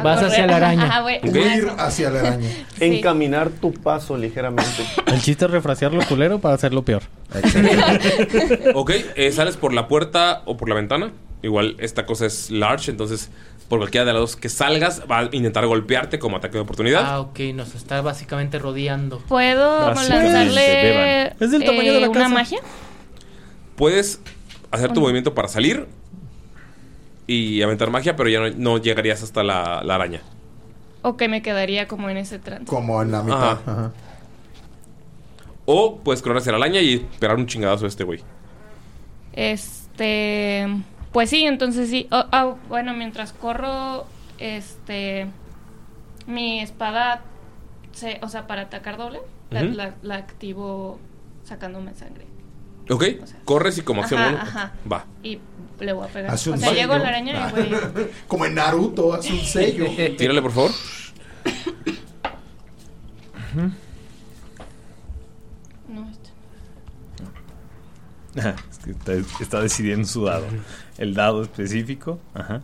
Speaker 8: a
Speaker 3: Vas
Speaker 8: correr.
Speaker 3: hacia la araña.
Speaker 8: Ajá, voy-
Speaker 5: Ok.
Speaker 8: ajá,
Speaker 5: Huir
Speaker 8: eso.
Speaker 5: hacia la
Speaker 6: [LAUGHS]
Speaker 5: araña.
Speaker 8: Sí.
Speaker 2: Encaminar tu paso ligeramente.
Speaker 5: El chiste es refrasearlo culero para hacerlo peor.
Speaker 1: ok, eh, sales por la puerta o por la ventana. Igual esta cosa es large, entonces por cualquiera de las dos que salgas va a intentar golpearte como ataque de oportunidad.
Speaker 3: Ah, ok, nos está básicamente rodeando.
Speaker 8: ¿Puedo
Speaker 1: Básicamente,
Speaker 8: lanzarle eh,
Speaker 1: beban. Es del tamaño de la
Speaker 8: una
Speaker 1: casa.
Speaker 8: magia?
Speaker 1: Puedes hacer tu
Speaker 3: Ah.
Speaker 8: Ujú.
Speaker 1: movimiento para salir y aventar magia, pero ya no, no llegarías hasta la, la araña.
Speaker 8: ¿O que me quedaría como en ese trance?
Speaker 4: Como en la mitad.
Speaker 1: Ajá. O puedes correr hacia la araña y esperar un chingadazo de este güey.
Speaker 8: Este. Pues sí, entonces sí. Oh, oh, bueno, mientras corro, este. Mi espada. se- o sea, para atacar doble, la,
Speaker 1: Ujú.
Speaker 8: la- la activo sacándome sangre.
Speaker 1: Ok, corres y como acción
Speaker 8: Ajá,
Speaker 1: bonus-
Speaker 8: ajá.
Speaker 1: Va.
Speaker 8: Y le voy a pegar.
Speaker 1: Haz un
Speaker 8: o sea,
Speaker 1: sello.
Speaker 8: llego a la
Speaker 4: Ah.
Speaker 8: araña y voy.
Speaker 4: [LAUGHS] Como en Naruto, hace un sello.
Speaker 1: Tírale, por favor.
Speaker 8: No, este-
Speaker 6: Es que está, está decidiendo su dado. El dado específico. Ajá.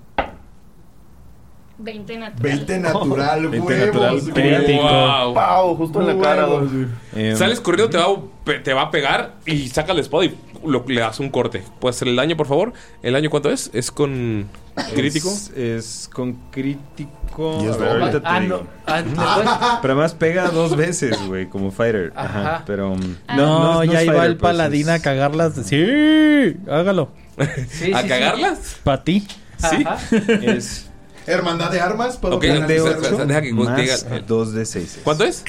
Speaker 8: 20 natural.
Speaker 4: 20
Speaker 1: [LAUGHS]
Speaker 4: natural,
Speaker 6: Veinte
Speaker 4: huevos,
Speaker 6: natural,
Speaker 4: güey.
Speaker 6: crítico.
Speaker 1: Wow.
Speaker 2: Pau, justo en la cara,
Speaker 4: Huevos,
Speaker 2: güey.
Speaker 6: Em,
Speaker 1: Sales corriendo, te va, a pe- te va a pegar y saca la espada y lo- le das un corte. ¿Puedes hacer el daño, por favor? ¿El daño cuánto es? ¿Es con crítico?
Speaker 6: Es, es con crítico.
Speaker 1: Y es
Speaker 6: A ver,
Speaker 1: doble.
Speaker 6: ahorita te
Speaker 1: Ah,
Speaker 6: digo.
Speaker 1: no. Ah, después-
Speaker 6: [LAUGHS] Pero además pega dos veces, güey, como fighter. Ajá.
Speaker 5: Ajá.
Speaker 6: Pero. um,
Speaker 5: Ah, No, ya
Speaker 6: es
Speaker 5: iba
Speaker 6: fighter,
Speaker 5: el
Speaker 6: pues,
Speaker 5: paladín
Speaker 6: es-
Speaker 5: a cagarlas. de- Sí, hágalo.
Speaker 6: [LAUGHS]
Speaker 4: sí, ¿A sí. cagarlas?
Speaker 5: Para ti.
Speaker 4: Sí.
Speaker 6: [LAUGHS] Es-
Speaker 4: Hermandad de armas, puedo
Speaker 1: Ok,
Speaker 4: ganar
Speaker 1: de
Speaker 4: esa-
Speaker 1: ocho.
Speaker 4: esa-
Speaker 1: Deja que
Speaker 6: Más
Speaker 1: diga-
Speaker 6: dos de seis.
Speaker 1: ¿Cuánto es?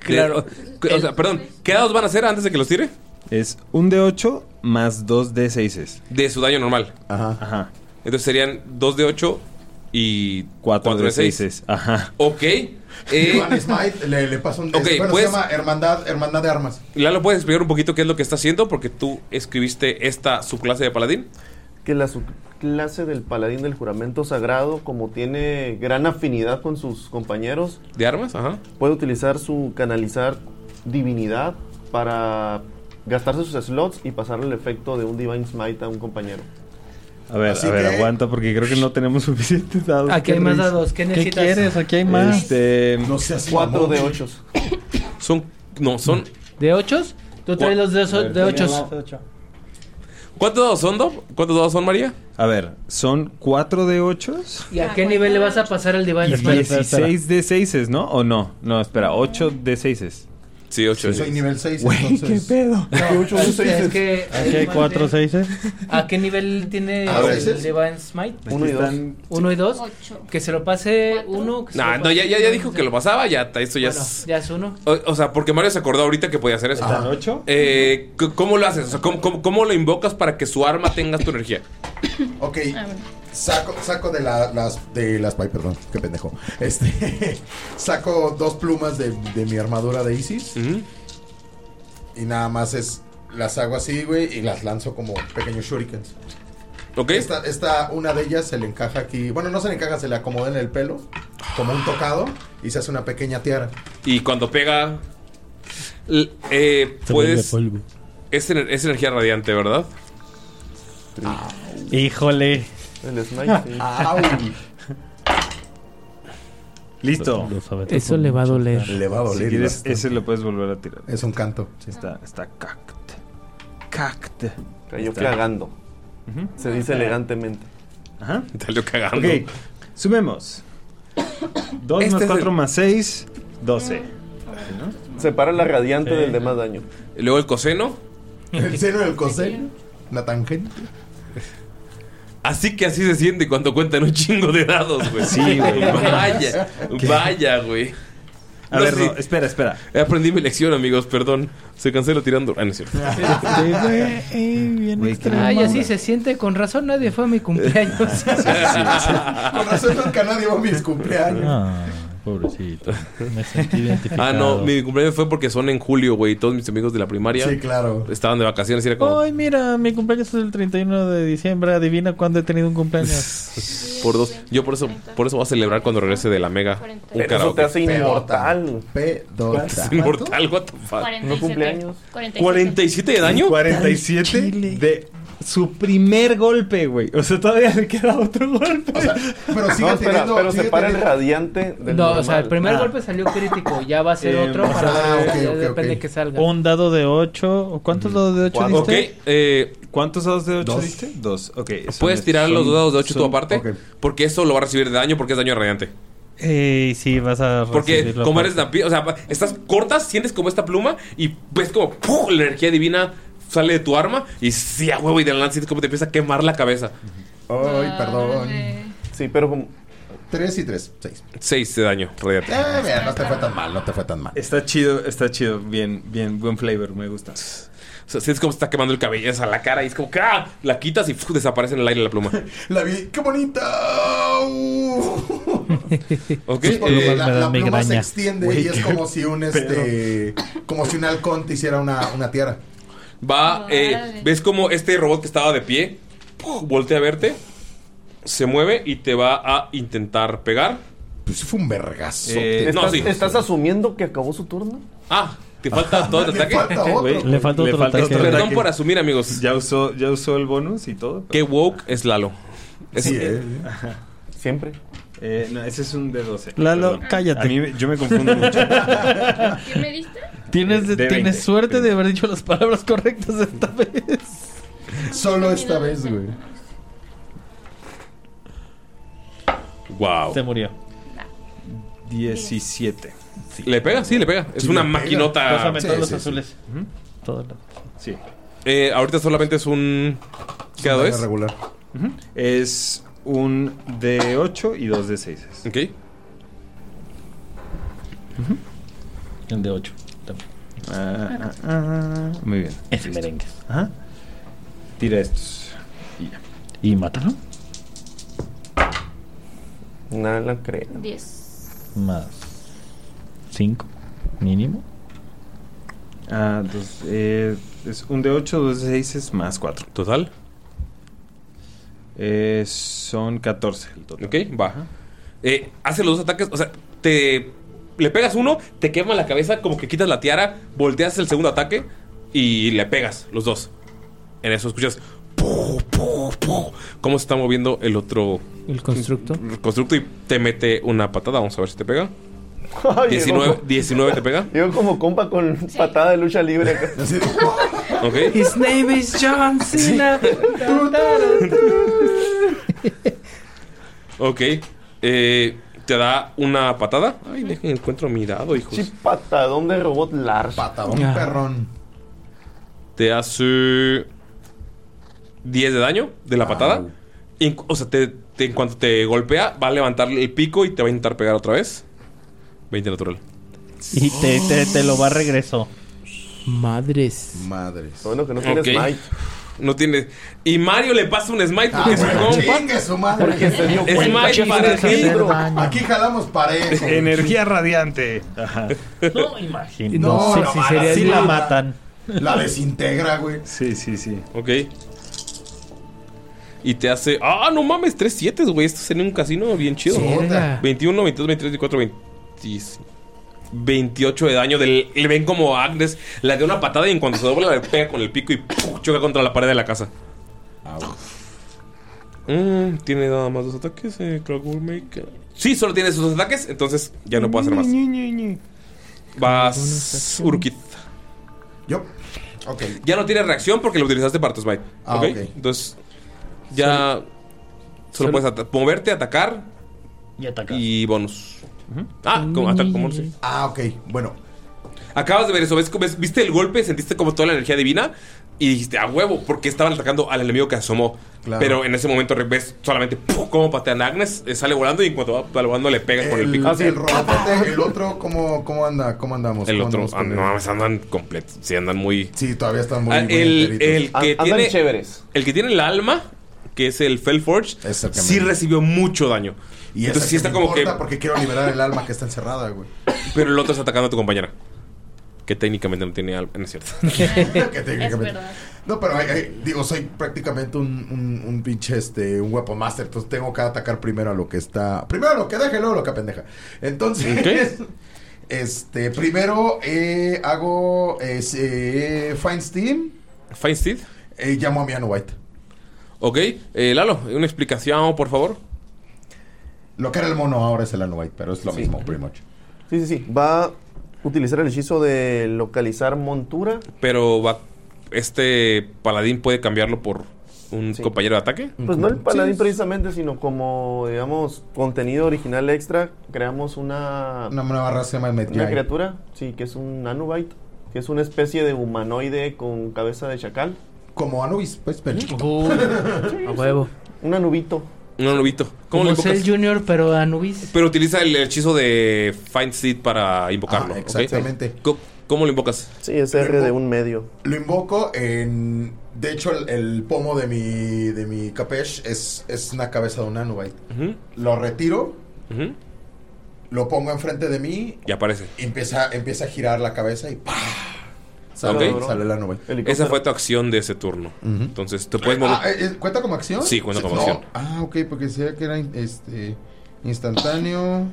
Speaker 6: Claro.
Speaker 1: De- o sea, perdón, ¿qué dados van a hacer antes de que los tire?
Speaker 6: Es un de 8 más dos de 6
Speaker 1: De su daño normal.
Speaker 4: Ajá.
Speaker 6: Ajá.
Speaker 1: Entonces serían 2 de 8 Y
Speaker 6: Cuatro de
Speaker 1: seis.
Speaker 6: seises, ajá.
Speaker 1: Ok. eh,
Speaker 4: Iván Smite le, le pasa un.
Speaker 1: Ok,
Speaker 4: bueno,
Speaker 1: pues-
Speaker 4: se llama Hermandad, Hermandad de Armas.
Speaker 1: Lalo, ¿puedes explicar un poquito qué es lo que está haciendo? Porque tú escribiste esta subclase de paladín.
Speaker 2: que la subclase del paladín del juramento sagrado, como tiene gran afinidad con sus compañeros,
Speaker 1: ¿De armas? Ajá.
Speaker 2: puede utilizar su canalizar divinidad para gastarse sus slots y pasarle el efecto de un Divine Smite a un compañero.
Speaker 6: A ver,
Speaker 2: Así
Speaker 6: a ver,
Speaker 2: que-
Speaker 6: aguanta porque creo que no tenemos [LAUGHS] suficientes dados.
Speaker 2: Aquí hay
Speaker 6: Qué
Speaker 2: más
Speaker 6: risa.
Speaker 2: dados, ¿qué necesitas?
Speaker 6: quieres? Aquí hay más. Este,
Speaker 4: no seas
Speaker 2: Cuatro de ocho.
Speaker 1: Son. No, son.
Speaker 3: ¿De ochos? Tú traes los de,
Speaker 1: A
Speaker 3: ocho-
Speaker 1: ver,
Speaker 3: de
Speaker 1: tenía
Speaker 3: ochos.
Speaker 1: más ¿Cuántos dados son, Dob? ¿Cuántos dados son, María?
Speaker 6: A ver, son 4 de 8
Speaker 3: ¿Y a qué nivel le vas a pasar el
Speaker 6: y
Speaker 3: Divine Smite?
Speaker 6: 16 de 6, ¿no? ¿O no? No, espera, 8 de 6.
Speaker 1: Sí, 8
Speaker 6: de
Speaker 4: Soy nivel 6,
Speaker 6: Güey, qué
Speaker 4: entonces.
Speaker 6: pedo.
Speaker 3: No, es que-
Speaker 6: Aquí hay 4 6.
Speaker 3: ¿A qué nivel tiene
Speaker 6: A ver.
Speaker 3: el Divine Smite?
Speaker 6: Uno y dos. Están-
Speaker 3: Uno y dos. Que se lo pase uno. que se
Speaker 1: Nah,
Speaker 3: lo
Speaker 1: no,
Speaker 3: pase
Speaker 1: ya, ya, ya
Speaker 3: uno.
Speaker 1: dijo que lo pasaba, ya, esto ya
Speaker 3: Bueno,
Speaker 1: es...
Speaker 3: ya es uno.
Speaker 1: O, o sea, porque Mario se acordó ahorita que podía hacer eso.
Speaker 6: ¿Están ocho?
Speaker 1: Eh, c- ¿Cómo lo haces? O sea, ¿cómo, cómo, cómo lo invocas para que su arma tenga tu energía?
Speaker 4: Ok. Saco, saco de la- las. De las. Ay, perdón, qué pendejo. Este. [LAUGHS] saco dos plumas de, de mi armadura de Isis. Y nada más es. Las hago así, güey, y las lanzo como pequeños shurikens.
Speaker 1: Ok.
Speaker 4: Esta, esta- una de ellas se le encaja aquí. Bueno, no se le encaja, se le acomoda en el pelo. Como un tocado. Y se hace una pequeña tiara.
Speaker 1: Y cuando pega... l- eh, puedes... Es, ener- es energía radiante, ¿verdad?
Speaker 5: Híjole.
Speaker 2: El Smite. sí.
Speaker 4: Ah, Au.
Speaker 6: Listo.
Speaker 3: Eso le va a doler.
Speaker 4: Le va a doler
Speaker 6: Si quieres,
Speaker 4: bastante.
Speaker 6: ese lo puedes volver a tirar.
Speaker 4: Es un canto.
Speaker 6: Está, está cact. Cact.
Speaker 2: Cayó
Speaker 6: Está.
Speaker 2: cagando.
Speaker 6: Ujú.
Speaker 2: Se dice elegantemente.
Speaker 6: Ajá.
Speaker 1: Salió cagando.
Speaker 6: Ok, sumemos. 2
Speaker 2: Este
Speaker 6: más
Speaker 2: es
Speaker 6: 4 más 6, 12.
Speaker 2: Separa la radiante
Speaker 6: Sí.
Speaker 2: del de más daño.
Speaker 1: Y luego el coseno.
Speaker 4: [LAUGHS] El seno del coseno. La tangente.
Speaker 1: Así que así se siente cuando cuentan un chingo de dados, güey.
Speaker 6: Sí, güey.
Speaker 1: Vaya,
Speaker 6: ¿Qué?
Speaker 1: vaya, güey.
Speaker 6: A ver, no, espera, espera.
Speaker 1: Aprendí mi lección, amigos, perdón. Se cancela tirando. Ah, no es cierto.
Speaker 3: Ay, así se siente. Con razón nadie fue a mi cumpleaños.
Speaker 4: Con razón nunca nadie va a mis cumpleaños.
Speaker 5: Ah, pobrecito. Me sentí identificado.
Speaker 1: Ah, no, mi cumpleaños fue porque son en julio, güey. y Todos mis amigos de la primaria.
Speaker 5: Sí, claro.
Speaker 1: Estaban de vacaciones y era como.
Speaker 5: Ay, mira, mi cumpleaños es el 31 de diciembre. Adivina cuándo he tenido un cumpleaños.
Speaker 1: Por dos. Yo por eso, por eso voy a celebrar cuando regrese de la mega. Un
Speaker 2: Pero eso te hace
Speaker 1: [LAUGHS]
Speaker 2: inmortal.
Speaker 4: Pedota.
Speaker 1: Es inmortal, what the fuck.
Speaker 2: 47. No cumpleaños. 47.
Speaker 1: 47 de daño.
Speaker 6: 47 de su primer golpe, güey. O sea, todavía le queda otro golpe.
Speaker 4: pero
Speaker 2: sigue teniendo- pero sigue separa el teniendo- radiante del
Speaker 3: No, o sea, el
Speaker 2: normal.
Speaker 3: primer
Speaker 2: Ah.
Speaker 3: golpe salió crítico. Ya va a ser
Speaker 5: Eh,
Speaker 3: otro
Speaker 5: ah,
Speaker 3: para
Speaker 5: ok,
Speaker 3: ya
Speaker 5: ok,
Speaker 3: depende
Speaker 5: ok.
Speaker 3: que salga.
Speaker 5: Un dado de 8. ¿Cuántos dados de 8
Speaker 6: ¿Cuántos?
Speaker 5: diste?
Speaker 1: Ok, eh,
Speaker 6: ¿Cuántos dados de 8
Speaker 1: Dos.
Speaker 6: diste? Dos, ok. son-
Speaker 1: Puedes tirar los
Speaker 6: son-
Speaker 1: dados de 8 tú
Speaker 6: son-
Speaker 1: aparte. Porque eso lo va a recibir de daño porque es daño radiante.
Speaker 5: Eh, sí, vas a.
Speaker 1: Porque
Speaker 5: recibirlo
Speaker 1: como
Speaker 5: aparte.
Speaker 1: eres vampiro, o sea, estás cortas, sientes como esta pluma y ves como ¡puf! la energía divina sale de tu arma y sí, a huevo y de la nada sientes como te empieza a quemar la cabeza.
Speaker 4: Ay, perdón.
Speaker 2: Sí, pero como.
Speaker 4: Tres y tres, seis.
Speaker 1: 6 de daño radiante.
Speaker 6: Ah,
Speaker 4: Eh, mira, no te fue tan mal, no te fue tan mal.
Speaker 6: Está chido, está chido. Bien, bien, buen flavor, me gusta.
Speaker 1: O sea, sientes como se está quemando el cabello, o sea, la cara y es como que ¡ah! la quitas y ¡fuf! desaparece en el aire la pluma.
Speaker 4: La vi, qué bonita. Uh.
Speaker 1: [LAUGHS] ¿Ok?
Speaker 4: Sí, porque
Speaker 1: eh,
Speaker 4: la, la pluma se extiende y es como si un este, como si un halcón te hiciera una, una tiara.
Speaker 1: Va, eh, ves como este robot que estaba de pie ¡puf! voltea a verte, se mueve y te va a intentar pegar.
Speaker 4: Pues fue un vergazo.
Speaker 1: Eh,
Speaker 2: ¿Estás,
Speaker 1: no, sí.
Speaker 2: estás asumiendo que acabó su turno?
Speaker 1: Ah,
Speaker 2: [LAUGHS]
Speaker 1: ¿Te falta todo el
Speaker 2: Le
Speaker 1: ataque?
Speaker 2: falta otro, Güey, le falta [LAUGHS] otro ataque.
Speaker 1: Perdón
Speaker 2: ataque.
Speaker 1: por asumir, amigos.
Speaker 6: Ya usó, ya usó el bonus y todo.
Speaker 1: Qué woke es Lalo. Es-
Speaker 6: Sí,
Speaker 1: eh,
Speaker 2: Siempre.
Speaker 6: Eh, no, ese es un de 12.
Speaker 5: Lalo,
Speaker 6: perdón.
Speaker 5: cállate.
Speaker 6: A mí me- yo me confundo mucho.
Speaker 5: ¿Qué me diste? Tienes,
Speaker 6: De
Speaker 5: tienes
Speaker 6: 20.
Speaker 5: suerte de haber dicho las palabras correctas esta vez.
Speaker 4: Solo esta vez, güey.
Speaker 1: Wow.
Speaker 6: Se murió. 17.
Speaker 1: Le pega, eh. sí, le pega. Es una maquinota.
Speaker 5: Pásame
Speaker 1: Sí,
Speaker 5: todos los
Speaker 1: sí, sí.
Speaker 5: azules. Todo lo-
Speaker 6: Sí.
Speaker 1: Eh, ahorita solamente es un. ¿Qué dado es?
Speaker 4: regular.
Speaker 6: Es un de 8 y dos de 6.
Speaker 1: Ok.
Speaker 5: El de 8.
Speaker 4: Ah,
Speaker 6: muy bien.
Speaker 5: Es
Speaker 6: Listo.
Speaker 5: merengue.
Speaker 6: Ajá. Tira estos. Y ya.
Speaker 5: Y mátalo.
Speaker 2: No la creo.
Speaker 8: 10.
Speaker 5: Más 5 mínimo.
Speaker 6: Ah, dos, eh, es un de 8, dos de 6 es más 4.
Speaker 1: ¿Total?
Speaker 6: Eh, son 14 el total.
Speaker 1: Ok, va. Eh, hace los dos ataques, o sea, te le pegas uno, te quema la cabeza, como que quitas la tiara, volteas el segundo ataque y le pegas los dos. En eso escuchas pu, pu, pu, cómo se está moviendo el otro
Speaker 3: El constructo.
Speaker 1: el constructo y te mete una patada. Vamos a ver si te pega.
Speaker 2: [LAUGHS] Ay,
Speaker 1: 19,
Speaker 2: llegó-
Speaker 1: 19 te pega.
Speaker 2: Llegó como compa con patada de lucha libre.
Speaker 4: [LAUGHS]
Speaker 2: acá.
Speaker 3: [LAUGHS]
Speaker 1: Ok.
Speaker 10: His name is John Cena. [LAUGHS]
Speaker 1: Ok. Eh, te da una patada. Ay, dejen encuentro mi dado, hijos.
Speaker 2: Sí, patadón de robot large.
Speaker 4: Patadón
Speaker 1: Ah.
Speaker 4: perrón.
Speaker 1: Te hace 10 de daño de la patada. Y en- o sea, te, te- en cuanto te golpea, va a levantar el pico y te va a intentar pegar otra vez. 20 natural.
Speaker 5: Y te, te, te lo va a regreso.
Speaker 3: Madres.
Speaker 4: Madres.
Speaker 2: Bueno, que no
Speaker 1: Ok. No tiene. Y Mario le pasa un smite porque
Speaker 2: Ah,
Speaker 1: es un compa.
Speaker 4: Ah, Chingue su madre.
Speaker 1: Porque se dio Smite cuenta. para
Speaker 4: Chingue su
Speaker 1: ti.
Speaker 4: madre. Aquí jalamos pared.
Speaker 1: [LAUGHS]
Speaker 6: Energía radiante.
Speaker 5: No, imagino.
Speaker 4: No,
Speaker 5: sí,
Speaker 4: no,
Speaker 5: sí,
Speaker 4: no,
Speaker 5: sería-
Speaker 4: sí
Speaker 5: sí la
Speaker 4: la-
Speaker 5: matan. [LAUGHS]
Speaker 4: La desintegra, güey.
Speaker 6: Sí, sí, sí.
Speaker 1: Ok. Y te hace. ¡Ah, no mames! 3 7 güey. Esto sería un casino bien chido.
Speaker 6: Verga.
Speaker 1: 21, 22, 23, 24, 25. 28 de daño. Del, le ven como a Agnes la da una patada y en cuanto se dobla le pega con el pico y ¡pum! choca contra la pared de la casa.
Speaker 4: Ah,
Speaker 1: Mm, tiene nada más dos ataques. Eh, Clockwork Maker. Sí, solo tiene esos dos ataques. Entonces ya no puedo hacer más. Vas, Urquit.
Speaker 4: Yo. Ok.
Speaker 1: Ya no tiene reacción porque lo utilizaste para tu smite.
Speaker 4: Ah,
Speaker 1: ¿ok?
Speaker 4: ok.
Speaker 1: Entonces, ya. Solo,
Speaker 4: solo-
Speaker 1: puedes ata- moverte, atacar.
Speaker 5: Y atacar.
Speaker 1: Y bonus. Ah, como ataque como bonus. sí.
Speaker 4: Ah, ok. Bueno.
Speaker 1: Acabas de ver eso. ¿Ves, ves- viste el golpe? Sentiste como toda la energía divina. Y dijiste, a huevo, porque estaban atacando al enemigo que asomó.
Speaker 4: Claro.
Speaker 1: Pero en ese momento ves solamente ¡puf! cómo patean a Agnes. eh, sale volando y en cuanto va volando le pegas con el
Speaker 4: El, Ah,
Speaker 1: pico.
Speaker 4: el robotote, el otro, ¿cómo, cómo anda? ¿Cómo andamos?
Speaker 1: El
Speaker 4: ¿Cómo
Speaker 1: otro,
Speaker 4: andamos
Speaker 1: ah,
Speaker 4: con
Speaker 1: no mames, andan completos. Sí, andan muy.
Speaker 4: Sí, todavía están muy.
Speaker 1: Ah,
Speaker 4: muy
Speaker 1: el,
Speaker 4: enteritos.
Speaker 1: el que tiene, El que tiene el alma, que es el Felforge, sí recibió mucho daño.
Speaker 4: Y
Speaker 1: Entonces
Speaker 4: entonces
Speaker 1: sí
Speaker 4: sí
Speaker 1: está como que.
Speaker 4: porque quiero liberar el alma que está encerrada, güey.
Speaker 1: Pero el otro está atacando a tu compañera. Que técnicamente no tiene alma. No es
Speaker 4: [LAUGHS]
Speaker 1: cierto.
Speaker 4: Que técnicamente- No, pero ay, ay, digo, soy prácticamente un, un, un pinche este, un weapon master, entonces tengo que atacar primero a lo que está. Primero a lo que deja y luego a lo que pendeja. Entonces, [LAUGHS] este, primero eh, hago es, eh, Fine Steam. Eh,
Speaker 1: Fine Steam.
Speaker 4: llamo a Miano White.
Speaker 1: ok, eh, Lalo, una explicación, por favor.
Speaker 4: Lo que era el mono ahora es el Ano White, pero es lo
Speaker 2: Sí.
Speaker 4: mismo, pretty much.
Speaker 2: Sí, sí, sí. Va a utilizar el hechizo de localizar montura.
Speaker 1: Pero va. Este paladín puede cambiarlo por un compañero de ataque.
Speaker 2: Pues no el paladín precisamente, sino como, digamos, contenido original extra, creamos una...
Speaker 4: Una nueva raza más metida
Speaker 2: Una
Speaker 4: ahí.
Speaker 2: criatura, sí, que es un nanobite, que es una especie de humanoide con cabeza de chacal.
Speaker 4: Como Anubis,
Speaker 1: Mm.
Speaker 4: pues, pero chiquito.
Speaker 1: [LAUGHS]
Speaker 2: a huevo. Un anubito.
Speaker 1: Un anubito. ¿Cómo
Speaker 3: Como
Speaker 1: lo invocas?
Speaker 3: Cell Junior, pero Anubis.
Speaker 1: Pero utiliza el hechizo de Find Seed para invocarlo. ¿ok?
Speaker 4: Ah, exactamente.
Speaker 1: ¿Cómo, cómo lo invocas?
Speaker 2: Sí, es R de un medio.
Speaker 4: Lo invoco en. De hecho, el, el pomo de mi, de mi capesh es, es una cabeza de un Anubite. Lo retiro. Lo pongo enfrente de mí.
Speaker 1: Y aparece.
Speaker 4: y Empieza, empieza a girar la cabeza y ¡pah! Sale,
Speaker 1: Ok.
Speaker 4: sale el Anubite.
Speaker 1: Esa fue tu acción de ese turno. Entonces, te puedes mover.
Speaker 4: Ah, ¿eh, eh, ¿Cuenta como acción?
Speaker 1: Sí, cuenta como
Speaker 4: No.
Speaker 1: acción.
Speaker 4: Ah, ok, porque decía que era in- este, instantáneo.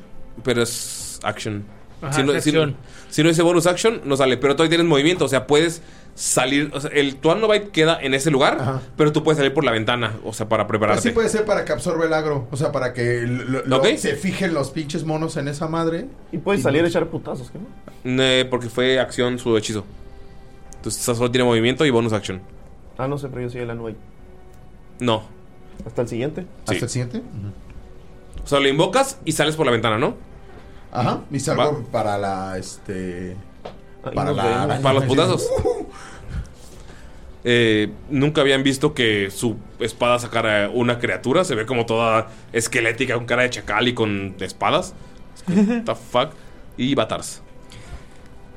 Speaker 1: Pero es action.
Speaker 4: Ajá,
Speaker 1: si, no,
Speaker 4: es
Speaker 1: si no-
Speaker 4: acción.
Speaker 1: si no dice bonus action, no sale. Pero todavía tienes movimiento. O sea, puedes salir. O sea, el, tu Anobite queda en ese lugar, pero tú puedes salir por la ventana. O sea, para
Speaker 4: Pero sí
Speaker 1: prepararte.
Speaker 4: puede ser para que absorba el agro. O sea, para que lo- lo-
Speaker 1: Ok.
Speaker 4: se fijen los pinches monos en esa madre.
Speaker 2: Y puede salir a echar putazos, ¿qué no?
Speaker 4: pues.
Speaker 1: Eh, porque fue acción su hechizo. Entonces, esa solo tiene movimiento y bonus action.
Speaker 2: Ah, no sé, pero yo soy el anubite.
Speaker 1: No.
Speaker 2: ¿Hasta el siguiente?
Speaker 1: Sí.
Speaker 4: ¿Hasta el siguiente?
Speaker 1: O sea, lo invocas y sales por la ventana, ¿no?
Speaker 4: Ajá. Y salgo para la. Este. Para
Speaker 1: nos
Speaker 4: la.
Speaker 1: vemos.
Speaker 4: araña.
Speaker 1: Para los putazos. Eh, nunca habían visto que su espada sacara una criatura. Se ve como toda esquelética, con cara de chacal y con espadas. Es como, What the fuck? Y Batars.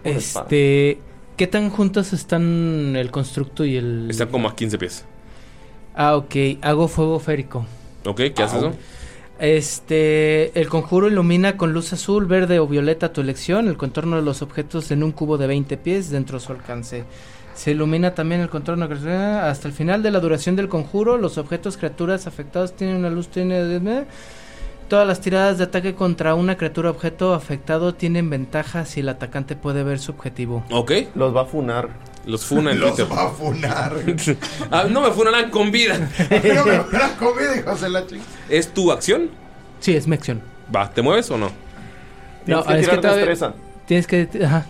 Speaker 3: Este. ¿Qué tan juntas están el constructo y el.
Speaker 1: Están como a 15 pies.
Speaker 3: Ah, ok. Hago fuego férico.
Speaker 1: ¿Ok? ¿Qué haces eso?
Speaker 3: Este, el conjuro ilumina con luz azul, verde o violeta a tu elección el contorno de los objetos en un cubo de 20 pies dentro de su alcance. Se ilumina también el contorno que- hasta el final de la duración del conjuro. Los objetos, criaturas afectados tienen una luz tiene Todas las tiradas de ataque contra una criatura objeto afectado tienen ventaja si el atacante puede ver su objetivo.
Speaker 1: Ok.
Speaker 2: Los va a funar.
Speaker 1: Los
Speaker 4: [LAUGHS]
Speaker 1: funa en
Speaker 2: Los
Speaker 1: Twitter.
Speaker 2: va a funar.
Speaker 1: [LAUGHS] Ah, no me funarán con vida.
Speaker 4: La comida, hijos de la chica.
Speaker 1: ¿Es tu acción?
Speaker 3: Sí, es mi acción.
Speaker 1: Va, ¿te mueves o no?
Speaker 3: No, es que todavía- Tienes que. Ajá.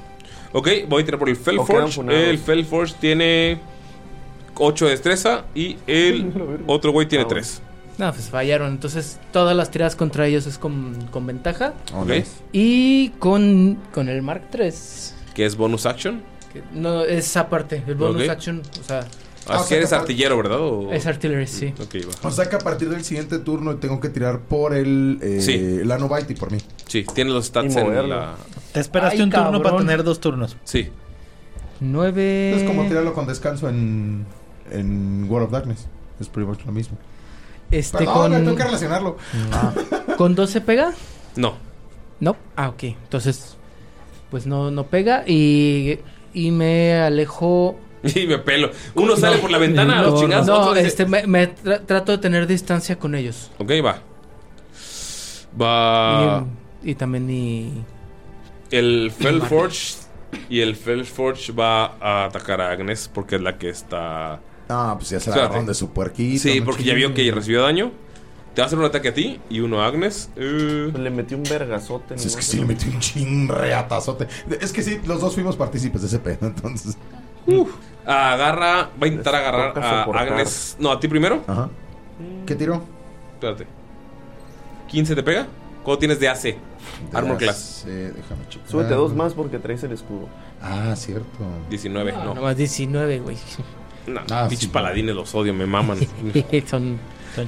Speaker 1: Ok, voy a tirar por el
Speaker 3: O quedan
Speaker 1: Felforge.
Speaker 3: funados.
Speaker 1: El Felforge tiene 8 de destreza y el otro güey tiene 3.
Speaker 3: No, pues fallaron. Entonces, todas las tiradas contra ellos es con, con ventaja.
Speaker 1: Ok.
Speaker 3: Y con, con el Mark 3.
Speaker 1: Que es bonus action.
Speaker 3: No, es aparte. El bonus
Speaker 1: Ok.
Speaker 3: action. O sea.
Speaker 1: Ah, si eres artillero, ¿verdad? O-
Speaker 3: Es artillery, sí.
Speaker 1: Ok, va.
Speaker 4: O sea que a partir del siguiente turno tengo que tirar por el eh,
Speaker 1: Sí.
Speaker 4: la Novite y por mí.
Speaker 1: Sí, tiene los stats en la.
Speaker 5: Te esperaste
Speaker 4: Ay,
Speaker 5: un turno para
Speaker 4: cabrón.
Speaker 5: tener dos turnos.
Speaker 1: Sí.
Speaker 3: 9.
Speaker 4: Es como tirarlo con descanso en, en World of Darkness. Es pretty much lo mismo.
Speaker 3: Este
Speaker 4: Perdón,
Speaker 3: con. Ah.
Speaker 4: tengo que relacionarlo.
Speaker 3: ¿Con 12 pega?
Speaker 1: No.
Speaker 3: No. Ah, ok. Entonces, pues no, no pega. Y, y me alejo.
Speaker 1: [LAUGHS] Y me pelo. Uno sale por la ventana,
Speaker 3: no,
Speaker 1: los chingados.
Speaker 3: No,
Speaker 1: otro dice-
Speaker 3: este, me, me tra- trato de tener distancia con ellos.
Speaker 1: Ok, va. Va.
Speaker 3: Y, y también mi.
Speaker 1: El Felforge. Y el Felforge va a atacar a Agnes porque es la que está.
Speaker 4: Ah, pues ya se la
Speaker 1: Espérate.
Speaker 4: agarraron de su puerquito.
Speaker 1: Sí,
Speaker 4: no
Speaker 1: porque ya vio
Speaker 4: chinguen.
Speaker 1: que recibió daño. Te va a hacer un ataque a ti y uno a Agnes. Eh.
Speaker 2: Le metió un vergazote.
Speaker 4: Sí, es que sí, le metí un chingreatazote. Es que sí, los dos fuimos partícipes de ese pedo, [LAUGHS] entonces.
Speaker 1: Agarra. Va a intentar
Speaker 4: Les
Speaker 1: agarrar
Speaker 4: toca
Speaker 1: a
Speaker 4: soportar.
Speaker 1: Agnes. No, a ti primero.
Speaker 4: Ajá. ¿Qué tiro?
Speaker 1: Espérate. 15 te pega. ¿Cuánto tienes de AC? Armor
Speaker 4: AC,
Speaker 1: Class.
Speaker 4: déjame checar.
Speaker 2: Súbete dos más porque traes el escudo.
Speaker 4: Ah, cierto.
Speaker 1: 19, no.
Speaker 3: Nomás 19, güey.
Speaker 1: No, pinches paladines los odio,
Speaker 3: [LAUGHS]
Speaker 1: me maman.
Speaker 3: Son.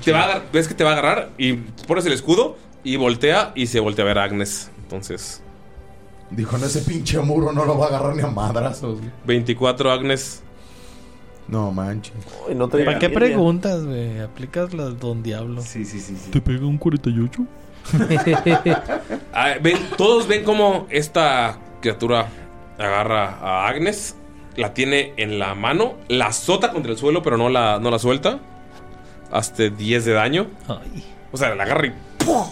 Speaker 1: te va a agarrar, ves que te va a agarrar y pones el escudo y voltea y se voltea a ver a Agnes. Entonces,
Speaker 4: Dijo, no, ese pinche muro no lo va a agarrar ni a
Speaker 1: [LAUGHS]
Speaker 4: madrazos.
Speaker 1: 24 Agnes.
Speaker 4: No manches.
Speaker 2: no
Speaker 4: traía
Speaker 5: ¿Para qué
Speaker 4: Biblia.
Speaker 5: preguntas, güey? Aplicas la Don Diablo. Sí,
Speaker 1: sí, sí. sí.
Speaker 5: ¿Te pega un [LAUGHS] 48?
Speaker 1: Ah, ven- todos ven cómo esta criatura agarra a Agnes, la tiene en la mano, la azota contra el suelo, pero no la, no la suelta. Hasta 10 de daño. O sea, la agarra y ¡puf!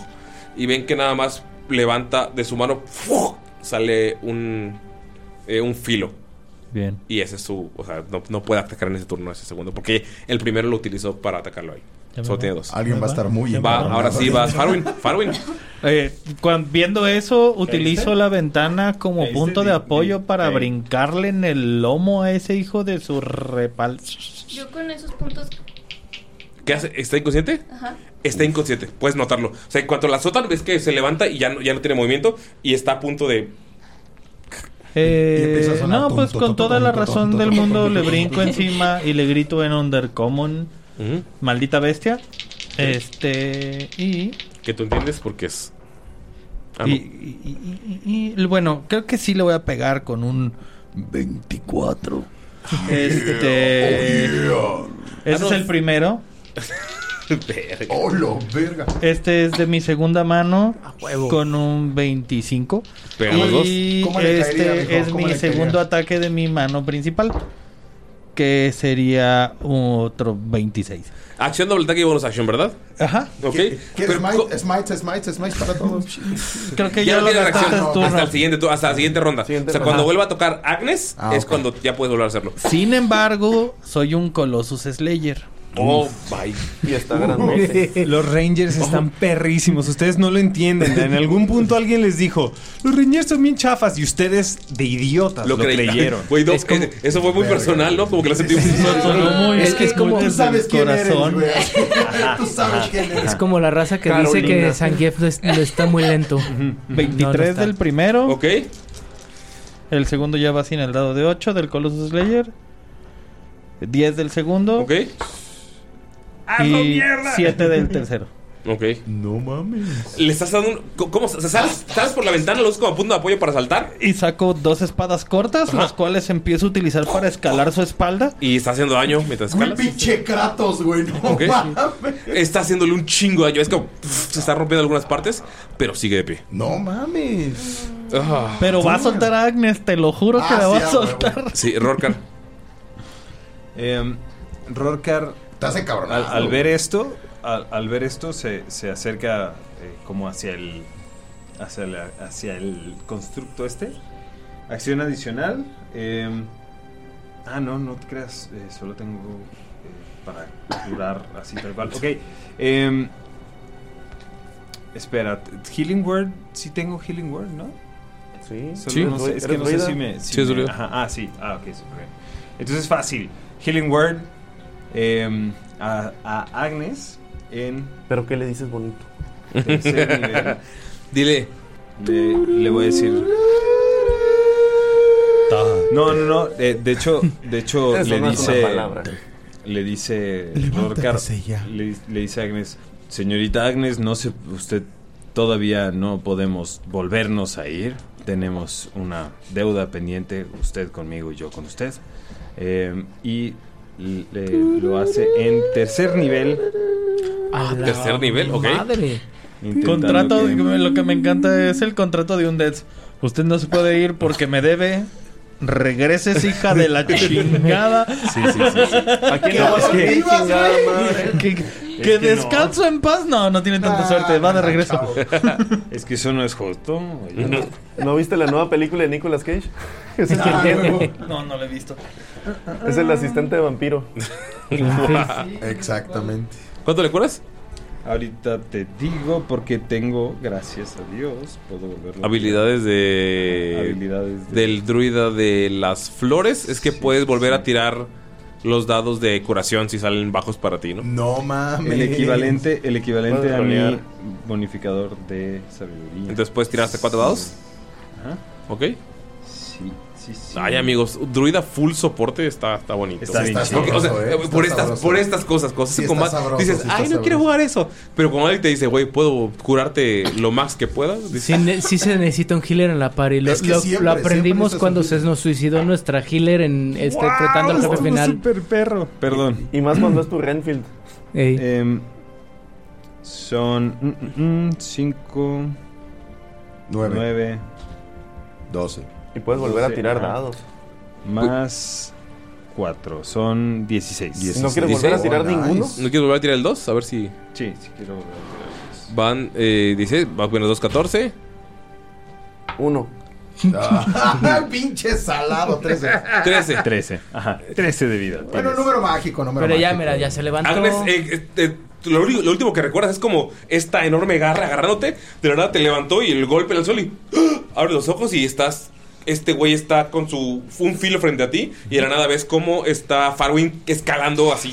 Speaker 1: Y ven que nada más levanta de su mano, ¡puf! sale un, eh, un filo.
Speaker 5: Bien.
Speaker 1: Y ese es su. O sea, no, no puede atacar en ese turno, ese segundo. Porque el primero lo utilizó para atacarlo ahí.
Speaker 5: Ya me
Speaker 1: Solo
Speaker 5: va.
Speaker 1: tiene dos.
Speaker 5: Alguien va a estar muy
Speaker 1: Va,
Speaker 5: encabronado.
Speaker 1: ahora sí
Speaker 5: [LAUGHS]
Speaker 1: vas. Farwin, Farwin.
Speaker 5: Eh, cuan- viendo eso, utilizo
Speaker 1: ¿Caíste?
Speaker 5: la ventana como
Speaker 1: ¿Caíste?
Speaker 5: punto de
Speaker 1: Di-
Speaker 5: apoyo
Speaker 1: di-
Speaker 5: para
Speaker 1: caí.
Speaker 5: brincarle en el lomo a ese hijo de su repal.
Speaker 8: Yo con esos puntos.
Speaker 1: ¿Qué hace? ¿Está inconsciente?
Speaker 8: Ajá.
Speaker 1: Está inconsciente, puedes notarlo. O sea, en cuanto la azotan, ves que se levanta y ya no, ya no tiene movimiento y está a punto de.
Speaker 5: Eh,
Speaker 1: Y empieza a sonar
Speaker 5: no, pues
Speaker 1: tum,
Speaker 5: con
Speaker 1: tum,
Speaker 5: toda
Speaker 1: tum,
Speaker 5: la
Speaker 1: tum,
Speaker 5: razón
Speaker 1: tum,
Speaker 5: del
Speaker 1: tum,
Speaker 5: mundo
Speaker 1: tum,
Speaker 5: le
Speaker 1: tum,
Speaker 5: brinco
Speaker 1: tum, tum.
Speaker 5: encima y le grito en Undercommon.
Speaker 1: Ujú.
Speaker 5: Maldita bestia. Este. Y.
Speaker 1: Que tú entiendes porque es. Ah,
Speaker 5: y,
Speaker 1: no.
Speaker 5: y- y- y- bueno, creo que sí le voy a pegar con un 24.
Speaker 1: [LAUGHS]
Speaker 5: Este.
Speaker 4: Yeah, oh,
Speaker 5: Ese es el primero.
Speaker 4: ¡Oh, lo verga!
Speaker 5: Este es de mi segunda mano
Speaker 4: huevo.
Speaker 5: con un 25.
Speaker 1: Pegamos
Speaker 5: y
Speaker 1: dos. ¿Cómo le
Speaker 5: este
Speaker 1: caería, mijo?
Speaker 5: es
Speaker 1: ¿Cómo
Speaker 5: mi
Speaker 1: le caería?
Speaker 5: segundo ataque de mi mano principal, que sería otro 26.
Speaker 1: Acción doble ataque y bonus action, ¿verdad?
Speaker 5: Ajá.
Speaker 1: Ok.
Speaker 4: ¿Quieres smite? Smite, smite, smite para todos.
Speaker 5: Creo
Speaker 1: Ya, no tiene reacción hasta, el siguiente, tu- hasta la siguiente ronda. o sea,
Speaker 5: ronda.
Speaker 1: cuando
Speaker 5: Ajá.
Speaker 1: vuelva a tocar Agnes,
Speaker 5: Ah,
Speaker 1: es
Speaker 5: ok.
Speaker 1: cuando ya puedes volver a hacerlo.
Speaker 5: Sin embargo, soy un Colossus Slayer.
Speaker 1: Oh, bye.
Speaker 2: Y está
Speaker 1: [LAUGHS]
Speaker 6: Los Rangers están perrísimos. Ustedes no lo entienden. En algún punto alguien les dijo: Los Rangers son bien chafas. Y ustedes, de idiotas, lo,
Speaker 1: creí.
Speaker 6: creyeron.
Speaker 1: Güey, no, eh, eso fue muy personal, ¿no? Como que lo sentí muy
Speaker 3: es que es como.
Speaker 4: Tú sabes quién eres.
Speaker 3: Es como la raza que dice
Speaker 5: Carolina.
Speaker 3: que San Jeff no es- no está muy lento.
Speaker 5: 23
Speaker 3: No, no está.
Speaker 5: del primero.
Speaker 1: Ok.
Speaker 5: El segundo ya va sin el dado de 8 del Colossus Slayer. 10 del segundo.
Speaker 1: Ok.
Speaker 4: Ah,
Speaker 5: Y 7 del tercero.
Speaker 1: Ok.
Speaker 4: No mames.
Speaker 1: Le estás dando un. co- ¿Cómo? sa- ¿Sales, sales por la ventana? ¿Lo usas como punto de apoyo para saltar?
Speaker 5: Y saco dos espadas cortas, las cuales empiezo a utilizar para escalar su espalda.
Speaker 1: Y está haciendo daño mientras escalas.
Speaker 4: Pinche Kratos, güey. No
Speaker 1: Ok.
Speaker 4: mames.
Speaker 1: Está haciéndole un chingo de daño. Es como. pff, se está rompiendo algunas partes, pero sigue de pie.
Speaker 4: No mames.
Speaker 1: Ah.
Speaker 5: Pero va a soltar a Agnes, te lo juro que
Speaker 4: Ah,
Speaker 5: la va
Speaker 4: sí,
Speaker 5: a
Speaker 4: a huevo.
Speaker 5: soltar.
Speaker 1: Sí, Rorcar.
Speaker 6: Em, Rorcar.
Speaker 4: Estás encabronado,
Speaker 6: Al, al
Speaker 4: güey.
Speaker 6: ver esto, al, al ver esto, se, se acerca eh, como hacia el. Hacia, la- hacia el constructo este. Acción adicional. em, ah, no, no te creas. eh, solo tengo eh, para curar así tal cual. Ok. em, espera, Healing Word. Sí tengo Healing Word, ¿no?
Speaker 2: Sí.
Speaker 6: Solo
Speaker 2: Sí.
Speaker 6: no sé- es que
Speaker 2: ¿Eres
Speaker 6: no sé
Speaker 2: druida?
Speaker 6: si me. si
Speaker 1: Sí, es
Speaker 6: me-
Speaker 1: druida.
Speaker 6: ajá, ah, sí. Ah, ok, súper bien. Entonces, fácil. Healing Word em, a, a Agnes en.
Speaker 2: ¿Pero qué le dices
Speaker 1: [LAUGHS]
Speaker 2: bonito?
Speaker 6: tercer nivel.
Speaker 1: Dile.
Speaker 6: Le, le voy a decir. No, no, no. eh, De, hecho, de hecho
Speaker 2: Eso
Speaker 6: le
Speaker 2: no es
Speaker 6: dice.
Speaker 2: una palabra.
Speaker 6: Le dice.
Speaker 4: Levántate,
Speaker 6: Lorcar,
Speaker 4: Seiya.
Speaker 6: le, le dice a Agnes. Señorita Agnes, no sé. Usted todavía no podemos volvernos a ir. Tenemos una deuda pendiente. Usted conmigo y yo con usted. Eh, y le- lo hace en tercer nivel.
Speaker 1: Ah, Tercer nivel, ok.
Speaker 6: Intentando
Speaker 5: Contrato,
Speaker 6: que-
Speaker 5: lo que me encanta es el contrato de un Dead. Usted no se puede ir porque me debe. Regreses, hija de
Speaker 6: [LAUGHS]
Speaker 5: la chingada.
Speaker 6: Sí, sí, sí, sí.
Speaker 5: Aquí
Speaker 6: no vas a ir,
Speaker 5: chingada [LAUGHS]
Speaker 6: madre.
Speaker 5: Que,
Speaker 6: Es
Speaker 5: que
Speaker 6: que no. Ah,
Speaker 5: descanso en paz. No, no tiene tanta suerte. Va de regreso.
Speaker 6: [LAUGHS]
Speaker 5: [LAUGHS]
Speaker 6: Es que eso no es justo. oye.
Speaker 2: ¿No viste la nueva película de Nicolas Cage? Ese es
Speaker 5: Ah,
Speaker 2: el-
Speaker 5: huevo. No, no lo he visto.
Speaker 2: Es el asistente de vampiro.
Speaker 4: Exactamente.
Speaker 1: ¿Cuánto le curas?
Speaker 6: Ahorita te digo porque tengo, gracias a Dios, puedo volverlo.
Speaker 1: Habilidades de.
Speaker 6: Habilidades de-
Speaker 1: Del druida de las flores. Es que puedes volver a tirar los dados de curación si salen bajos para ti, ¿no?
Speaker 4: No mames.
Speaker 6: El equivalente, el equivalente
Speaker 1: Puedes
Speaker 6: a mi
Speaker 1: rolear.
Speaker 6: bonificador de sabiduría.
Speaker 1: Entonces puedes tirarte cuatro dados.
Speaker 6: Ajá.
Speaker 1: ¿Ok?
Speaker 6: Sí, sí, sí.
Speaker 1: Ay, amigos, druida full soporte está, está bonito.
Speaker 6: Está bien
Speaker 1: Porque,
Speaker 6: chido.
Speaker 1: o sea,
Speaker 6: sabroso, eh. Está
Speaker 1: por, estas,
Speaker 6: sabroso.
Speaker 1: por estas cosas, cosas
Speaker 6: Sí,
Speaker 1: de
Speaker 6: está
Speaker 1: combate,
Speaker 6: sabroso,
Speaker 1: dices,
Speaker 6: sí
Speaker 1: ay,
Speaker 6: está
Speaker 1: no
Speaker 6: sabroso".
Speaker 1: quiero jugar eso. Pero cuando alguien te dice, güey, puedo curarte lo más que puedas, dices, "Ah".
Speaker 3: Sí, ne- sí se necesita un healer en la party. Lo,
Speaker 1: Es que
Speaker 3: lo-
Speaker 1: siempre,
Speaker 3: lo
Speaker 1: siempre
Speaker 3: aprendimos
Speaker 1: necesitas
Speaker 3: cuando se nos suicidó nuestra healer en este, tratando al jefe final.
Speaker 6: super perro. Perdón.
Speaker 2: Y más cuando es tu Renfield.
Speaker 6: Em, son 5, 9,
Speaker 4: Nueve.
Speaker 6: 12.
Speaker 2: Y puedes volver a tirar dados.
Speaker 6: Más 4, son 16.
Speaker 2: ¿No quieres volver
Speaker 6: "Oh,
Speaker 2: a tirar ninguno?
Speaker 1: ¿No quieres volver a tirar el 2? A ver si.
Speaker 6: Sí, sí quiero volver a tirar.
Speaker 1: Van, eh, dice, va menos 2, 14.
Speaker 2: 1.
Speaker 4: [LAUGHS] Pinche salado, 13.
Speaker 1: 13.
Speaker 6: 13. Ajá, 13 de vida.
Speaker 4: Bueno, número mágico, número
Speaker 3: Pero [LAUGHS] ya,
Speaker 4: mágico.
Speaker 3: mira, ya se levantó.
Speaker 1: Agnes, eh, eh, eh, lo, único- lo último que recuerdas es como esta enorme garra agarrándote. De la nada te levantó y el golpe en el suelo y ¡ah! abre los ojos y estás. Este güey está con su un filo frente a ti y de la nada ves cómo está Farwin escalando así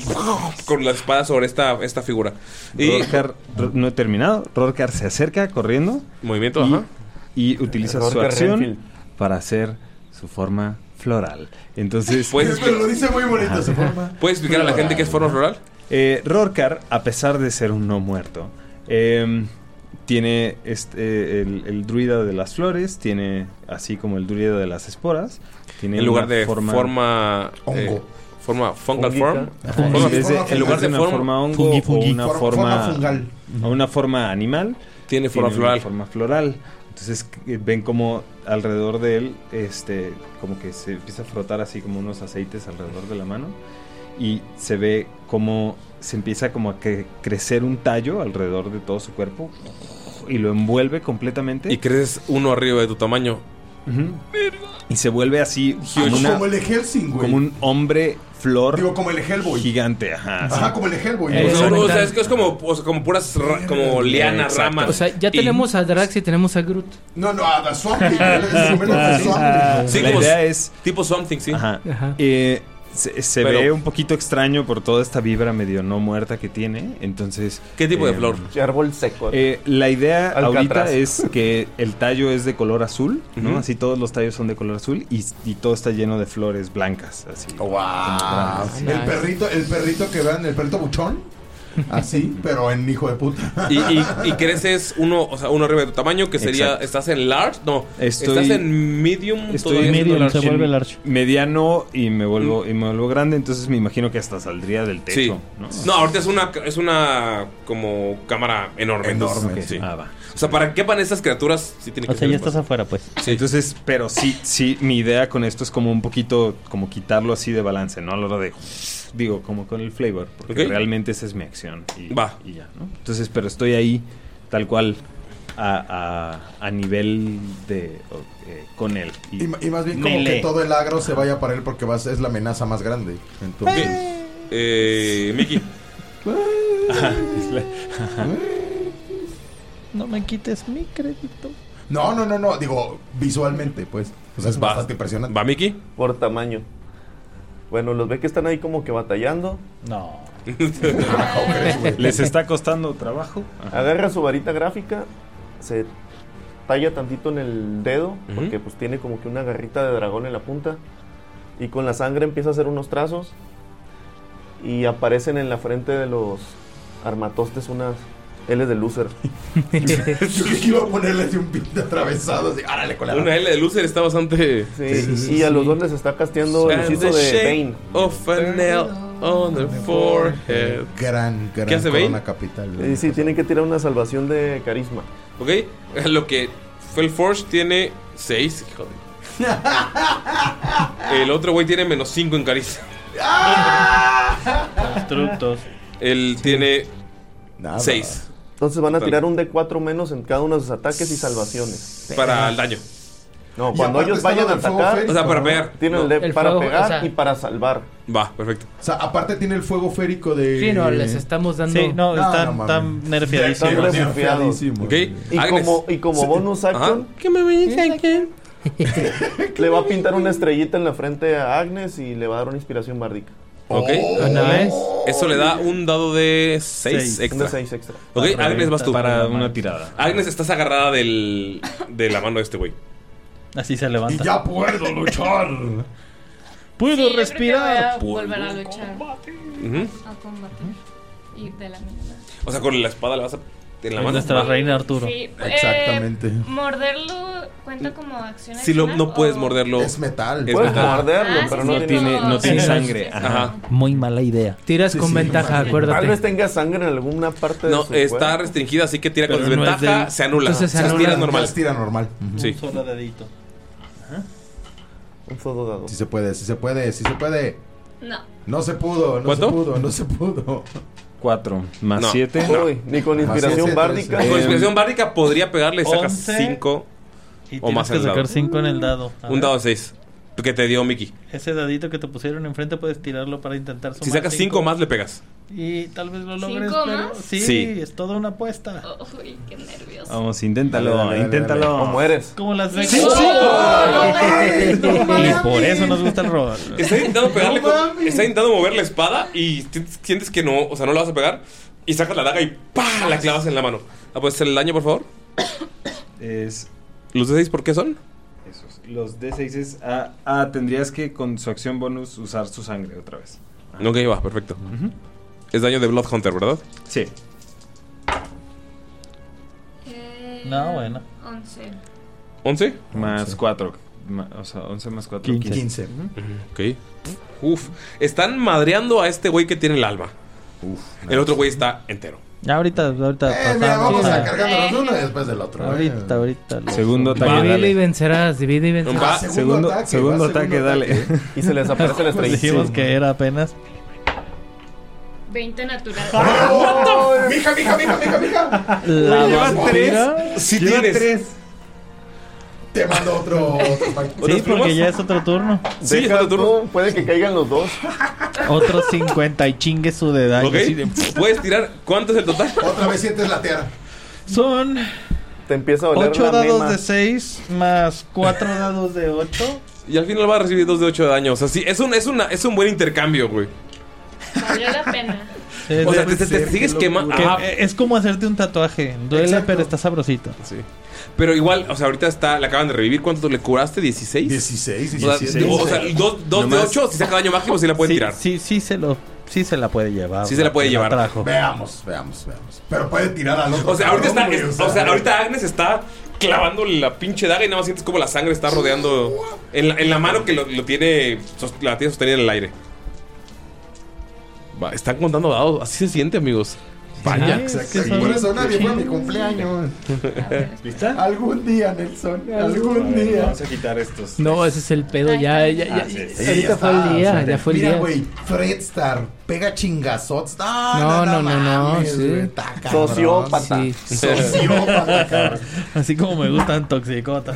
Speaker 1: con la espada sobre esta, esta figura. Y
Speaker 6: Rorcar, Ro- no he terminado. Rorcar se acerca corriendo.
Speaker 1: Movimiento,
Speaker 6: y,
Speaker 1: ajá.
Speaker 6: Y utiliza su
Speaker 1: Rorcar
Speaker 6: acción
Speaker 1: Renfield.
Speaker 6: para hacer su forma floral. Entonces.
Speaker 1: Pues- Pero lo
Speaker 4: dice muy bonito su forma.
Speaker 1: ¿Puedes explicar a la gente qué es forma floral?
Speaker 6: Eh, Rorcar, a pesar de ser un no muerto, eh, tiene este, eh, el, el druida de las flores, tiene así como el druida de las esporas. Tiene
Speaker 1: en lugar
Speaker 6: una
Speaker 1: de forma. Forma. eh, forma fungal form.
Speaker 6: Ajá,
Speaker 1: Forma-
Speaker 6: en vez de- en lugar de una
Speaker 1: form-
Speaker 6: forma hongo o una
Speaker 1: For-
Speaker 6: forma,
Speaker 1: fungal.
Speaker 6: o una forma animal
Speaker 1: Tiene forma
Speaker 6: una
Speaker 1: floral.
Speaker 6: forma floral. Entonces eh, ven como alrededor de él este como que se empieza a frotar así como unos aceites alrededor de la mano y se ve como se empieza como a cre- crecer un tallo alrededor de todo su cuerpo y lo envuelve completamente
Speaker 1: Y creces uno arriba de tu tamaño.
Speaker 6: Ujú. y se vuelve así como, una-
Speaker 4: Ah, Como el de Helsing, güey.
Speaker 6: como un hombre flor
Speaker 4: Digo, como el Hellboy.
Speaker 6: gigante ajá,
Speaker 4: Ajá,
Speaker 6: sí.
Speaker 4: como el Hellboy.
Speaker 1: O sea,
Speaker 4: Exacto.
Speaker 1: o sea, es que es como, o sea, como puras ra- como lianas,
Speaker 6: Exacto.
Speaker 1: ramas.
Speaker 3: O
Speaker 4: [LAUGHS]
Speaker 3: sea, ya
Speaker 1: eh, Y-
Speaker 3: tenemos a Drax y tenemos a Groot.
Speaker 4: No, Ah, no, a The Swamp
Speaker 1: Sí,
Speaker 6: Ah, la
Speaker 1: como
Speaker 6: idea
Speaker 1: s-
Speaker 6: es
Speaker 1: Tipo Swamp Thing, sí.
Speaker 6: Ajá. Eh, se se
Speaker 1: Pero-
Speaker 6: ve un poquito extraño por toda esta vibra medio no muerta que tiene. Entonces.
Speaker 1: ¿Qué tipo de flor?
Speaker 2: Árbol seco.
Speaker 6: em, eh, la idea
Speaker 2: Alcatraz.
Speaker 6: ahorita es que el tallo es de color azul, ¿no?
Speaker 2: Ujú.
Speaker 6: Así todos los tallos son de color azul y, y todo está lleno de flores blancas. Así.
Speaker 4: Ah,
Speaker 6: ¡Wow!
Speaker 4: el perrito, el perrito que vean, el perrito buchón. Así, pero en hijo de puta.
Speaker 1: Y, y, y creces uno, o sea, uno arriba de tu tamaño, que sería.
Speaker 6: Exacto.
Speaker 1: ¿Estás en large? No.
Speaker 6: Estoy-
Speaker 1: ¿Estás en medium?
Speaker 6: Estoy
Speaker 1: medium,
Speaker 6: Mediano y me vuelvo y me vuelvo grande, entonces me imagino que hasta saldría del
Speaker 1: Mm. Sí.
Speaker 6: techo.
Speaker 1: ¿no? ahorita es una, es una como cámara enorme.
Speaker 6: Enorme.
Speaker 1: Entonces,
Speaker 6: Ok.
Speaker 1: sí.
Speaker 6: Ah, va.
Speaker 1: O sea, para qué van estas criaturas, sí tiene que
Speaker 6: O sea,
Speaker 1: ser
Speaker 6: ya
Speaker 1: espacio.
Speaker 6: estás
Speaker 11: afuera, pues.
Speaker 6: Entonces, pero sí, sí, mi idea con esto es como un poquito, como quitarlo así de balance, ¿no? A la hora de, digo, como con el flavor, porque
Speaker 1: Ok.
Speaker 6: realmente esa es mi acción. Y,
Speaker 1: Va.
Speaker 6: y ya, ¿no? Entonces, pero estoy ahí tal cual a, a- a nivel de, o- eh, con él.
Speaker 4: Y, y más bien como
Speaker 6: Melee.
Speaker 4: que todo el agro se vaya para él porque vas, es la amenaza más grande. Entonces,
Speaker 1: Eh, Mickey.
Speaker 6: [LAUGHS] Ajá, es la- ajá.
Speaker 5: No me quites mi crédito.
Speaker 4: No, no, no, no. Digo, visualmente, pues. [LAUGHS] O sea, es
Speaker 2: Va.
Speaker 4: bastante impresionante.
Speaker 1: ¿Va Mickey?
Speaker 2: Por tamaño. Bueno, los ve que están ahí como que batallando.
Speaker 5: No.
Speaker 6: Les está costando trabajo. Ajá.
Speaker 2: Agarra su varita gráfica, se talla tantito en el dedo, porque pues tiene como que una garrita de dragón en la punta. Y con la sangre empieza a hacer unos trazos. Y aparecen en la frente de los armatostes unas L de Lucer.
Speaker 4: [LAUGHS] Yo que iba a ponerle así un pinte atravesado, así, árale con la
Speaker 1: Una L de este. Lucer está bastante.
Speaker 2: Sí, y a los dos les está casteando el
Speaker 1: And
Speaker 2: hechizo
Speaker 1: the
Speaker 2: de
Speaker 1: shape
Speaker 2: Bane.
Speaker 1: Of a nail on the forehead.
Speaker 4: Eh, Gran, gran
Speaker 1: Eh, ¿Qué hace Bane?
Speaker 4: corona capital.
Speaker 2: Eh, sí, tienen que tirar una salvación de carisma.
Speaker 1: Ok, [LAUGHS] lo que Felforge tiene 6, hijo de- El otro güey tiene menos 5 en carisma.
Speaker 6: ¡Ah!
Speaker 5: Constructos.
Speaker 1: Él tiene 6
Speaker 2: Entonces van a
Speaker 1: Total.
Speaker 2: tirar un D4 menos en cada uno de sus ataques y salvaciones.
Speaker 1: para el daño.
Speaker 2: No, cuando ellos vayan a atacar,
Speaker 1: O sea, para pegar.
Speaker 2: tienen el
Speaker 1: No.
Speaker 2: de para pegar y para salvar.
Speaker 1: Va, perfecto.
Speaker 4: O sea, eh, aparte tiene el fuego férico de.
Speaker 3: Sí, no, les estamos dando- Sí, no, están- están nerfeadísimos.
Speaker 2: Están nerfeados.
Speaker 4: Nerfeadísimos.
Speaker 2: Y
Speaker 4: Agnes.
Speaker 2: como, y como
Speaker 4: Sí.
Speaker 2: bonus action,
Speaker 4: [LAUGHS]
Speaker 1: ¿Qué me venís aquí?
Speaker 2: le va a pintar una estrellita en la frente a Agnes y le va a dar una inspiración bardica.
Speaker 1: Ok.
Speaker 4: Oh.
Speaker 3: Ah,
Speaker 1: Eso le da un dado de 6
Speaker 2: Seis.
Speaker 1: extra.
Speaker 2: Un de seis extra.
Speaker 1: Ok,
Speaker 2: Para
Speaker 1: Agnes vas tú.
Speaker 2: para una
Speaker 6: tirada.
Speaker 1: Agnes, estás agarrada del, de la mano de este güey.
Speaker 5: Así se levanta.
Speaker 1: Y ya puedo luchar.
Speaker 8: Sí, yo
Speaker 5: Puedo
Speaker 8: creo que
Speaker 5: respirar.
Speaker 8: voy a volver a
Speaker 5: Puedo
Speaker 8: luchar.
Speaker 1: Ujú.
Speaker 8: A combatir. Y de la misma.
Speaker 1: O sea, con la espada le vas a. En la
Speaker 5: Es
Speaker 1: mano.
Speaker 5: nuestra reina Arturo.
Speaker 8: Sí, eh, morderlo cuenta como acción.
Speaker 1: Si lo, no puedes
Speaker 8: o-
Speaker 1: morderlo.
Speaker 4: Es metal.
Speaker 1: Es
Speaker 2: Puedes
Speaker 1: metal.
Speaker 2: morderlo,
Speaker 8: pues. Ah,
Speaker 2: pero
Speaker 8: sí,
Speaker 2: no
Speaker 8: sí,
Speaker 2: tiene,
Speaker 8: no.
Speaker 2: no tiene
Speaker 8: Sí,
Speaker 2: sangre.
Speaker 1: Ajá.
Speaker 11: Muy mala idea.
Speaker 3: Tiras con ventaja, acuérdate.
Speaker 2: Tal vez tenga sangre en alguna parte de
Speaker 1: No,
Speaker 2: su
Speaker 1: está
Speaker 2: cuerpo.
Speaker 1: restringida, así que tira con
Speaker 2: Pero no es
Speaker 1: desventaja,
Speaker 2: del-
Speaker 1: se anula.
Speaker 2: Entonces se
Speaker 1: se
Speaker 2: anula.
Speaker 1: estira normal.
Speaker 4: Se estira normal.
Speaker 1: Sí.
Speaker 5: Solo dedito.
Speaker 2: Un solo dado.
Speaker 4: Si se puede, si se puede, si se puede.
Speaker 8: No.
Speaker 4: No se pudo, no
Speaker 1: ¿Cuánto?
Speaker 4: se pudo, no se pudo.
Speaker 6: 4 más
Speaker 1: No.
Speaker 6: 7.
Speaker 2: Uy, ni con
Speaker 4: Más
Speaker 2: inspiración
Speaker 4: siete, Em,
Speaker 2: bárdica.
Speaker 1: Con inspiración bárdica podría pegarle y sacas
Speaker 5: Once.
Speaker 1: 5
Speaker 5: Y
Speaker 1: o
Speaker 5: tienes
Speaker 1: más
Speaker 5: que
Speaker 1: en el dado.
Speaker 5: sacar 5 en el dado. A
Speaker 1: Un
Speaker 5: ver,
Speaker 1: dado de 6 que te dio Mickey.
Speaker 5: Ese dadito que te pusieron enfrente puedes tirarlo para intentar sumar
Speaker 1: Si sacas 5 más, le pegas.
Speaker 5: Y tal vez lo logres.
Speaker 8: ¿Cinco
Speaker 5: pero-
Speaker 8: más?
Speaker 5: Sí,
Speaker 6: Sí.
Speaker 5: es toda una apuesta.
Speaker 8: Uy, qué nervioso.
Speaker 6: Vamos, inténtalo,
Speaker 5: Dale, dale, dale,
Speaker 6: inténtalo.
Speaker 5: dale.
Speaker 2: ¿Cómo eres?
Speaker 5: Como las Vegas.
Speaker 6: Sí, Oh, sí.
Speaker 5: Oh. Y por eso nos gusta el rol.
Speaker 1: Está intentando pegarle con- está intentando mover la espada y si- sientes que no, o sea, no la vas a pegar. Y sacas la daga y ¡pa! La clavas en la mano. Ah, ¿Puedes hacer el daño, por favor?
Speaker 6: Es.
Speaker 1: ¿Los de 6 por qué son?
Speaker 6: Esos. Los D6 es. Ah, ah, tendrías que con su acción bonus usar su sangre otra vez.
Speaker 1: Ok, va, perfecto. Es daño de Blood Hunter, ¿verdad?
Speaker 6: Sí.
Speaker 5: No, bueno.
Speaker 8: 11.
Speaker 1: ¿11?
Speaker 6: Más 4. O sea, 11 más 4.
Speaker 1: 15.
Speaker 4: Eh,
Speaker 1: Ok. Uf. Están madreando a este güey que tiene el alma. El otro güey está entero.
Speaker 11: Ya ahorita, ahorita.
Speaker 4: Eh, mira,
Speaker 11: pasamos
Speaker 4: vamos
Speaker 11: a-
Speaker 4: a cargarnos uno y después del otro.
Speaker 11: Ahorita, ahorita. lo-
Speaker 6: Segundo ataque,
Speaker 3: Divide
Speaker 6: dale.
Speaker 3: y vencerás, divide y vencerás.
Speaker 6: Va, segundo, segundo, ataque, dale.
Speaker 2: Y se les aparece
Speaker 5: [LAUGHS]
Speaker 2: la estrella.
Speaker 5: Pues Dijimos que era
Speaker 1: [LAUGHS]
Speaker 5: apenas.
Speaker 8: 20 natural.
Speaker 4: Ah,
Speaker 8: [LAUGHS]
Speaker 4: Mija, mija, mija, mija, mija.
Speaker 5: La
Speaker 1: lleva
Speaker 5: vampira.
Speaker 1: tres. Si
Speaker 5: Lleva
Speaker 1: tienes.
Speaker 5: tres.
Speaker 4: Te mando otro. otro
Speaker 5: Sí, porque ya es otro turno.
Speaker 2: pues, Sí, puede que caigan los dos.
Speaker 1: [LAUGHS]
Speaker 5: Otro 50 y chingue su de daño.
Speaker 1: Ok.
Speaker 5: así de-
Speaker 1: Puedes tirar. ¿Cuánto es el total?
Speaker 4: Otra vez sientes latear.
Speaker 5: Son
Speaker 2: Te empieza a doler
Speaker 5: 8
Speaker 2: la
Speaker 5: dados
Speaker 2: mema.
Speaker 5: de 6 más 4 dados de 8.
Speaker 1: Y al final va a recibir 2 de 8 de daño. O sea, sí, es un, es una, es un buen intercambio, güey.
Speaker 8: Valió la
Speaker 1: [LAUGHS]
Speaker 8: pena.
Speaker 1: O sea, te, te- te sigues quemando. Ajá.
Speaker 5: Es como hacerte un tatuaje. Duele,
Speaker 1: Exacto.
Speaker 5: pero está sabrosito.
Speaker 1: Sí. Pero igual, o sea, ahorita está, la acaban de revivir. ¿Cuánto le curaste? ¿16?
Speaker 4: 16,
Speaker 1: O sea,
Speaker 4: 17.
Speaker 1: o sea, dos, dos de
Speaker 5: Nomás-
Speaker 1: 8, si saca daño máximo, sí la pueden
Speaker 5: sí,
Speaker 1: tirar.
Speaker 5: Sí, sí, se lo Sí se la puede llevar.
Speaker 1: Sí se la puede llevar.
Speaker 5: trajo.
Speaker 4: Veamos, veamos, veamos. Pero puede tirar al otro.
Speaker 1: O sea, ahorita, está,
Speaker 4: cabrón, güey,
Speaker 1: es- o sea, ahorita Agnes está clavándole la pinche daga y nada más sientes como la sangre está rodeando en la, en la mano que lo, lo tiene sos- la tiene sostenida en el aire. Va, están contando dados, así se siente, amigos.
Speaker 4: Ah,
Speaker 1: Vaya.
Speaker 4: Exacto. Por eso nadie fue a mi cumpleaños.
Speaker 6: ¿Lista?
Speaker 4: Algún día, Nelson. Algún día.
Speaker 6: Vamos a quitar estos.
Speaker 3: No, ese es el pedo. Ya, ya, ya.
Speaker 4: Ah, sí, sí,
Speaker 3: ahorita
Speaker 4: ya
Speaker 3: fue el
Speaker 4: está,
Speaker 3: día.
Speaker 4: o sea,
Speaker 3: ya fue el
Speaker 4: mira,
Speaker 3: día.
Speaker 4: güey, Fred Star pega chingazots. No,
Speaker 3: No,
Speaker 4: no, no,
Speaker 3: no, no,
Speaker 4: mames,
Speaker 3: sí.
Speaker 4: güey, está cabrón.
Speaker 5: Sociópata. Sí.
Speaker 3: [LAUGHS]
Speaker 4: Sociópata, cabrón.
Speaker 5: Así como me gustan toxicota.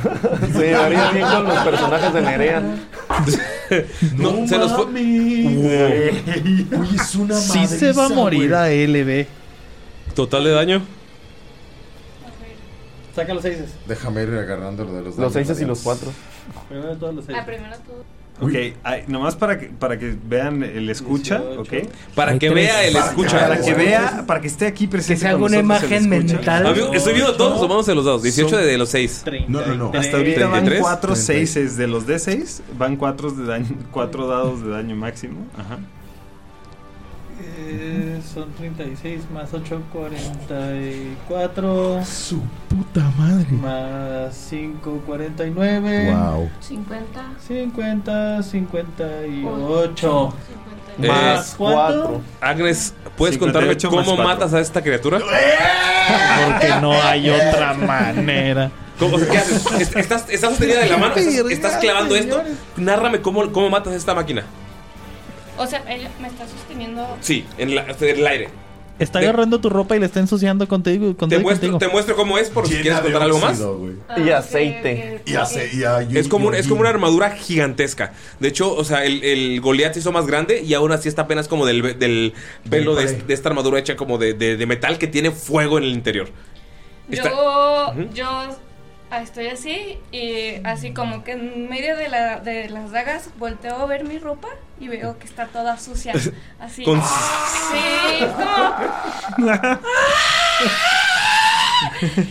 Speaker 2: Se llevaría bien con los personajes de Nerea.
Speaker 1: No, se nos fue.
Speaker 4: Uy, es una
Speaker 5: Sí se va a
Speaker 4: madriza,
Speaker 5: morir a LB.
Speaker 1: Total de daño.
Speaker 5: Saca los seises.
Speaker 4: Déjame ir agarrando lo de los
Speaker 2: Los seises y
Speaker 4: adiós.
Speaker 2: los cuatro.
Speaker 5: Primero de todos los seises.
Speaker 6: Ok, ay, nomás para que, para que vean el escucha, ¿ok?
Speaker 1: Para Hay que tres. vea el
Speaker 6: Para-
Speaker 1: escucha.
Speaker 6: Para que
Speaker 1: Ocho.
Speaker 6: vea, para que esté aquí presente. con nosotros el escucha.
Speaker 1: Amigo, estoy viendo todos tomándose los dados. 18 de los 6.
Speaker 6: No, no, no. Hasta ahorita van 4 seises de los D6, van 4 de daño, cuatro dados de daño máximo. Ajá.
Speaker 10: Eh, son 36 más 8, 44.
Speaker 4: Su puta madre.
Speaker 10: Más 5, 49.
Speaker 4: Wow.
Speaker 10: 50. 50, 58.
Speaker 1: Eh,
Speaker 10: Más cuatro.
Speaker 1: Agnes, ¿puedes
Speaker 5: 58
Speaker 1: contarme
Speaker 5: más
Speaker 1: cómo
Speaker 5: cuatro.
Speaker 1: matas a esta criatura?
Speaker 5: Porque no hay otra manera.
Speaker 1: ¿Cómo, o sea, ¿Qué haces? Est- Estás, estás sostenida de la mano, estás, estás clavando esto. Nárrame cómo, cómo matas a esta máquina.
Speaker 8: O sea, él me está sosteniendo.
Speaker 1: Sí, en, la- en el aire.
Speaker 5: Está agarrando tu ropa y la está ensuciando contigo.
Speaker 1: Te
Speaker 5: contigo,
Speaker 1: muestro,
Speaker 5: contigo.
Speaker 1: te
Speaker 5: [LAUGHS]
Speaker 1: [LAUGHS] muestro cómo es por si quieres
Speaker 5: de
Speaker 1: contar algo más.
Speaker 5: óxido,
Speaker 2: Y aceite.
Speaker 4: Y aceite.
Speaker 1: Es como, un- es como una armadura gigantesca. De hecho, o sea, el, el Goliath se hizo más grande y ahora sí está apenas como del, ve- del velo de, de esta armadura hecha como de, de- de metal que tiene fuego en el interior. Está-
Speaker 8: Yo,
Speaker 1: Ujú.
Speaker 8: yo ah, estoy así y así como que en medio de, la, de las dagas volteo a ver mi ropa y veo que está toda sucia. Así.
Speaker 1: Con-
Speaker 8: Sí, como- así.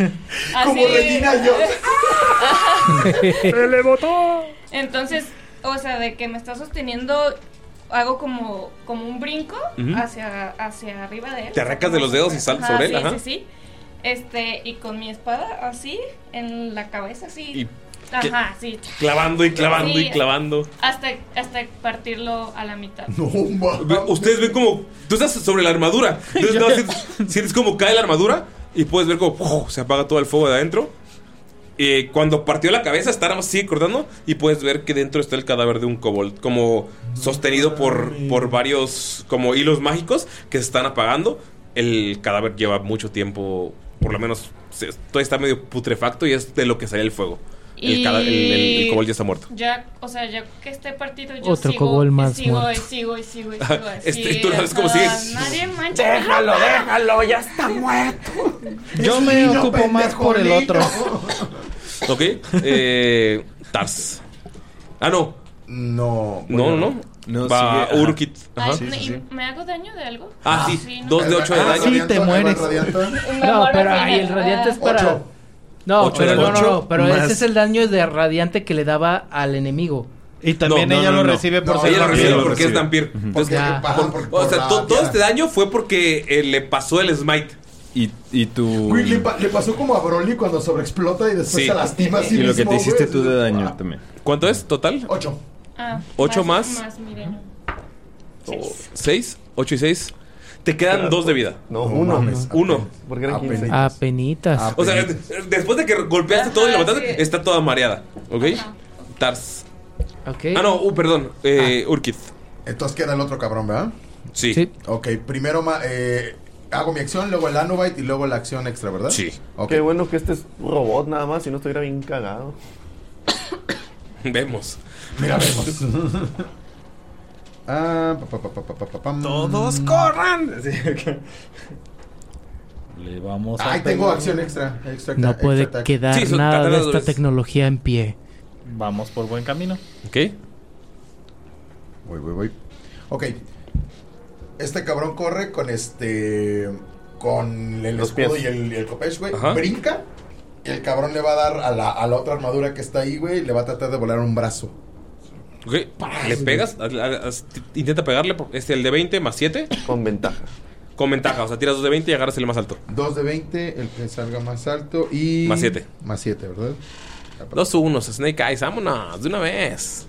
Speaker 7: Como Regina George.
Speaker 8: [LAUGHS] Se
Speaker 7: le botó.
Speaker 8: Entonces, o sea, de que me está sosteniendo, hago como, como un brinco
Speaker 1: Ujú.
Speaker 8: hacia, hacia arriba de él.
Speaker 1: Te arrancas de los dedos y saltas
Speaker 8: Ajá,
Speaker 1: sobre él,
Speaker 8: sí,
Speaker 1: ajá.
Speaker 8: sí, sí. Este, y con mi espada así, en la cabeza así.
Speaker 1: Y
Speaker 8: ajá, sí.
Speaker 1: Clavando y clavando
Speaker 8: Sí.
Speaker 1: y clavando.
Speaker 8: Hasta, hasta partirlo a la mitad.
Speaker 1: [LAUGHS] Ve- Ustedes ven como. Tú estás sobre la armadura. Entonces, nada más sientes, sientes como cae la armadura y puedes ver como ¡puf! se apaga todo el fuego de adentro. Eh, cuando partió la cabeza, está nada más sigue cortando y puedes ver que dentro está el cadáver de un kobold, como sostenido por, por varios como hilos mágicos que se están apagando. El cadáver lleva mucho tiempo, por lo menos se- todavía está medio putrefacto y es de lo que sale el fuego. El,
Speaker 8: Y-
Speaker 1: cada- el- el- el kobold ya está muerto.
Speaker 8: Ya, o sea, ya que esté partido, yo
Speaker 1: Otro
Speaker 8: sigo,
Speaker 1: kobold
Speaker 8: y
Speaker 1: más
Speaker 8: sigo,
Speaker 1: muerto.
Speaker 8: y sigo, y sigo, y
Speaker 1: Ajá,
Speaker 8: sigo así.
Speaker 1: este, y tú lo ves como
Speaker 8: Ah,
Speaker 1: sigues.
Speaker 8: Nadie mancha.
Speaker 7: Déjalo, déjalo, ya está muerto.
Speaker 5: Yo me ocupo más por el otro.
Speaker 1: Ok, eh, Tars. Ah, no.
Speaker 4: No.
Speaker 1: No,
Speaker 6: bueno,
Speaker 1: no,
Speaker 6: no,
Speaker 1: Va
Speaker 6: sigue, ajá.
Speaker 1: Urkit. Ajá.
Speaker 8: Ay, ¿y ¿Me hago daño de algo?
Speaker 1: Ah, sí,
Speaker 8: ¿no?
Speaker 1: dos de ocho de
Speaker 3: Ah,
Speaker 1: daño.
Speaker 3: sí, te Radiantón, mueres. No,
Speaker 8: Me muero
Speaker 3: pero
Speaker 8: al final.
Speaker 3: ahí el radiante es
Speaker 8: Ah.
Speaker 3: para. No,
Speaker 5: Ocho
Speaker 3: pero
Speaker 5: de
Speaker 3: no, no,
Speaker 5: ocho
Speaker 3: no, pero
Speaker 5: más-
Speaker 3: ese es el daño de radiante que le daba al enemigo.
Speaker 5: Y también
Speaker 1: No, no,
Speaker 5: ella
Speaker 1: no,
Speaker 5: lo
Speaker 1: no.
Speaker 5: recibe por
Speaker 1: No,
Speaker 5: ser
Speaker 1: ella lo
Speaker 5: vampiro.
Speaker 1: recibe porque es vampiro. Entonces,
Speaker 3: Ya.
Speaker 1: por- o sea, to- todo este daño fue porque eh, le pasó el smite.
Speaker 6: Y, tu.
Speaker 4: Güey, le, pa- le pasó como a Broly cuando sobreexplota y después
Speaker 1: Sí.
Speaker 4: Pues se lastima así
Speaker 6: y lo que
Speaker 4: mismo,
Speaker 6: te hiciste
Speaker 4: güey.
Speaker 6: tú de daño también.
Speaker 1: ¿Cuánto es total?
Speaker 4: 8.
Speaker 8: Ah,
Speaker 1: Ocho más.
Speaker 8: Más, mi daño.
Speaker 1: Oh, ¿Seis? ¿Ocho y seis? Te quedan dos de vida.
Speaker 2: No, uno.
Speaker 1: Mames. Uno.
Speaker 3: A penitas.
Speaker 1: O sea, eh, después de que golpeaste todo y la mataste, está toda mareada. ¿Ok? Tars. Ah, no, uh, perdón. Eh,
Speaker 2: Ah.
Speaker 1: Urkit.
Speaker 4: Entonces queda el otro cabrón, ¿verdad?
Speaker 1: Sí.
Speaker 4: Ok, primero ma- eh, hago mi acción, luego el Anubite y luego la acción extra, ¿verdad? Ok.
Speaker 2: Qué bueno que este es robot nada más, si no estuviera bien cagado.
Speaker 1: Vemos.
Speaker 4: Mira, vemos.
Speaker 2: [LAUGHS]
Speaker 4: Ah, pa, pa, pa, pa, pa, pa, pam.
Speaker 6: Todos corran. [LAUGHS]
Speaker 5: Le vamos a
Speaker 4: Ahí tengo acción extra. extra
Speaker 3: No
Speaker 4: extra
Speaker 3: puede
Speaker 4: attack.
Speaker 3: quedar nada de esta tecnología en pie.
Speaker 5: Vamos por buen camino.
Speaker 1: Ok.
Speaker 4: Voy, voy, voy. Ok. Este cabrón corre con este. Con el
Speaker 2: Los
Speaker 4: escudo
Speaker 2: pies.
Speaker 4: y el, y el copech, güey.
Speaker 2: Ajá.
Speaker 4: Brinca. Y el cabrón le va a dar a la, a la otra armadura que está ahí, güey. y Le va a tratar de volar un brazo.
Speaker 1: Ok, le pegas, haz- haz- intenta pegarle, este el de 20 más 7.
Speaker 2: Con ventaja.
Speaker 1: Con ventaja, o sea, tiras dos de 20 y agarras el más alto.
Speaker 4: 2 de 20, el que salga más alto y...
Speaker 1: Más siete.
Speaker 4: Más 7, ¿verdad?
Speaker 1: Dos unos, Snake Eyes, vámonos, de una vez.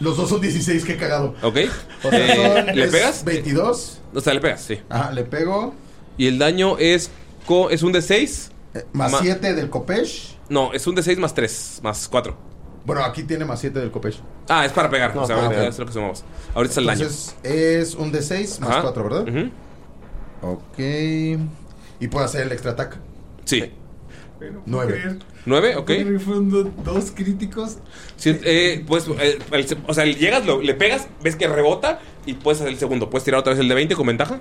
Speaker 4: Los dos son 16, qué cagado.
Speaker 1: Ok.
Speaker 4: O sea,
Speaker 1: Eh,
Speaker 4: son-
Speaker 1: ¿Le
Speaker 4: es
Speaker 1: pegas?
Speaker 4: 22.
Speaker 1: O sea, le pegas, sí.
Speaker 4: Ajá, le pego.
Speaker 1: Y el daño es, co- es un de 6.
Speaker 4: Eh, Más 7 del Copesh.
Speaker 1: No, es un de 6 más 3, más 4.
Speaker 4: Bueno, aquí tiene más 7 del Copesh.
Speaker 1: Ah, es para pegar.
Speaker 4: No,
Speaker 1: o sea,
Speaker 4: para
Speaker 1: ahorita
Speaker 4: pegar.
Speaker 1: es lo que sumamos. Ahorita es el daño.
Speaker 4: Entonces es un D6 más
Speaker 1: Ajá.
Speaker 4: 4, ¿verdad? Ok. Y puedo hacer el extra ataque.
Speaker 1: Sí.
Speaker 4: Nueve.
Speaker 1: ¿Nueve? Ok.
Speaker 10: Porque fueron dos críticos.
Speaker 1: Sí, eh, pues, eh, el- o sea, llegas, lo- le pegas, ves que rebota y puedes hacer el segundo. Puedes tirar otra vez el de 20 con ventaja.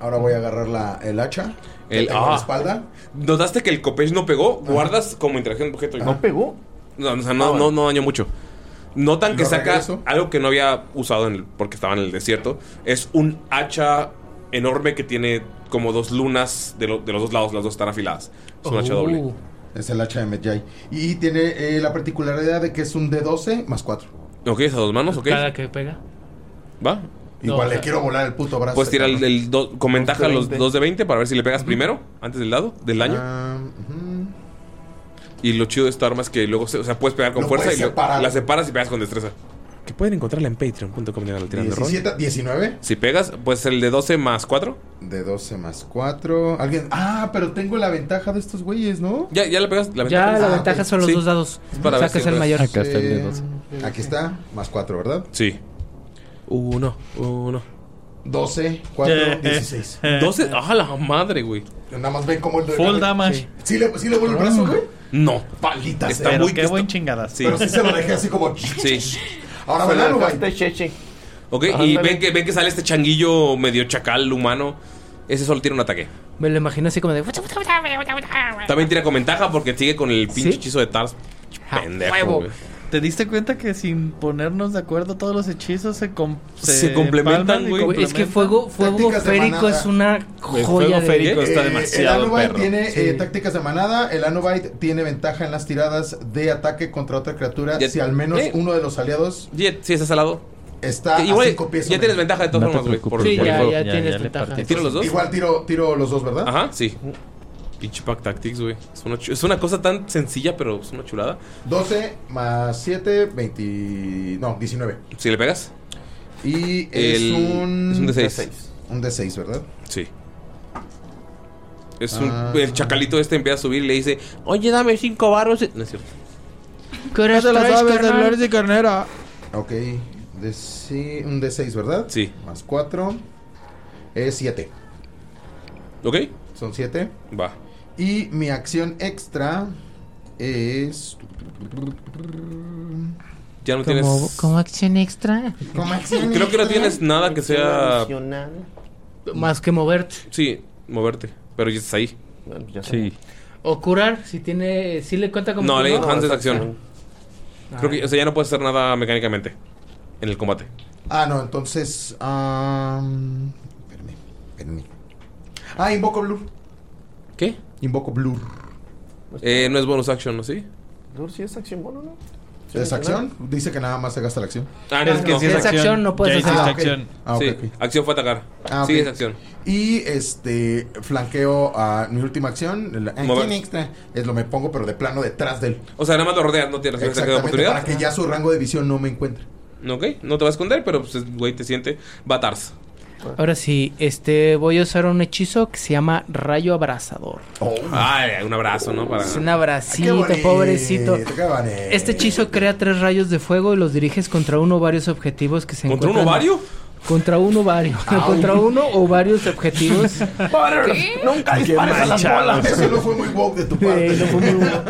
Speaker 4: Ahora voy a agarrar la, el hacha. que
Speaker 1: El-
Speaker 4: tengo en la
Speaker 1: ah.
Speaker 4: espalda.
Speaker 1: Notaste que el copech no pegó, guardas como interacción de objeto. ¿No
Speaker 2: pegó?
Speaker 1: No, o sea, no, no, no dañó mucho. Notan que
Speaker 2: Ah, ¿Lo
Speaker 1: saca
Speaker 2: regreso?
Speaker 1: algo que no había usado en el- porque estaba en el desierto. Es un hacha enorme que tiene como dos lunas de, lo- de los dos lados, las dos están afiladas. Es un hacha
Speaker 2: Oh.
Speaker 1: doble.
Speaker 4: Oh. Es el hacha de Medjay. Y tiene eh, la particularidad de que es un D12 más 4.
Speaker 1: Ok, esas dos manos, ok.
Speaker 3: Cada que pega.
Speaker 1: Va.
Speaker 4: Igual le quiero volar el puto brazo.
Speaker 1: Puedes tirar el, el do- con ventaja los
Speaker 4: 20.
Speaker 1: dos de 20 para ver si le pegas primero, antes del dado, del daño.
Speaker 4: Ah.
Speaker 1: Y lo chido de esta arma es que luego, se- o sea, puedes pegar con
Speaker 4: Lo
Speaker 1: fuerza
Speaker 4: puedes
Speaker 1: y lo-
Speaker 4: separar.
Speaker 1: la separas y pegas con destreza. Que pueden encontrarla en patreon.com diagonal tirando rol.
Speaker 4: 17, 19.
Speaker 1: Si pegas, puede ser el de 12 más 4.
Speaker 4: De 12 más 4. Alguien. Ah, pero tengo la ventaja de estos güeyes, ¿no?
Speaker 1: Ya, ya le pegas la
Speaker 3: Ya,
Speaker 1: ventaja.
Speaker 3: la
Speaker 1: Ah,
Speaker 3: ventaja
Speaker 1: ok.
Speaker 3: son los
Speaker 1: Sí.
Speaker 3: dos dados.
Speaker 1: Es para ver
Speaker 3: Sacas
Speaker 1: si
Speaker 3: el
Speaker 1: ves.
Speaker 3: mayor.
Speaker 11: Acá está el de 12.
Speaker 4: Eh, Aquí está, más 4, ¿verdad?
Speaker 1: Sí. Uno, uno.
Speaker 4: 12, 4,
Speaker 11: eh,
Speaker 4: 16.
Speaker 1: 12, ¡ah, la madre, güey!
Speaker 4: Nada más ven cómo el.
Speaker 5: Full damage.
Speaker 4: Sí, le, sí le vuelvo el
Speaker 3: Ah.
Speaker 4: brazo, güey.
Speaker 1: No.
Speaker 4: Palita,
Speaker 5: Está
Speaker 4: sea.
Speaker 5: muy qué
Speaker 1: está-
Speaker 5: buen chingada.
Speaker 1: Sí.
Speaker 4: Pero sí se lo dejé así como.
Speaker 1: Sí.
Speaker 4: Ahora
Speaker 2: Se lo
Speaker 4: ¿verdad, güey.
Speaker 2: dejaste cheche.
Speaker 1: Ok, y
Speaker 2: Ándale.
Speaker 1: ven que, ven que sale este changuillo medio chacal humano. Ese solo tira un ataque.
Speaker 3: Me lo imagino así como de.
Speaker 1: También tira con ventaja porque sigue con el pinche
Speaker 3: ¿Sí?
Speaker 1: hechizo de Tars.
Speaker 4: Ah,
Speaker 1: Pendejo,
Speaker 5: huevo.
Speaker 1: güey.
Speaker 5: ¿Te diste cuenta que sin ponernos de acuerdo todos los hechizos se, com-
Speaker 1: Se complementan,
Speaker 5: palman y
Speaker 1: güey.
Speaker 3: Es
Speaker 5: complementan?
Speaker 3: que fuego, fuego
Speaker 4: Tácticas de
Speaker 3: férico
Speaker 4: manada.
Speaker 3: es una
Speaker 5: Güey,
Speaker 3: joya.
Speaker 5: fuego
Speaker 3: de-
Speaker 5: férico está
Speaker 4: Eh,
Speaker 5: demasiado
Speaker 4: el Anubite
Speaker 5: perro.
Speaker 4: tiene
Speaker 5: Sí.
Speaker 4: eh, tácticas de manada. El Anubite tiene ventaja en las tiradas de ataque contra otra criatura
Speaker 1: Ya-
Speaker 4: si al menos
Speaker 1: eh.
Speaker 4: uno de los aliados
Speaker 1: Sí, sí, estás al lado.
Speaker 4: está
Speaker 1: Que
Speaker 4: a
Speaker 1: igual,
Speaker 4: cinco pies.
Speaker 1: ya tienes ventaja de todas
Speaker 4: No te
Speaker 1: formas, güey.
Speaker 4: preocupes.
Speaker 1: por-
Speaker 4: Sí,
Speaker 1: por el
Speaker 4: ya-
Speaker 1: juego.
Speaker 4: ya Ya, tienes ya le ventaja. partiste.
Speaker 1: ¿Tiro los dos?
Speaker 4: Igual tiro, tiro los dos, ¿verdad?
Speaker 1: Ajá, sí. Pinche Pack Tactics, güey. Es una, chu- es una cosa tan sencilla, pero es una chulada.
Speaker 4: 12 más 7, 20. No, 19.
Speaker 1: Si le pegas.
Speaker 4: Y es
Speaker 1: El-
Speaker 4: un.
Speaker 1: es un D6.
Speaker 4: Un D6, ¿verdad?
Speaker 1: Sí. Es un,
Speaker 4: Ah.
Speaker 1: El chacalito este empieza a subir y le dice: Oye, dame cinco barros. No es cierto.
Speaker 3: ¿Qué
Speaker 4: eres,
Speaker 5: Ya te las
Speaker 4: traes,
Speaker 5: sabes, de
Speaker 4: carnal?
Speaker 5: Flores y Carnera.
Speaker 4: Ok. DC un D6, ¿verdad?
Speaker 1: Sí.
Speaker 4: Más 4. Es 7.
Speaker 1: ¿Ok?
Speaker 4: Son 7.
Speaker 1: Va.
Speaker 4: Y mi acción extra es.
Speaker 1: Ya no
Speaker 3: Como,
Speaker 1: tienes.
Speaker 3: como acción extra.
Speaker 1: [LAUGHS] Creo que no tienes nada que sea.
Speaker 3: Más que moverte.
Speaker 1: Sí, moverte. Pero ya estás ahí.
Speaker 3: Sí. O curar, si tiene. Si le cuenta como.
Speaker 1: No,
Speaker 3: que
Speaker 1: la Enhance es acción.
Speaker 3: acción. Ah.
Speaker 1: Creo que, o sea, ya no puedes hacer nada mecánicamente en el combate.
Speaker 4: Ah, no, entonces. am, espérame, espérame. Ah, invoco Blur.
Speaker 1: ¿Qué?
Speaker 4: Invoco Blur.
Speaker 1: Eh, no es bonus action, ¿no? ¿Sí?
Speaker 2: Blur sí es acción bono, ¿no?
Speaker 4: ¿Es acción? Dice que nada más se gasta la acción.
Speaker 1: Ah, no, es que
Speaker 4: no.
Speaker 1: sí es acción.
Speaker 4: Ah,
Speaker 1: hacer
Speaker 4: ok.
Speaker 1: nada.
Speaker 4: Ah, ok,
Speaker 1: Sí,
Speaker 4: ok.
Speaker 1: acción fue atacar.
Speaker 4: Ah,
Speaker 1: Sí,
Speaker 4: ok.
Speaker 1: es acción.
Speaker 4: Y este flanqueo a mi última acción, la
Speaker 1: Mover.
Speaker 4: acción extra, es lo me pongo pero de plano detrás del
Speaker 1: O sea, nada más lo rodeas, no tienes tienes
Speaker 4: Exactamente,
Speaker 1: oportunidad.
Speaker 4: para que ya su rango de visión no me
Speaker 3: [LAUGHS]
Speaker 4: encuentre.
Speaker 1: Ok, no te va a esconder, pero pues, el güey, te siente. Va a Tars.
Speaker 3: Ahora sí, este voy a usar un hechizo que se llama Rayo Abrasador.
Speaker 1: Ay, un abrazo, ¿no? Para...
Speaker 3: Es un abracito,
Speaker 4: Qué bonito,
Speaker 3: pobrecito.
Speaker 4: qué bonito.
Speaker 3: Este hechizo crea tres rayos de fuego y los diriges contra uno o varios objetivos que se
Speaker 1: ¿Contra un
Speaker 3: encuentran.
Speaker 1: ovario?
Speaker 3: Contra uno o varios.
Speaker 4: Ah,
Speaker 1: Au.
Speaker 3: [LAUGHS] contra uno o varios
Speaker 4: [LAUGHS]
Speaker 3: objetivos.
Speaker 7: Nunca
Speaker 3: dispares a las bolas.
Speaker 4: Eso no fue muy woke de tu parte.
Speaker 3: Eh, no fue muy bueno.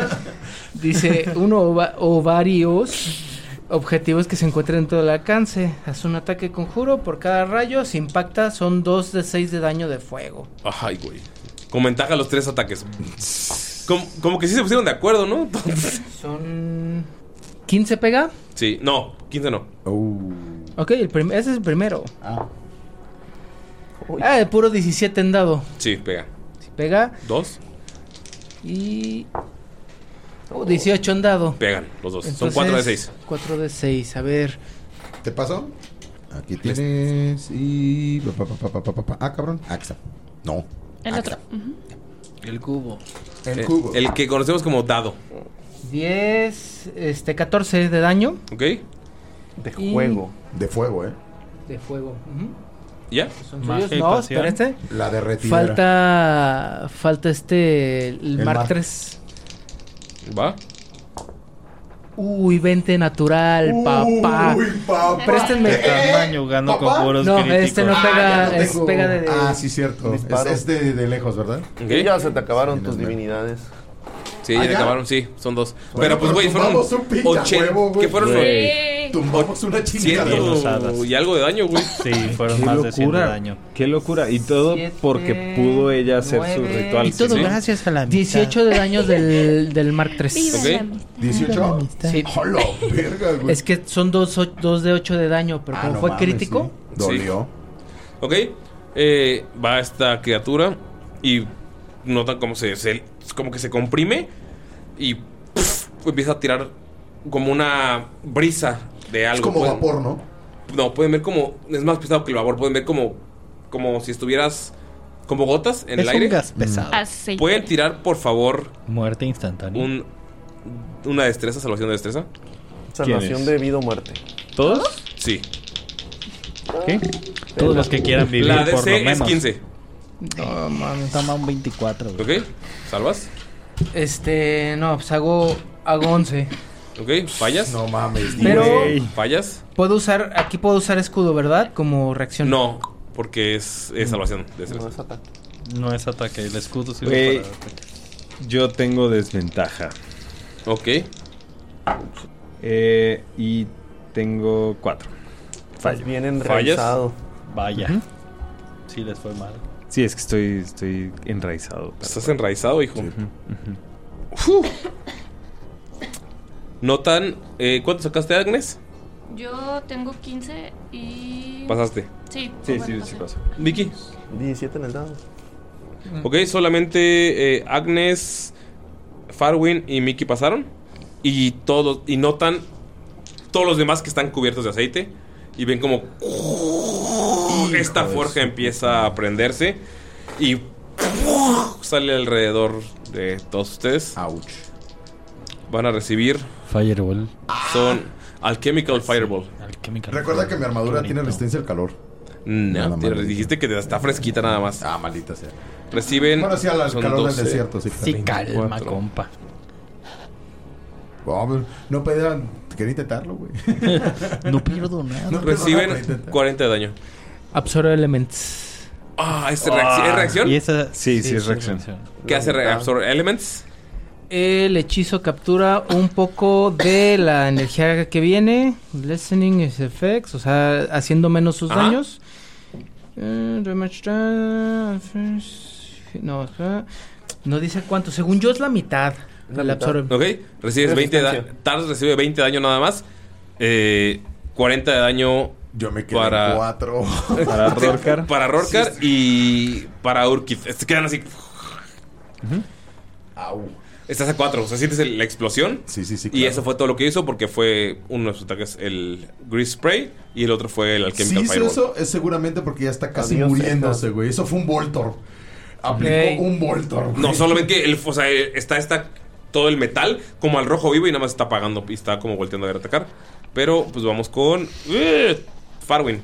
Speaker 3: Dice uno o, va- o varios objetivos que se encuentren dentro del alcance. Haz un ataque conjuro por cada rayo. Si impacta, son dos de seis de daño de fuego.
Speaker 1: Ay, güey. Con ventaja los tres ataques. Como, como que sí se pusieron de acuerdo, ¿no? [LAUGHS]
Speaker 3: Son 15 pega.
Speaker 1: sí, no, 15 no.
Speaker 4: Uh.
Speaker 3: Ok, el prim- ese es el primero. Ah. de puro 17 en dado.
Speaker 1: Sí, pega.
Speaker 3: Si pega
Speaker 1: ¿Dos?
Speaker 3: y Oh, 18 han dado.
Speaker 1: Pegan los dos. Son cuatro de seis.
Speaker 3: 4 de 6, a ver.
Speaker 4: ¿Te pasó? Aquí tienes. Y. pa, pa, pa, pa, pa, pa, pa. Ah, cabrón. Axa. No.
Speaker 8: El otro. Ujú.
Speaker 3: El cubo.
Speaker 4: El
Speaker 1: Eh,
Speaker 4: cubo.
Speaker 1: el que conocemos como dado.
Speaker 3: 10, este, 14 de daño.
Speaker 1: ¿Ok?
Speaker 2: De
Speaker 3: Y- juego.
Speaker 4: De fuego, ¿eh?
Speaker 3: De fuego. ujú.
Speaker 1: ¿Ya?
Speaker 3: ¿Son suyos? No, pero este.
Speaker 4: La derretida.
Speaker 3: Falta. Falta este. El,
Speaker 4: El
Speaker 3: Mark
Speaker 4: Mark.
Speaker 3: 3.
Speaker 1: ¿Va?
Speaker 3: Uy, 20 natural, papá.
Speaker 4: este
Speaker 3: Préstenme.
Speaker 5: De tamaño, ganó
Speaker 3: ¿Papá?
Speaker 5: con puros
Speaker 3: No,
Speaker 5: críticos.
Speaker 3: este no pega, es pega de.
Speaker 4: Ah, sí, cierto. Es,
Speaker 2: Disparo.
Speaker 4: es de, de lejos, ¿verdad?
Speaker 2: Y ya se te acabaron tus divinidades.
Speaker 1: Sí, ya
Speaker 2: ¿Ah, ya?
Speaker 1: acabaron, sí, son dos.
Speaker 2: Bueno,
Speaker 1: pero pues,
Speaker 2: pero
Speaker 1: güey, fueron.
Speaker 2: tumbamos un pinche
Speaker 1: ochen-
Speaker 2: huevo, güey.
Speaker 1: ¿Qué fueron?
Speaker 2: Güey. Tumbamos una
Speaker 1: chingada.
Speaker 6: Bien osadas.
Speaker 1: Y algo de daño, güey.
Speaker 5: Sí, fueron
Speaker 6: Qué
Speaker 5: más de 100 de
Speaker 6: locura.
Speaker 5: daño.
Speaker 6: Qué locura. Y todo porque pudo ella hacer su
Speaker 5: nueve.
Speaker 6: ritual.
Speaker 5: Y todo
Speaker 6: ¿sí?
Speaker 5: gracias a la amistad.
Speaker 3: 18 de daño del, del Mark 3.
Speaker 6: Viva la Ok. amistad. 18.
Speaker 3: Sí.
Speaker 4: ¡Hola, verga, güey!
Speaker 3: Es que son 2 dos, o- dos de 8 de daño, pero
Speaker 1: Ah,
Speaker 3: como
Speaker 1: no
Speaker 3: fue
Speaker 1: mames,
Speaker 3: crítico.
Speaker 1: sí. Dolió. Ok, eh, va esta criatura y notan como se, se- como que se comprime y pf, empieza a tirar como una brisa de algo.
Speaker 4: como
Speaker 1: Pueden-
Speaker 4: vapor, ¿no?
Speaker 1: No, pueden ver como es más pesado que el vapor. Pueden ver como como si estuvieras como gotas en
Speaker 5: Es
Speaker 1: el
Speaker 5: un
Speaker 1: aire.
Speaker 5: gas pesado.
Speaker 8: Aceite.
Speaker 1: Pueden tirar por favor
Speaker 5: Muerte instantánea.
Speaker 1: un una destreza, salvación de destreza.
Speaker 5: Salvación
Speaker 2: de vida o muerte. Ah,
Speaker 5: ¿Todos?
Speaker 1: Sí.
Speaker 5: ¿Qué? Todos los que quieran vivir
Speaker 1: La DC
Speaker 5: por lo menos.
Speaker 1: es 15.
Speaker 5: No, mames, toma un 24, güey.
Speaker 1: Ok, salvas.
Speaker 3: Este. No, pues hago, hago 11.
Speaker 1: Ok, fallas. No
Speaker 4: mames,
Speaker 3: Pero-
Speaker 1: fallas.
Speaker 3: Puedo usar. Aquí puedo usar escudo, ¿verdad? Como reacción.
Speaker 1: No, porque es, es salvación de destreza.
Speaker 5: No es ataque, el escudo sirve
Speaker 6: Güey,
Speaker 5: para ataque.
Speaker 6: yo tengo desventaja.
Speaker 1: Ok.
Speaker 6: Eh, y tengo cuatro. Fallo.
Speaker 2: Estás bien enraizado.
Speaker 5: Vaya. Sí les fue mal.
Speaker 6: Sí, es que estoy, estoy enraizado.
Speaker 1: Estás enraizado, hijo. Notan. Eh, ¿Cuánto sacaste, Agnes?
Speaker 8: Yo tengo 15 y.
Speaker 1: Pasaste.
Speaker 8: Sí,
Speaker 6: Sí,
Speaker 8: bueno,
Speaker 6: sí,
Speaker 8: pasé.
Speaker 6: sí pasó.
Speaker 1: Vicky.
Speaker 2: 17 en el dado.
Speaker 1: Ok, solamente eh, Agnes, Farwin y Mickey pasaron. Y todos. Y notan todos los demás que están cubiertos de aceite. Y ven como. Esta forja empieza a prenderse. Y. Sale alrededor de todos ustedes.
Speaker 4: Ouch.
Speaker 1: Van a recibir.
Speaker 11: Fireball.
Speaker 1: Son. Alchemical Fireball.
Speaker 4: Recuerda que mi armadura tiene resistencia al calor.
Speaker 1: No,
Speaker 4: Nada
Speaker 1: te
Speaker 4: más.
Speaker 1: dijiste que está fresquita nada más.
Speaker 4: Ah, maldita sea.
Speaker 1: Reciben.
Speaker 4: Bueno, sí, al
Speaker 1: son
Speaker 4: calor del
Speaker 1: 12.
Speaker 4: desierto, sí, claro.
Speaker 5: compa.
Speaker 4: Vamos, no pedía. Quería intentarlo, güey.
Speaker 3: No pierdo nada.
Speaker 4: No pierdo nada,
Speaker 1: Reciben
Speaker 4: intenta.
Speaker 1: 40 de daño.
Speaker 3: Absorbe Elements.
Speaker 1: Ah, ¿es, reacc- es reacción?
Speaker 5: Y esa-
Speaker 6: Sí, sí, sí, es es reacción.
Speaker 1: ¿Qué hace? re- ¿Absorbe elements?
Speaker 3: El hechizo captura un poco de la energía que viene. Lessening its effects, o sea, haciendo menos sus
Speaker 1: Ajá.
Speaker 3: daños. Eh, damage done, first- No, ajá. no dice cuánto. Según yo es la mitad. La absorbe.
Speaker 1: Ok, recibes 20 de daño.
Speaker 3: Resistencia.
Speaker 1: Tars recibe 20 de daño nada más. Eh, 40 de daño. Yo me quedo para...
Speaker 4: 4. [LAUGHS]
Speaker 1: [LAUGHS]
Speaker 6: Para Rorcar.
Speaker 1: Ah. Para Rorcar y para Urkid. Se quedan así. Estás a 4. O sea, sientes el- la explosión.
Speaker 4: Sí, sí, sí.
Speaker 1: Y eso fue todo lo que hizo porque fue uno de sus ataques el Grease Spray y el otro fue el
Speaker 4: Si
Speaker 1: Alchemical
Speaker 4: hizo
Speaker 1: Fireball.
Speaker 4: eso, es seguramente porque ya está casi
Speaker 1: Adiós,
Speaker 4: muriéndose, güey. Eso fue un Voltor. Aplicó
Speaker 1: Ey.
Speaker 4: un Voltor. güey.
Speaker 1: No, solamente el, o sea, eh, está, está todo el metal como al rojo vivo y nada más está apagando y está como volteando a ver atacar. Pero pues vamos con eh, Farwin.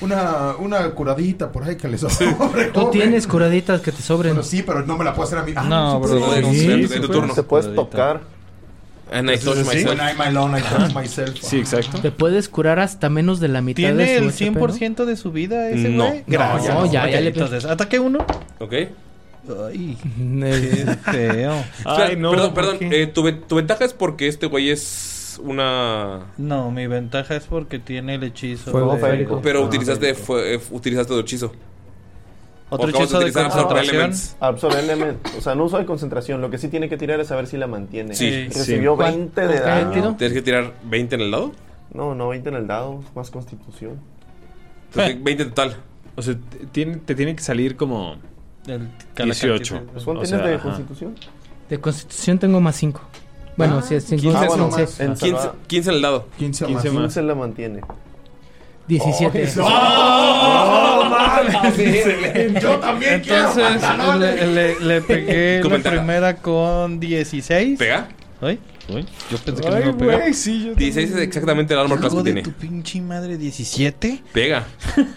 Speaker 4: Una, una curadita por ahí que le [LAUGHS] sobre.
Speaker 3: Tú tienes curaditas que te sobren.
Speaker 4: Bueno, sí, pero no me la puedo hacer a mí. Ah,
Speaker 3: No,
Speaker 4: sí,
Speaker 3: bro,
Speaker 4: sí,
Speaker 3: no,
Speaker 4: sí,
Speaker 3: sí,
Speaker 4: sí,
Speaker 3: se
Speaker 4: sí,
Speaker 3: puede.
Speaker 4: sí.
Speaker 3: Se puedes tocar.
Speaker 1: And I
Speaker 4: Entonces,
Speaker 1: touch
Speaker 4: sí, When
Speaker 1: myself.
Speaker 4: I'm alone, I touch myself.
Speaker 6: Sí, exacto.
Speaker 3: Te puedes curar hasta menos de la mitad
Speaker 5: ¿Tiene
Speaker 3: de su
Speaker 5: el
Speaker 3: HP, ¿no?
Speaker 5: 100% de su vida ese
Speaker 3: No.
Speaker 5: güey?
Speaker 3: No, ya no.
Speaker 5: Ok,
Speaker 3: ya le-
Speaker 5: Entonces, ataque uno.
Speaker 1: Ok.
Speaker 5: Ay,
Speaker 3: qué
Speaker 5: feo.
Speaker 1: Espera, perdón, perdón. eh, tu, ve- tu ventaja es porque este güey es una.
Speaker 5: No, mi ventaja es porque tiene el hechizo. de-
Speaker 1: Pero
Speaker 5: Ah.
Speaker 1: utilizaste, fue- eh, utilizaste otro hechizo.
Speaker 5: Otro
Speaker 1: O acabas
Speaker 5: hechizo de
Speaker 1: utilizar Absorb
Speaker 5: concentración.
Speaker 1: Elements.
Speaker 2: Absorb element. O sea, no uso de concentración. Lo que sí tiene que tirar es saber si la mantiene.
Speaker 1: Sí, sí.
Speaker 2: Recibió 20 de daño.
Speaker 1: Tienes que tirar 20 en el lado.
Speaker 2: No, no, 20 en el dado. Más constitución.
Speaker 1: Entonces, 20 total.
Speaker 6: O sea, te tiene, te tiene que salir como
Speaker 5: El-
Speaker 6: 18.
Speaker 2: Pues, ¿cuánto
Speaker 6: O
Speaker 2: tienes
Speaker 6: sea,
Speaker 2: de
Speaker 6: ajá.
Speaker 2: constitución?
Speaker 3: De constitución tengo más 5. Bueno, si es 15,
Speaker 2: Ah, bueno,
Speaker 3: 15.
Speaker 2: más. En
Speaker 1: 15,
Speaker 2: Salvador.
Speaker 1: 15 en el dado.
Speaker 4: 15
Speaker 2: más. 15 más. la mantiene.
Speaker 1: [LAUGHS]
Speaker 3: 17.
Speaker 1: Oh,
Speaker 2: ¡No!
Speaker 3: ¡No
Speaker 2: mames!
Speaker 5: Excelente.
Speaker 2: Yo también
Speaker 5: Entonces,
Speaker 2: quiero
Speaker 5: le, le- le pegué la
Speaker 1: Comentario.
Speaker 5: primera con 16.
Speaker 1: ¿Pega?
Speaker 5: Ay, uy, yo pensé que
Speaker 1: Ay,
Speaker 5: no iba a pegar.
Speaker 1: güey, sí, yo 16 también. es exactamente el armor class
Speaker 5: Hijo
Speaker 1: que
Speaker 5: de
Speaker 1: tiene.
Speaker 5: tu pinche madre 17.
Speaker 1: Pega.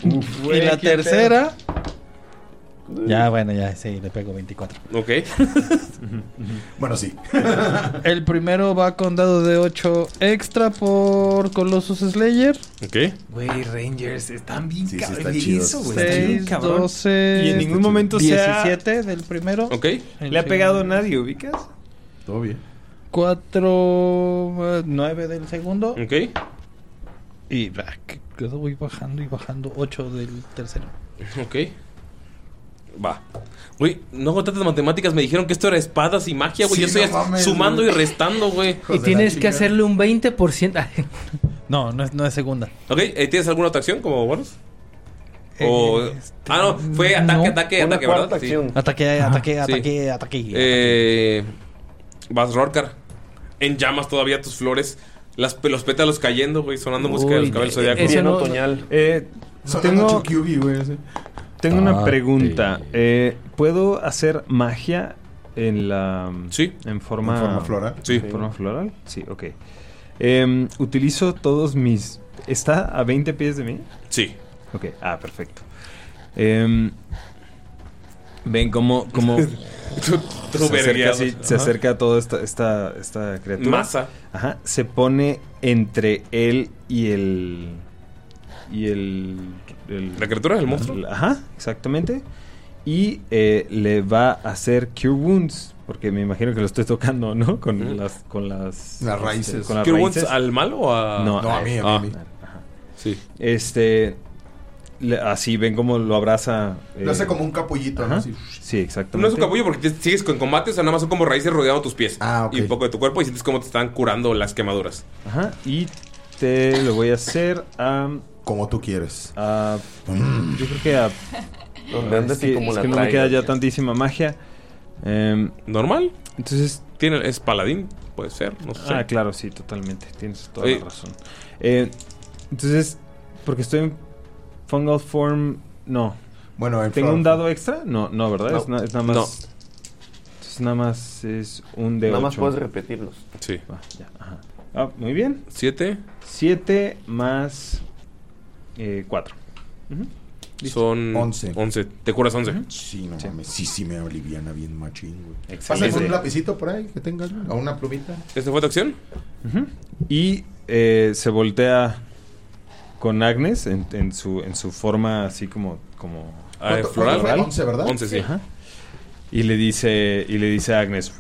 Speaker 5: y
Speaker 1: Güey,
Speaker 5: la
Speaker 1: qué
Speaker 5: tercera. Ya, bueno, ya, sí, le pego 24.
Speaker 1: Ok.
Speaker 5: [LAUGHS]
Speaker 4: bueno,
Speaker 6: [LAUGHS]
Speaker 4: sí.
Speaker 5: El primero va con dado de 8 extra por Colossus Slayer.
Speaker 1: Ok.
Speaker 12: Güey, Rangers, están bien
Speaker 5: Sí,
Speaker 12: sí,
Speaker 5: sí, está chido,
Speaker 12: eso,
Speaker 5: sí,
Speaker 12: güey.
Speaker 5: está
Speaker 12: Está bien
Speaker 5: chido.
Speaker 12: cabrón.
Speaker 5: 12,
Speaker 12: Y en ningún momento se ha-
Speaker 5: 17 del primero.
Speaker 1: Ok.
Speaker 12: ¿Le ha pegado nadie, ubicas?
Speaker 4: Todo bien.
Speaker 5: 4, 9 eh, del segundo.
Speaker 1: Ok.
Speaker 5: Y va, que- que voy bajando y bajando. 8 del tercero.
Speaker 1: Ok. Va. Güey, no hago tantas matemáticas. Me dijeron que esto era espadas y magia, güey.
Speaker 5: Sí,
Speaker 1: Yo estoy
Speaker 5: no mames,
Speaker 1: sumando
Speaker 5: güey.
Speaker 1: y restando, güey.
Speaker 3: Y tienes que hacerle un 20%.
Speaker 5: no, no es, no es segunda.
Speaker 1: Ok, eh, ¿tienes alguna otra acción como bonus?
Speaker 5: Eh,
Speaker 1: O...
Speaker 5: este,
Speaker 1: ah, no, fue ataque, ataque, ataque, ¿verdad? Sí.
Speaker 5: Ataque, ataque,
Speaker 1: Sí.
Speaker 5: ataque, ataque.
Speaker 1: Eh, vas Rorcar. En llamas todavía tus flores. Las, pe- los pétalos cayendo, güey, sonando música de los cabellos zodiacos.
Speaker 6: Eh,
Speaker 1: Sonando
Speaker 6: tengo, tengo una
Speaker 1: Ah,
Speaker 6: pregunta. Eh, ¿Puedo hacer magia en la. En forma,
Speaker 4: ¿En forma floral?
Speaker 6: Sí. ¿En forma floral? Sí, ok. Em, utilizo todos mis. ¿Está a 20 pies de mí?
Speaker 1: Sí.
Speaker 6: Ok, ah, perfecto. Em, Ven cómo.
Speaker 1: [LAUGHS]
Speaker 6: cómo se, acerca,
Speaker 1: vergueados.
Speaker 6: así, se
Speaker 1: Ajá.
Speaker 6: acerca a toda esta, esta, esta criatura.
Speaker 1: Masa.
Speaker 6: Ajá. Se pone entre él y el. Y el. el-
Speaker 1: ¿La criatura? ¿El monstruo?
Speaker 6: Ajá, exactamente. Y eh, le va a hacer Cure Wounds. Porque me imagino que lo estoy tocando, ¿no? Con las. Con las,
Speaker 4: Las raíces.
Speaker 6: con las
Speaker 1: ¿Cure Wounds
Speaker 6: raíces.
Speaker 1: al malo o a-
Speaker 6: No,
Speaker 1: No, a mí, a mí,
Speaker 6: ah.
Speaker 1: a mí.
Speaker 6: Ajá.
Speaker 1: Sí.
Speaker 6: Este. le- así ven cómo lo abraza. eh,
Speaker 4: Lo hace como un capullito,
Speaker 6: ajá.
Speaker 4: ¿no? Así.
Speaker 6: Sí, exactamente.
Speaker 1: No es un capullo porque te- sigues con combate, o sea, nada más son como raíces rodeando tus pies.
Speaker 5: Ah,
Speaker 1: Y un poco de tu cuerpo y sientes cómo te están curando las quemaduras.
Speaker 6: Ajá, y te lo voy a hacer a.
Speaker 4: Como tú quieres. Mm.
Speaker 6: yo creo que a.
Speaker 2: [LAUGHS] Donde andes
Speaker 6: es
Speaker 2: y
Speaker 6: que,
Speaker 2: como
Speaker 6: es
Speaker 2: la
Speaker 6: que no me
Speaker 2: traigas.
Speaker 6: queda ya tantísima magia.
Speaker 1: ¿Normal?
Speaker 6: Em, Entonces.
Speaker 1: ¿Tiene, ¿Es paladín? Puede ser, no sé.
Speaker 6: Ah, claro, sí, totalmente. Tienes toda
Speaker 1: Oye.
Speaker 6: la razón. Eh, entonces, porque estoy en Fungal Form. No.
Speaker 4: Bueno,
Speaker 6: ¿Tengo
Speaker 4: Fungal
Speaker 6: un dado extra? No, no, ¿verdad?
Speaker 2: No.
Speaker 6: Es, na- es nada más.
Speaker 2: No.
Speaker 6: Entonces, nada más es un de
Speaker 2: Nada más
Speaker 6: ocho.
Speaker 2: puedes repetirlos.
Speaker 1: Sí.
Speaker 6: Va, ya, ajá. Ah, muy bien.
Speaker 1: ¿Siete?
Speaker 6: Siete más eh, cuatro.
Speaker 1: Son
Speaker 4: 11.
Speaker 1: 11. ¿Te curas 11?
Speaker 4: Sí, no mames. Sí, sí me aliviana bien machín, güey.
Speaker 1: Excelente.
Speaker 4: Pásame un lapicito por ahí que tengas, güey, o una plumita.
Speaker 1: ¿Esta fue tu acción?
Speaker 6: Y eh, se voltea con Agnes en, en su, en su forma así como... como
Speaker 1: Ah, ¿Cuánto- floral. cuánto fue? Once, ¿verdad? Once, sí.
Speaker 6: Ajá. Y le dice, y le dice a Agnes...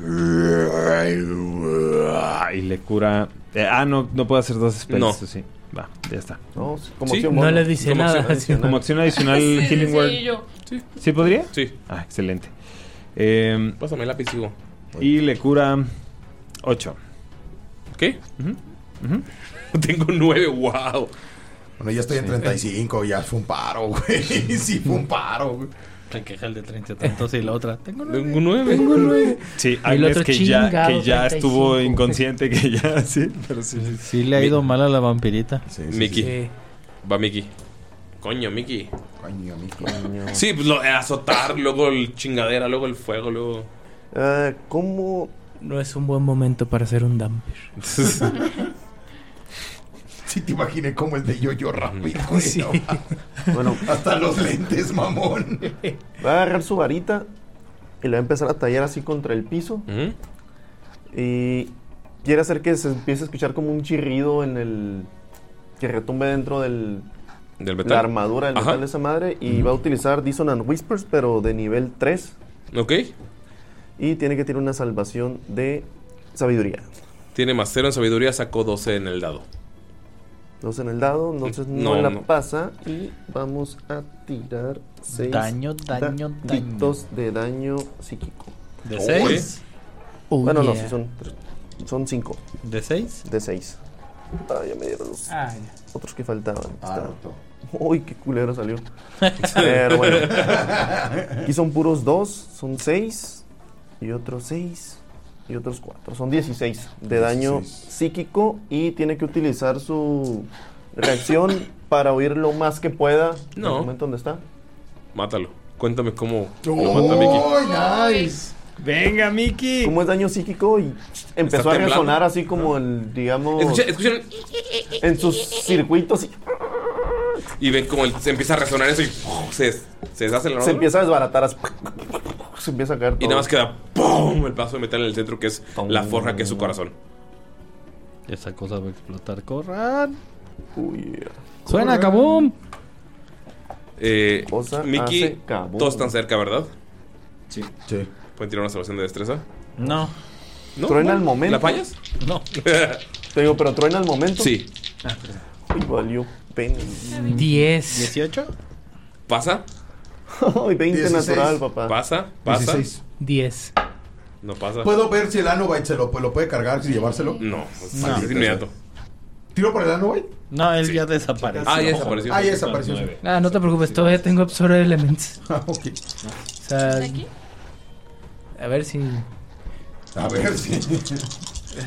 Speaker 6: Y le cura... eh, ah, no, no puedo hacer dos spells.
Speaker 1: No.
Speaker 6: eso sí. Va, ya está.
Speaker 2: No,
Speaker 1: como Sí. acción No bonus. le dice
Speaker 6: Como
Speaker 1: nada.
Speaker 6: acción adicional- como acción adicional
Speaker 1: Sí,
Speaker 6: Healing
Speaker 1: sí,
Speaker 6: Word.
Speaker 1: yo. Sí.
Speaker 6: ¿Sí podría?
Speaker 1: Sí.
Speaker 6: Ah, excelente. Eh,
Speaker 1: Pásame el lápiz, digo.
Speaker 6: Y le cura 8.
Speaker 1: ¿Qué? [LAUGHS] Tengo 9, wow.
Speaker 4: Bueno, ya estoy en 35, ya fue un paro, güey. [LAUGHS] Sí, fue un paro, güey.
Speaker 5: La queja el de 30 tantos y la otra. Tengo
Speaker 1: Tengo nueve.
Speaker 5: Tengo nueve.
Speaker 6: Sí,
Speaker 5: Y el
Speaker 6: Agnes
Speaker 5: otro
Speaker 6: que ya,
Speaker 5: chingado
Speaker 6: que ya
Speaker 5: 35.
Speaker 6: estuvo inconsciente, que ya sí, pero sí.
Speaker 5: Sí, le ha ido mal a la vampirita.
Speaker 1: Mickey. Va Mickey. Coño, Mickey.
Speaker 4: Coño, Mickey.
Speaker 1: Sí, pues lo, azotar, luego el chingadera, luego el fuego, luego.
Speaker 2: ¿Cómo?
Speaker 3: No es un buen momento para hacer un
Speaker 4: [LAUGHS]
Speaker 3: damper. [LAUGHS]
Speaker 4: Sí, te imaginé como el de yo-yo rápido, güey.
Speaker 3: Sí.
Speaker 4: no mames. hasta los lentes, mamón.
Speaker 2: Va a agarrar su varita y la va a empezar a tallar así contra el piso. Y quiere hacer que se empiece a escuchar como un chirrido en el. que retumbe dentro del.
Speaker 1: Del metal.
Speaker 2: La armadura del
Speaker 1: Ajá.
Speaker 2: metal de esa madre. Y va a utilizar Dissonant Whispers, pero de nivel 3.
Speaker 1: Ok.
Speaker 2: Y tiene que tener una salvación de sabiduría.
Speaker 1: Tiene más 0 en sabiduría, sacó 12 en el dado.
Speaker 2: Dos en el dado, entonces no,
Speaker 1: No,
Speaker 2: la
Speaker 1: no.
Speaker 2: pasa. Y vamos a tirar 6
Speaker 5: Daño, daño, daño.
Speaker 2: de daño psíquico.
Speaker 5: ¿De
Speaker 2: Oh,
Speaker 5: seis?
Speaker 2: güey.
Speaker 5: Oh,
Speaker 2: bueno, no,
Speaker 5: yeah.
Speaker 2: sí son, tres- son cinco.
Speaker 5: ¿De seis?
Speaker 2: De seis. Ah, ya me dieron los
Speaker 5: Ah,
Speaker 2: otros que faltaban. Está- Uy, qué culero
Speaker 5: [LAUGHS]
Speaker 2: salió. Pero bueno. Aquí son puros dos, son seis. Y otros seis. y otros 4. Son 16 de daño psíquico y tiene que utilizar su reacción para huir lo más que pueda en
Speaker 1: No.
Speaker 2: el momento donde está.
Speaker 1: Mátalo. Cuéntame cómo
Speaker 4: Oh.
Speaker 1: lo mata Mickey.
Speaker 2: ¡Uy, nice!
Speaker 9: Venga, Miki.
Speaker 2: ¿Cómo es daño psíquico? Y empezó a
Speaker 1: temblando.
Speaker 2: resonar así como el, digamos.
Speaker 1: Escucha- escucharon-
Speaker 2: En sus circuitos y
Speaker 1: Y ven como se empieza a resonar eso y ¡pum! se, se deshace la
Speaker 2: se
Speaker 1: armadura.
Speaker 2: empieza a desbaratar. así, Se empieza a caer
Speaker 1: Y
Speaker 2: todo.
Speaker 1: nada más queda ¡pum! el paso de metal en el centro que es la forja que es su corazón.
Speaker 5: Esa cosa va a explotar. Corran.
Speaker 2: Uy,
Speaker 5: Suena, kaboom.
Speaker 1: Eh,
Speaker 5: Cosa
Speaker 1: Mickey,
Speaker 5: hace cabo.
Speaker 1: todos están cerca, ¿verdad?
Speaker 9: Sí.
Speaker 4: sí.
Speaker 1: ¿Pueden tirar una salvación de destreza?
Speaker 5: No.
Speaker 1: ¿No?
Speaker 2: Truena al momento.
Speaker 1: ¿La fallas?
Speaker 5: No.
Speaker 2: Te digo, pero truena al momento.
Speaker 1: Sí.
Speaker 2: Uy, valió pena.
Speaker 3: 10.
Speaker 5: ¿18?
Speaker 1: ¿Pasa?
Speaker 2: Uy, 20 natural, papá.
Speaker 1: ¿Pasa? ¿Pasa?
Speaker 4: 16.
Speaker 3: 10.
Speaker 1: No pasa.
Speaker 4: ¿Puedo ver si el Anovite se lo, pues, lo puede cargar y llevárselo?
Speaker 1: No, es inmediato.
Speaker 4: ¿Tiro por el Anovite?
Speaker 5: No, él ya desapareció.
Speaker 4: Ah, ya desapareció. Ah, ya desapareció. Nueve.
Speaker 3: Ah, no te preocupes, todavía tengo Absorber Elements.
Speaker 4: Ah, ok.
Speaker 3: O sea, a ver si.
Speaker 4: A
Speaker 1: [LAUGHS]
Speaker 4: ver si.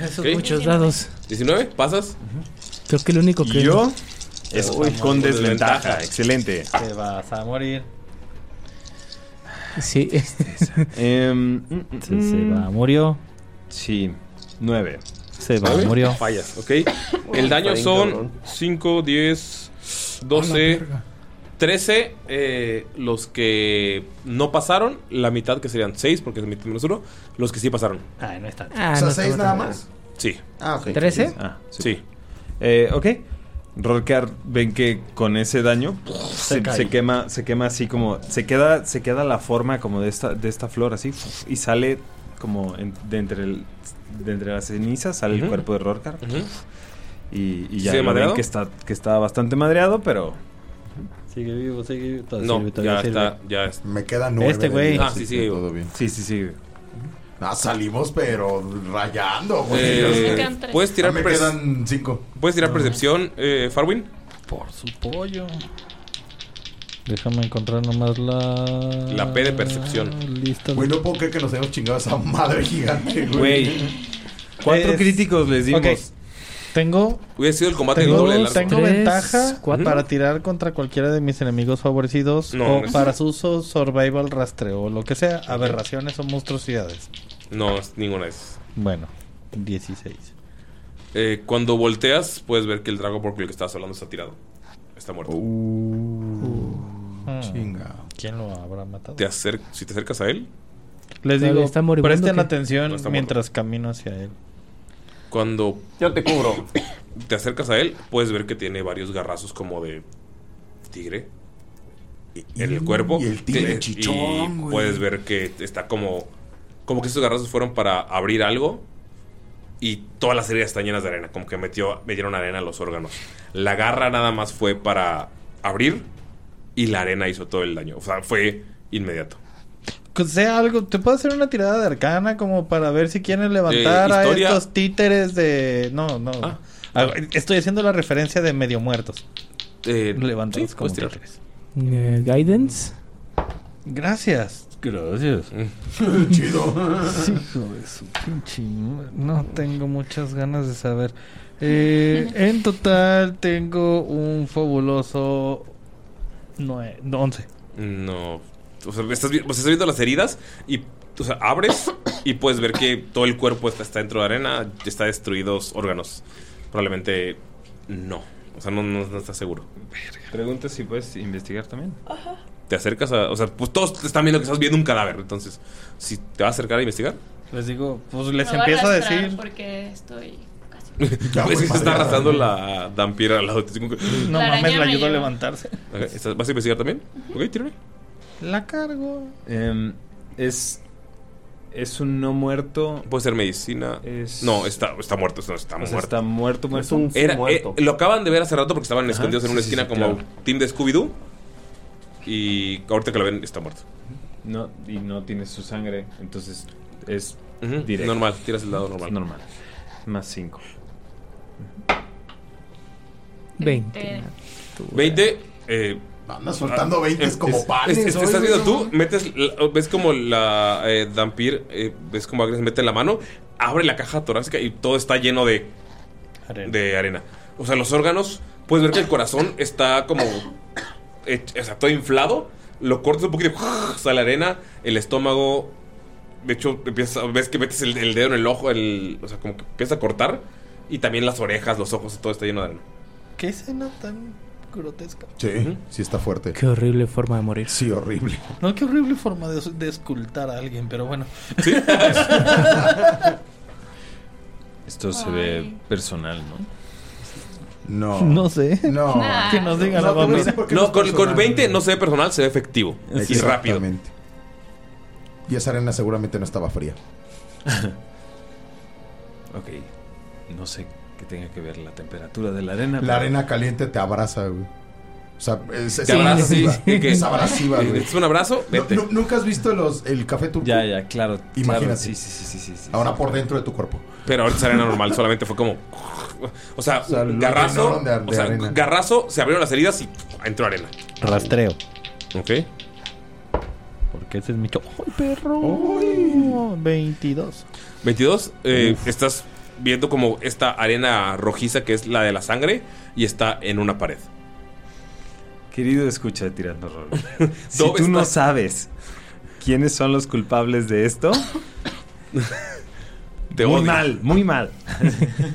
Speaker 3: Esos
Speaker 1: Ok.
Speaker 3: muchos dados.
Speaker 1: ¿19? ¿Pasas?
Speaker 3: Creo que el único que.
Speaker 1: Yo
Speaker 9: Es
Speaker 1: Uy,
Speaker 9: con
Speaker 1: con
Speaker 9: desventaja.
Speaker 1: desventaja.
Speaker 9: Excelente.
Speaker 5: Te vas a morir.
Speaker 3: Sí. [LAUGHS]
Speaker 9: se,
Speaker 5: se va, murió.
Speaker 9: Em, mm, Sí. 9.
Speaker 5: Se va, murió.
Speaker 1: Fallas, ok. El
Speaker 9: Está
Speaker 1: daño
Speaker 9: bien,
Speaker 1: son
Speaker 9: cabrón.
Speaker 1: 5, 10, 12, 13. eh, los que no pasaron, la mitad que serían 6, porque es mitad menos 1. Los que sí pasaron.
Speaker 5: Ah, no está.
Speaker 3: Ah,
Speaker 4: o sea,
Speaker 3: no
Speaker 4: seis
Speaker 3: estaba
Speaker 4: nada
Speaker 3: tan mal.
Speaker 4: más.
Speaker 1: Sí.
Speaker 4: Ah, ok.
Speaker 3: ¿Trece?
Speaker 9: Ah,
Speaker 1: sí.
Speaker 9: Eh, ok. Rolcar, ven que con ese daño
Speaker 5: Se
Speaker 9: se,
Speaker 5: cae.
Speaker 9: se quema, se quema así como. Se queda, se queda la forma como de esta, de esta flor así. Y sale como en- de entre el- de entre las cenizas, sale el
Speaker 1: Ujú.
Speaker 9: cuerpo de Rolcar.
Speaker 1: Ujú.
Speaker 9: Y, y ya
Speaker 1: ¿Sigue
Speaker 9: lo ven
Speaker 1: madreado?
Speaker 9: que está, que está bastante madreado, pero.
Speaker 5: Sigue vivo, sigue vivo. Todo
Speaker 1: No,
Speaker 5: sirve, todavía
Speaker 1: ya
Speaker 5: sirve.
Speaker 1: está. Ya es.
Speaker 4: Me queda nueve.
Speaker 5: Este güey. Ah, sí,
Speaker 4: sí. Todo
Speaker 9: bien. Sí, sí, sí.
Speaker 4: Ah, salimos, pero rayando, güey.
Speaker 1: Eh,
Speaker 4: Me quedan tres.
Speaker 1: puedes tirar
Speaker 4: Ah, me
Speaker 1: pres-
Speaker 4: quedan cinco.
Speaker 1: ¿Puedes tirar percepción, eh, Farwin?
Speaker 5: Por su pollo. Déjame encontrar nomás la.
Speaker 1: La P de percepción.
Speaker 5: Lista.
Speaker 4: Güey, no puedo creer que nos hayamos chingado a esa madre gigante, güey.
Speaker 9: Güey. Cuatro
Speaker 5: Es-
Speaker 9: críticos les dimos.
Speaker 5: Ok. Tengo.
Speaker 1: Hubiera sido el combate del
Speaker 5: tengo,
Speaker 1: doble largo.
Speaker 5: tengo
Speaker 1: Tres,
Speaker 5: ventaja
Speaker 1: cuatro.
Speaker 5: para tirar contra cualquiera de mis enemigos favorecidos
Speaker 1: No,
Speaker 5: o
Speaker 1: no es-
Speaker 5: para su uso survival rastreo, lo que sea, aberraciones o monstruosidades.
Speaker 1: No, es ninguna es.
Speaker 5: Bueno, 16.
Speaker 1: Eh, cuando volteas, puedes ver que el Drago por el que estabas hablando está tirado. Está muerto.
Speaker 5: Uh, Hmm.
Speaker 4: Chinga.
Speaker 5: ¿Quién lo habrá matado?
Speaker 1: Te acer- si te acercas a él,
Speaker 5: Les
Speaker 3: Todavía
Speaker 5: digo,
Speaker 3: está moribundo,
Speaker 5: presten
Speaker 3: ¿qué?
Speaker 5: atención
Speaker 1: No está
Speaker 5: mientras camino hacia él.
Speaker 1: cuando
Speaker 2: Yo te cubro.
Speaker 1: [COUGHS] te acercas a él, puedes ver que tiene varios garrazos como de tigre en el cuerpo.
Speaker 4: y el tigre
Speaker 1: Tiene-
Speaker 4: chichón,
Speaker 1: y
Speaker 4: güey.
Speaker 1: puedes ver que está como. Como que esos garrazos fueron para abrir algo. Y todas las heridas están llenas de arena. Como que metió, metieron arena a los órganos. La garra nada más fue para abrir. Y la arena hizo todo el daño. O sea, fue inmediato.
Speaker 5: Que sea algo, te puedo hacer una tirada de arcana como para ver si quieren levantar
Speaker 1: Eh,
Speaker 5: a
Speaker 1: historia.
Speaker 5: estos títeres de. No, no. Ah, Estoy haciendo la referencia de medio muertos.
Speaker 1: Eh,
Speaker 5: Levantados como
Speaker 1: puedes tirar.
Speaker 5: títeres.
Speaker 3: Eh, guidance.
Speaker 5: Gracias. Gracias.
Speaker 4: [LAUGHS] Chido.
Speaker 5: Sí, hijo de su pinche madre. No tengo muchas ganas de saber. Eh, en total tengo un fabuloso. nue- 11.
Speaker 1: No. O sea, estás, vi- o sea, estás viendo las heridas y o sea, abres y puedes ver que todo el cuerpo está, está dentro de arena, está destruidos órganos. Probablemente no. O sea, no, no, no estás seguro.
Speaker 9: Pregunta si puedes investigar también.
Speaker 1: Te acercas a. O sea, pues todos te están viendo que estás viendo un cadáver. Entonces, si te vas a acercar a investigar,
Speaker 5: Les digo, pues les
Speaker 8: Me voy
Speaker 5: empiezo a
Speaker 8: arrastrar
Speaker 5: decir.
Speaker 8: Porque estoy
Speaker 1: [LAUGHS]
Speaker 8: casi.
Speaker 1: ves pues, que se está
Speaker 4: madreado.
Speaker 1: arrastrando la dampiera al lado de ti.
Speaker 5: No
Speaker 8: La
Speaker 5: mames,
Speaker 8: araña
Speaker 5: la
Speaker 8: me
Speaker 5: ayudo
Speaker 8: lleva.
Speaker 5: a levantarse.
Speaker 1: Ok, ¿estás- ¿Vas a investigar también? Ok, tírame.
Speaker 5: La cargo.
Speaker 9: Em, es. Es un no muerto.
Speaker 1: Puede ser medicina.
Speaker 9: Es-
Speaker 1: No, está, está muerto. no, está
Speaker 9: Pues O sea,
Speaker 1: muerto.
Speaker 9: está muerto, muerto.
Speaker 1: Era- eh, lo acaban de ver hace rato porque estaban
Speaker 9: Ajá,
Speaker 1: escondidos en
Speaker 9: sí,
Speaker 1: una
Speaker 9: sí,
Speaker 1: esquina
Speaker 9: sí,
Speaker 1: como
Speaker 9: claro.
Speaker 1: team de Scooby-Doo. Y ahorita que lo ven, está muerto.
Speaker 9: No, y no tiene su sangre, entonces es
Speaker 1: Ujú,
Speaker 9: directo.
Speaker 1: Normal, tiras el dado normal.
Speaker 9: Es normal. Más 5.
Speaker 3: 20.
Speaker 1: 20. Eh,
Speaker 4: Anda soltando 20
Speaker 1: es-
Speaker 4: como
Speaker 1: es-
Speaker 4: panes,
Speaker 1: es- es-
Speaker 4: oye,
Speaker 1: estás viendo
Speaker 4: güey.
Speaker 1: tú, metes, la- ves como la eh, Dampir, eh, ves como Agnes mete la mano abre la caja torácica y todo está lleno de arena. de arena. O sea, los órganos, puedes ver que el corazón está como hech- o sea, todo inflado, lo cortas un poquito, y [LAUGHS] sale arena, el estómago de hecho, empiezas, ves que metes el, el dedo en el ojo, el, o sea, como que empiezas a cortar y también las orejas, los ojos, todo está lleno de arena.
Speaker 10: ¿Qué escena tan grotesca?
Speaker 4: Sí, sí está fuerte.
Speaker 3: Qué horrible forma de morir.
Speaker 9: [LAUGHS]
Speaker 4: Sí, horrible.
Speaker 10: No, qué horrible forma de, de escultar a alguien, pero bueno.
Speaker 5: [LAUGHS]
Speaker 6: Esto se ve personal, ¿no?
Speaker 4: No.
Speaker 6: [LAUGHS]
Speaker 4: Ah,
Speaker 11: No sé.
Speaker 4: No.
Speaker 10: Nah. Que nos diga la
Speaker 1: No,
Speaker 10: bomba.
Speaker 1: no, con, con 20 no se ve personal, se ve efectivo y rápido.
Speaker 4: Exactamente. Y esa arena seguramente no estaba fría.
Speaker 6: Ok. No sé qué tenga que ver la temperatura de la arena.
Speaker 4: La
Speaker 6: pero-
Speaker 4: arena caliente te abraza, güey. O sea, es, es
Speaker 6: Te abraza, sí,
Speaker 4: abrasiva.
Speaker 6: sí, que-
Speaker 4: Es abrasiva, güey.
Speaker 6: ¿Es un abrazo? Vete.
Speaker 4: Nu- ¿Nunca has visto los, el café turco?
Speaker 6: Ya, ya, claro.
Speaker 4: Imagínate.
Speaker 6: claro, sí, sí, sí, sí, sí, sí.
Speaker 4: Ahora por dentro de tu cuerpo.
Speaker 1: Pero ahorita es arena normal, solamente fue como. [LAUGHS] O sea,
Speaker 4: O sea, lo
Speaker 1: garrazo.
Speaker 4: llenaron de ar-
Speaker 1: o
Speaker 4: de
Speaker 1: sea,
Speaker 4: arena.
Speaker 1: garrazo, se abrieron las heridas y entró arena.
Speaker 11: Rastreo.
Speaker 1: Ok.
Speaker 11: Porque ese es mi cho- ¡Ay, perro! 22.
Speaker 1: 22, eh, estás viendo como esta arena rojiza que es la de la sangre y está en una pared.
Speaker 6: Querido escucha de Tirando
Speaker 1: [LAUGHS]
Speaker 6: Rol. si
Speaker 1: Dob
Speaker 6: tú no
Speaker 1: está-
Speaker 6: sabes quiénes son los culpables de esto,
Speaker 1: Te
Speaker 6: muy
Speaker 1: odio.
Speaker 6: mal, muy mal.
Speaker 5: [LAUGHS]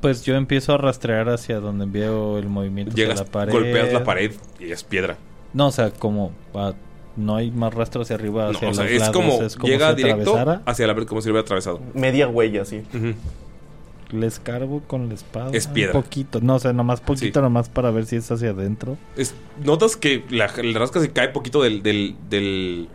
Speaker 5: Pues yo empiezo a rastrear hacia donde veo el movimiento
Speaker 1: Llegas,
Speaker 5: Pues de la pared.
Speaker 1: golpeas la pared y es piedra.
Speaker 5: No, o sea, como ah, no hay más rastro hacia arriba,
Speaker 1: No,
Speaker 5: hacia
Speaker 1: o sea,
Speaker 5: los
Speaker 1: es
Speaker 5: lados,
Speaker 1: como,
Speaker 5: es
Speaker 1: llega
Speaker 5: si
Speaker 1: directo
Speaker 5: atravesara.
Speaker 1: hacia la pared como si lo hubiera atravesado.
Speaker 2: Media huella, sí.
Speaker 5: Le escarbo con la espada.
Speaker 1: Es piedra.
Speaker 5: Un poquito, no, o sea, nomás poquito, nomás para ver si es hacia adentro.
Speaker 1: Es- notas que la, el rasca se cae poquito del. del. del.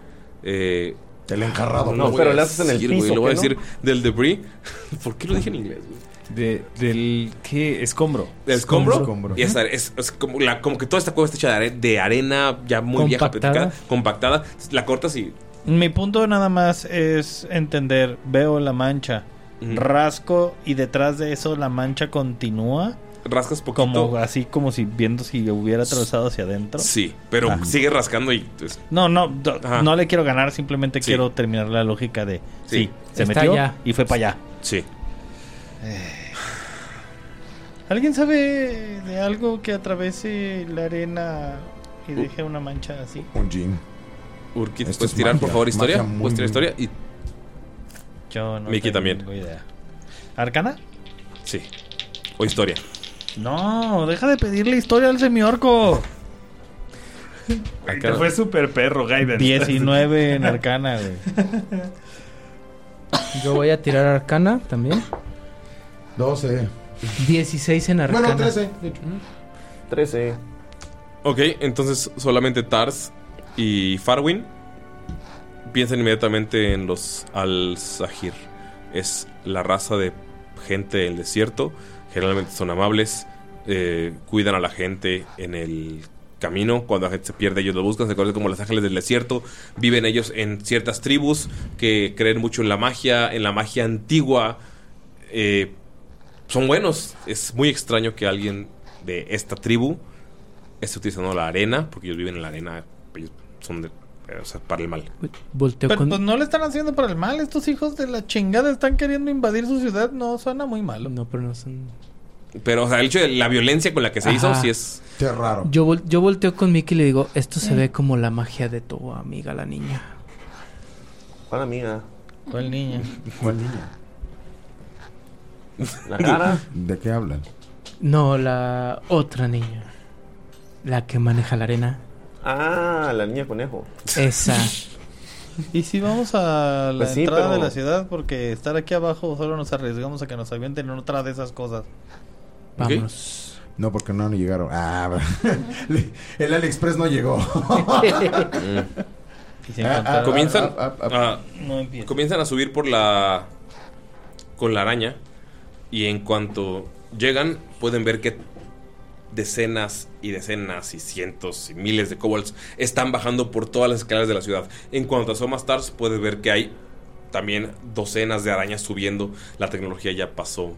Speaker 1: eh,
Speaker 4: del encarrado,
Speaker 1: no,
Speaker 2: ¿no?
Speaker 1: voy
Speaker 2: pues. Pero
Speaker 1: a
Speaker 2: le haces en el
Speaker 1: decir,
Speaker 2: piso,
Speaker 1: güey, lo voy a
Speaker 2: ¿qué no?
Speaker 1: decir del debris. [LAUGHS]
Speaker 6: Pues,
Speaker 1: ¿Por qué lo dije en inglés, güey?
Speaker 6: De, del qué escombro.
Speaker 1: El escombro.
Speaker 6: Escombro.
Speaker 1: Y es, es- es como, la- como que toda esta cueva está hecha de, are- de arena ya muy vieja,
Speaker 5: Compactada.
Speaker 1: petrificada, compactada. La cortas y
Speaker 5: Mi punto nada más es entender, veo la mancha, rasco y detrás de eso la mancha continúa.
Speaker 1: rascas poquito.
Speaker 5: Como así como si viendo si hubiera atravesado hacia adentro. Ah.
Speaker 1: Sí, pero
Speaker 5: Ajá.
Speaker 1: sigue rascando y. pues,
Speaker 5: No, no, do-
Speaker 1: Ajá.
Speaker 5: no le quiero ganar, simplemente
Speaker 1: Sí.
Speaker 5: quiero terminar la lógica de
Speaker 1: Sí.
Speaker 5: sí, se
Speaker 1: Está
Speaker 5: metió
Speaker 1: allá.
Speaker 5: y fue para allá.
Speaker 1: Sí.
Speaker 5: ¿Alguien sabe de algo que atravese la arena y
Speaker 1: Uh.
Speaker 5: deje una mancha así?
Speaker 4: Un jean.
Speaker 1: Urquit,
Speaker 4: Esto
Speaker 1: ¿puedes
Speaker 4: es
Speaker 1: tirar, por
Speaker 4: magia,
Speaker 1: favor, historia?
Speaker 4: magia muy,
Speaker 1: ¿Puedes tirar
Speaker 4: muy-
Speaker 1: historia? Y
Speaker 5: Yo no
Speaker 1: Miki
Speaker 5: tengo
Speaker 1: también.
Speaker 5: ninguna idea. ¿Arcana?
Speaker 1: Sí. O historia.
Speaker 5: No, deja de pedirle historia al semiorco.
Speaker 6: Te fue súper perro, Gaiden. [LAUGHS]
Speaker 5: 19 en arcana, güey.
Speaker 3: Yo voy a tirar arcana también.
Speaker 4: 12.
Speaker 3: 16 en arcana.
Speaker 4: Bueno, 13. de hecho.
Speaker 2: 13.
Speaker 1: Ok, entonces solamente Tars y Farwin piensan inmediatamente en los Al-Sahir. Es la raza de gente del desierto. Generalmente son amables, eh, cuidan a la gente en el camino. Cuando la gente se pierde, ellos lo buscan. Se conocen como los ángeles del desierto. Viven ellos en ciertas tribus que creen mucho en la magia, en la magia antigua. Eh, son buenos. Es muy extraño que alguien de esta tribu esté utilizando la arena, porque ellos viven en la arena, ellos son de, o sea, para el mal.
Speaker 3: Volteo
Speaker 5: Pero
Speaker 3: con.
Speaker 5: pues no le están haciendo para el mal. Estos hijos de la chingada están queriendo invadir su ciudad. No, suena muy malo.
Speaker 3: No, pero no son.
Speaker 1: Pero, o sea, el hecho de la violencia con la que se hizo,
Speaker 3: Ajá.
Speaker 1: sí es...
Speaker 4: Qué raro.
Speaker 3: Yo, vol- yo volteo con Mickey y le digo: Esto se ve como la magia de tu amiga, la niña.
Speaker 2: ¿Cuál amiga?
Speaker 5: ¿Cuál niña?
Speaker 4: ¿Cuál niña? [LAUGHS]
Speaker 2: La cara.
Speaker 4: ¿De qué hablan?
Speaker 3: No, la otra niña. La que maneja la arena.
Speaker 2: Ah, la niña conejo.
Speaker 3: Esa.
Speaker 5: [LAUGHS] Y si vamos a la
Speaker 2: Pues sí,
Speaker 5: entrada
Speaker 2: pero-
Speaker 5: de la ciudad, porque estar aquí abajo solo nos arriesgamos a que nos avienten en otra de esas cosas.
Speaker 3: Vámonos.
Speaker 4: No, porque no, no llegaron. Ah, le- [LAUGHS] el AliExpress no
Speaker 1: [LAUGHS]
Speaker 4: llegó.
Speaker 5: se
Speaker 4: Ah,
Speaker 5: encontraron-
Speaker 1: comienzan,
Speaker 4: ah, ah,
Speaker 1: ah,
Speaker 5: No empieza.
Speaker 1: comienzan a subir por la... con la araña, y en cuanto llegan, pueden ver que decenas y decenas y cientos y miles de kobolds están bajando por todas las escaleras de la ciudad. En cuanto asomas Tars, puedes ver que hay también docenas de arañas subiendo. La tecnología ya pasó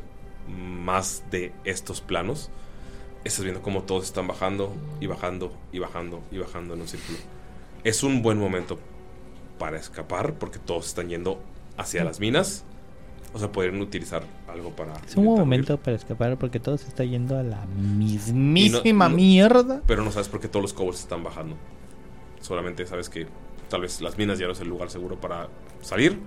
Speaker 1: más de estos planos. Estás viendo cómo todos están bajando y bajando y bajando y bajando en un círculo.
Speaker 11: Mm.
Speaker 1: Es un buen momento para escapar porque todos están yendo hacia las minas O sea, podrían utilizar algo para.
Speaker 11: [LAUGHS] Es un buen
Speaker 3: [LAUGHS]
Speaker 11: momento para escapar porque todo se está yendo a la
Speaker 1: Y no-
Speaker 11: mismísima
Speaker 1: no-
Speaker 11: mierda.
Speaker 1: Pero no sabes por qué todos los cobbles están bajando. Solamente sabes que tal vez las minas ya no es el lugar seguro para salir.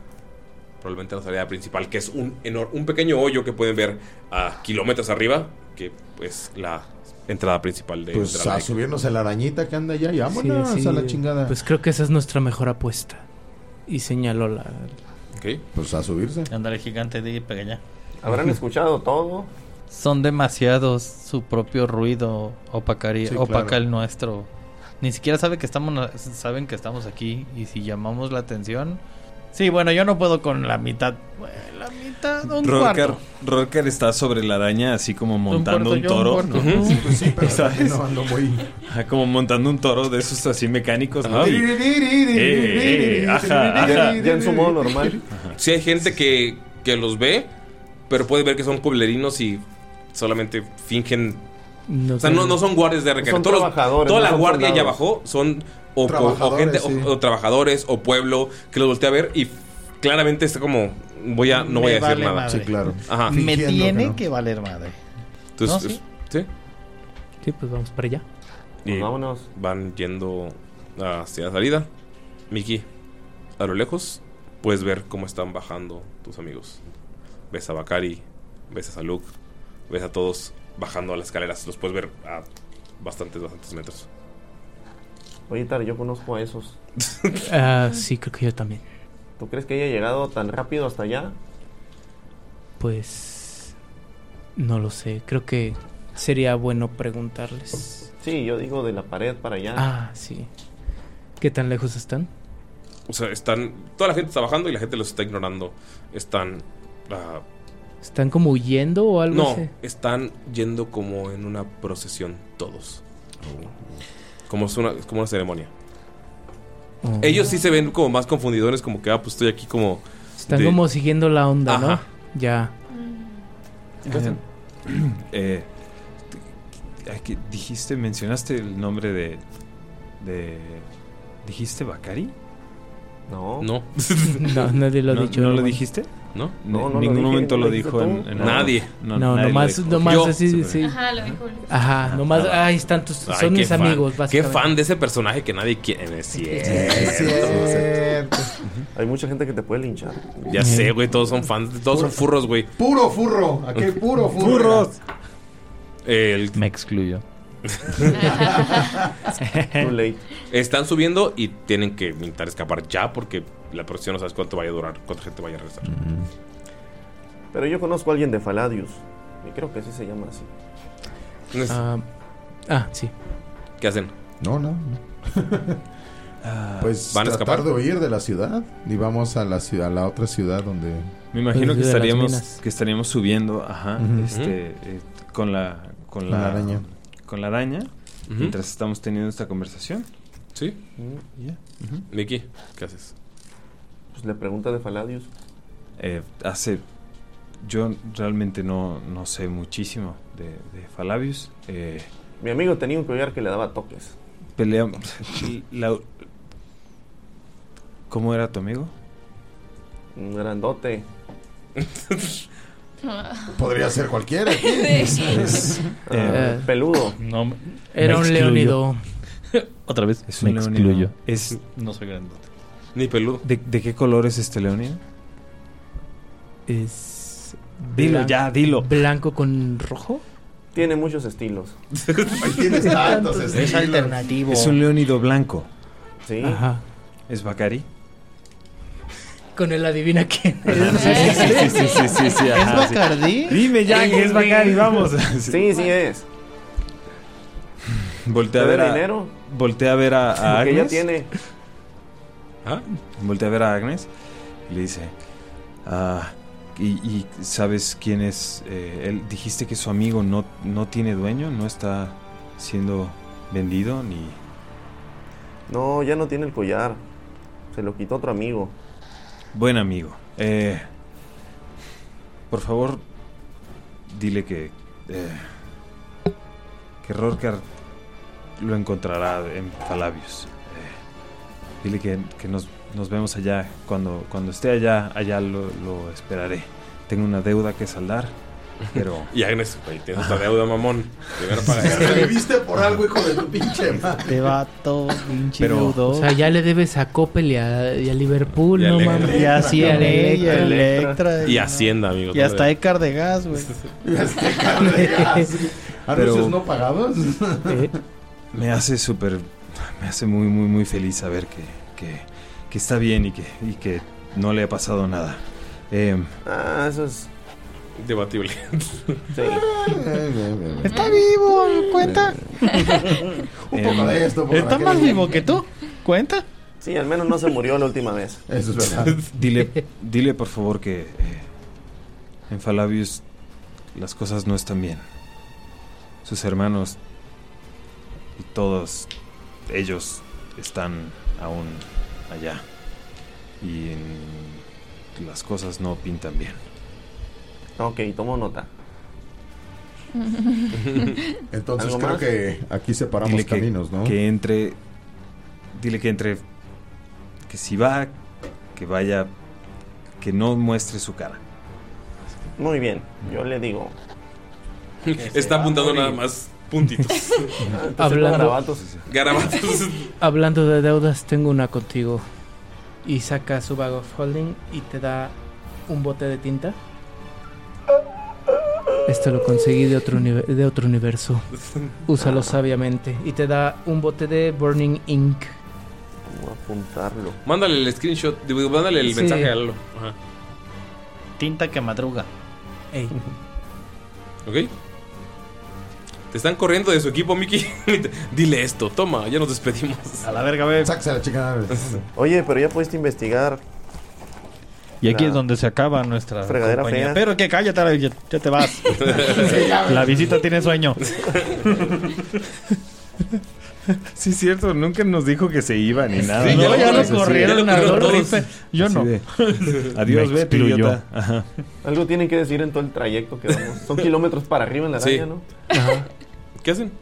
Speaker 1: Probablemente la salida principal, que es un, enor- un pequeño hoyo que pueden ver a kilómetros arriba, que es la entrada principal de
Speaker 4: Pues
Speaker 1: de la
Speaker 4: a
Speaker 1: lake.
Speaker 4: subirnos a la arañita que anda allá y vámonos
Speaker 3: Sí, sí.
Speaker 4: a la chingada.
Speaker 3: Pues creo que esa es nuestra mejor apuesta. Y señaló la.
Speaker 4: Pues a subirse.
Speaker 5: Ándale, gigante, de para allá.
Speaker 3: [LAUGHS]
Speaker 2: Habrán escuchado todo.
Speaker 5: Son demasiados. Su propio ruido opacaría,
Speaker 2: Sí,
Speaker 5: opaca
Speaker 2: claro.
Speaker 5: el nuestro. Ni siquiera sabe que estamos, saben que estamos aquí. Y si llamamos la atención. Sí, bueno, yo no puedo con la mitad. bueno, La mitad, un
Speaker 6: Rolker,
Speaker 5: cuarto.
Speaker 6: Rolker está sobre la araña así como montando
Speaker 5: cuarto
Speaker 6: un
Speaker 5: yo, un
Speaker 6: toro. [LAUGHS]
Speaker 5: cuarto
Speaker 6: ¿no?
Speaker 5: tú. Sí, pues sí, pero
Speaker 6: ¿Sabes?
Speaker 5: también no ando muy-
Speaker 6: Ajá, Como montando un toro de esos así mecánicos, ¿no?
Speaker 1: Ajá.
Speaker 6: Y- Eh, eh, ajá, ajá.
Speaker 1: Ajá. [LAUGHS] Sí hay gente que, que los ve, pero puede ver que son cublerinos y solamente fingen...
Speaker 3: No
Speaker 1: o sea, no, no son guardias de recreo.
Speaker 2: Son
Speaker 1: Todos los-
Speaker 2: trabajadores,
Speaker 1: toda
Speaker 2: no
Speaker 1: la
Speaker 2: son
Speaker 1: guardia allá
Speaker 2: soldados.
Speaker 1: abajo son o, co- o
Speaker 2: Trabajadores,
Speaker 1: gente, o-
Speaker 2: sí.
Speaker 1: o trabajadores o pueblo que los voltea a ver y claramente está como... Voy a,
Speaker 5: Me
Speaker 1: no voy a decir
Speaker 5: vale
Speaker 1: nada.
Speaker 5: madre. Sí, claro.
Speaker 1: Ajá.
Speaker 5: Me tiene que, valer madre.
Speaker 1: Entonces,
Speaker 5: ¿No?
Speaker 1: es-
Speaker 5: ¿Sí?
Speaker 1: sí.
Speaker 3: Sí, pues vamos para allá.
Speaker 1: Y Van yendo hacia la salida. Miki, a lo lejos puedes ver cómo están bajando tus amigos. Ves a Bakari, ves a Saluk, ves a todos bajando a las escaleras. Los puedes ver a bastantes, bastantes metros.
Speaker 2: Oye, Tar, yo conozco a esos.
Speaker 3: Ah, sí, creo que yo también.
Speaker 2: ¿Tú crees que haya llegado tan rápido hasta allá?
Speaker 3: Pues. No lo sé. Creo que sería bueno preguntarles.
Speaker 2: Sí, yo digo de la pared para allá.
Speaker 3: Ah, sí. ¿Qué tan lejos están?
Speaker 1: O sea, están. Toda la gente está bajando y la gente los está ignorando. Están. ah,
Speaker 3: ¿Están como huyendo o algo
Speaker 1: no,
Speaker 3: así?
Speaker 1: están yendo como en una procesión todos. Como, es una, es como una ceremonia.
Speaker 3: Oh.
Speaker 1: Ellos sí se ven como más confundidores, como que, ah, pues estoy aquí como...
Speaker 3: Están
Speaker 1: de-
Speaker 3: como siguiendo la onda, ¿no?
Speaker 1: Ajá.
Speaker 3: Ya.
Speaker 6: Eh, [CLEARS THROAT] eh, ay, que dijiste, mencionaste el nombre de. de ¿Dijiste Bakari?
Speaker 2: No.
Speaker 4: [LAUGHS]
Speaker 1: No.
Speaker 3: [LAUGHS] No, nadie lo ha dicho,
Speaker 6: ¿No lo
Speaker 3: hermano.
Speaker 6: dijiste?
Speaker 1: No.
Speaker 6: En
Speaker 3: No, no lo
Speaker 6: ningún
Speaker 3: dije,
Speaker 6: momento
Speaker 3: ¿no
Speaker 6: lo
Speaker 3: lo
Speaker 6: dijo
Speaker 3: dijiste
Speaker 6: en,
Speaker 3: tú?
Speaker 6: en-
Speaker 1: Nadie.
Speaker 3: No, nomás,
Speaker 6: lo dijo.
Speaker 3: nomás
Speaker 1: Yo.
Speaker 3: así, sí.
Speaker 8: Ajá, lo dijo Ulises.
Speaker 3: Ajá, nomás,
Speaker 1: Ah,
Speaker 3: ahí están tus,
Speaker 1: Ay,
Speaker 3: son
Speaker 1: qué
Speaker 3: mis
Speaker 1: fan.
Speaker 3: amigos,
Speaker 1: Qué
Speaker 3: básicamente.
Speaker 1: fan de ese personaje que nadie quiere. Es
Speaker 2: Es
Speaker 1: cierto.
Speaker 2: Hay mucha gente que te puede linchar.
Speaker 1: ya sé, güey, todos son fans, todos son furros, güey.
Speaker 4: Puro furro. Aquí puro furro.
Speaker 6: Furros.
Speaker 1: Me excluyo.
Speaker 2: Too late.
Speaker 1: Están subiendo y tienen que intentar escapar ya porque la próxima no sabes cuánto vaya a durar, cuánta gente vaya a regresar.
Speaker 2: Pero yo conozco a alguien de Faladius. Y creo que sí se llama así.
Speaker 3: Ah, ah, sí.
Speaker 1: ¿Qué hacen?
Speaker 4: No, no.
Speaker 6: Ah.
Speaker 4: Pues
Speaker 1: ¿Van a
Speaker 4: tratar
Speaker 1: escapar?
Speaker 4: de huir de la ciudad y vamos a la ciudad, a la otra ciudad donde
Speaker 6: Me imagino que
Speaker 4: Pues De las
Speaker 6: estaríamos,
Speaker 4: minas.
Speaker 6: que estaríamos subiendo, ajá,
Speaker 4: Ujú.
Speaker 6: este, eh, con la, con
Speaker 4: La
Speaker 6: la,
Speaker 4: araña.
Speaker 6: con la araña,
Speaker 1: Ujú.
Speaker 6: mientras estamos teniendo esta conversación.
Speaker 1: ¿Sí?
Speaker 6: Ya.
Speaker 1: Miki, ¿qué haces?
Speaker 2: Pues le pregunta de Faladius.
Speaker 6: Eh, hace, yo realmente no, no sé muchísimo de, de Falabius. Eh,
Speaker 2: Mi amigo tenía un collar que le daba toques.
Speaker 6: peleamos. la- ¿Cómo era tu amigo?
Speaker 2: Un grandote.
Speaker 4: podría ser cualquiera. aquí.
Speaker 6: Es- eh,
Speaker 2: Ah, peludo.
Speaker 5: No, me-
Speaker 3: Era
Speaker 5: me
Speaker 3: un
Speaker 5: excluyo.
Speaker 3: leónido.
Speaker 5: [LAUGHS] Otra vez.
Speaker 6: Es
Speaker 5: me
Speaker 6: un leónido.
Speaker 5: excluyo.
Speaker 6: Es,
Speaker 5: No soy grandote.
Speaker 1: Ni peludo.
Speaker 6: ¿de, de qué color es este leónido?
Speaker 3: Es.
Speaker 6: Dilo ya, dilo.
Speaker 3: Blanco con rojo.
Speaker 2: Tiene muchos estilos.
Speaker 4: tienes tantos Es estilos.
Speaker 3: alternativo.
Speaker 6: Es un leónido blanco.
Speaker 2: Sí.
Speaker 3: Ajá.
Speaker 6: ¿Es Bacari?
Speaker 3: Con el adivina quién. es.
Speaker 6: [LAUGHS] Sí, sí, sí, sí, sí, sí, sí,
Speaker 3: ¿Es
Speaker 6: ajá, sí.
Speaker 3: Bacardí?
Speaker 6: Dime ya que es Bacari, vamos.
Speaker 2: Sí, sí es.
Speaker 6: Voltea a
Speaker 2: ¿Te
Speaker 6: ver
Speaker 2: debe
Speaker 6: a,
Speaker 2: dinero?
Speaker 6: voltea a ver a, a
Speaker 2: Porque ya
Speaker 6: Agnes.
Speaker 2: tiene.
Speaker 6: Voltea a ver a Agnes y le dice, ah, y, y sabes quién es? eh, él dijiste que su amigo no, no tiene dueño, no está siendo vendido ni...
Speaker 2: No, ya no tiene el collar. Se lo quitó otro amigo.
Speaker 6: Buen amigo. Eh, por favor, dile que. eh, que Rorcar lo encontrará en Falabius. Eh, dile que, que nos, nos vemos allá. Cuando, cuando esté allá, allá lo, lo esperaré. tengo una deuda que saldar.
Speaker 4: [LAUGHS]
Speaker 6: Pero.
Speaker 1: Y Agnes, güey, tienes esta deuda, mamón. Primero paga
Speaker 4: Te
Speaker 1: esto.
Speaker 4: viviste por algo, hijo de tu pinche madre.
Speaker 5: Te
Speaker 1: [LAUGHS]
Speaker 5: vato, pinche
Speaker 3: Pero,
Speaker 5: deudor.
Speaker 3: o sea, ya le debes a Coppel y a, y a Liverpool,
Speaker 1: Y a
Speaker 3: no
Speaker 1: Electra.
Speaker 3: mames. Y
Speaker 5: Y a
Speaker 3: a
Speaker 5: Cianel, y a Electra.
Speaker 1: Y Hacienda, amigo.
Speaker 5: Y hasta Ecar de gas,
Speaker 1: [LAUGHS]
Speaker 5: güey. [LAUGHS]
Speaker 4: ¿Anuncios no pagados?
Speaker 3: Eh.
Speaker 5: Eh.
Speaker 6: Me hace súper. Me hace muy, muy, muy feliz saber que, que, que está bien y que, y que no le ha pasado nada. Em,
Speaker 2: Ah, eso es.
Speaker 1: Debatible.
Speaker 5: Está
Speaker 6: Em,
Speaker 5: vivo,
Speaker 6: [LAUGHS]
Speaker 5: cuenta.
Speaker 2: Un poco de esto, un poco de
Speaker 5: ¿Está
Speaker 2: aquello.
Speaker 5: más vivo que tú? ¿Cuenta?
Speaker 2: Sí, al menos no se murió la última vez.
Speaker 4: Eso
Speaker 6: [LAUGHS] dile, dile por favor que eh, en Falabius las cosas no están bien. Sus hermanos y todos ellos están aún allá. Y mm, las cosas no pintan bien.
Speaker 2: Ok, tomo nota.
Speaker 4: Entonces
Speaker 2: ¿Algo
Speaker 4: creo
Speaker 2: más?
Speaker 4: que aquí separamos
Speaker 6: Dile que-
Speaker 4: caminos, ¿no?
Speaker 6: Que entre. Dile que entre. Que si va, que vaya. Que no muestre su cara.
Speaker 2: Muy bien, yo le digo.
Speaker 1: Está apuntando nada más puntitos.
Speaker 3: Hablando-
Speaker 1: Garabatos.
Speaker 3: [LAUGHS] Hablando de deudas, tengo una contigo. Y saca su bag of holding y te da un bote de tinta. Esto lo conseguí de otro, univer- de otro
Speaker 1: [LAUGHS]
Speaker 3: universo. Úsalo sabiamente. Y te da un bote de Burning Ink.
Speaker 2: Voy a apuntarlo.
Speaker 1: Mándale el screenshot. digo, Mándale el
Speaker 3: Sí.
Speaker 1: mensaje a Lalo. Ajá.
Speaker 5: Tinta que madruga.
Speaker 3: Ey.
Speaker 1: ¿Ok? Te están corriendo de su equipo, Mickey. [LAUGHS] Dile esto. Toma, ya nos despedimos.
Speaker 5: A la verga, ve.
Speaker 4: Sácase la chica.
Speaker 2: [LAUGHS]
Speaker 1: [LAUGHS]
Speaker 2: Oye, pero ya pudiste investigar.
Speaker 5: Y aquí
Speaker 2: La-
Speaker 5: es donde se acaba nuestra
Speaker 2: Fregadera
Speaker 5: compañía.
Speaker 2: fea.
Speaker 5: Pero que cállate, ya, ya
Speaker 2: [LAUGHS]
Speaker 5: te vas. la visita tiene sueño.
Speaker 6: Sí, es cierto, nunca nos dijo que se iba ni nada.
Speaker 5: Sí, ya lo- ya lo
Speaker 6: Entonces,
Speaker 5: corrieron
Speaker 6: sí.
Speaker 5: a Lord Rife. Yo
Speaker 6: Así
Speaker 5: no.
Speaker 6: de, [LAUGHS] Adiós,
Speaker 5: Me
Speaker 6: vete,
Speaker 5: excluyó.
Speaker 6: idiota. Ajá.
Speaker 2: Algo tienen que decir en todo el trayecto que vamos.
Speaker 5: [LAUGHS]
Speaker 2: Son kilómetros para arriba en la
Speaker 1: Sí.
Speaker 2: araña, ¿no?
Speaker 1: [LAUGHS] ¿Qué hacen?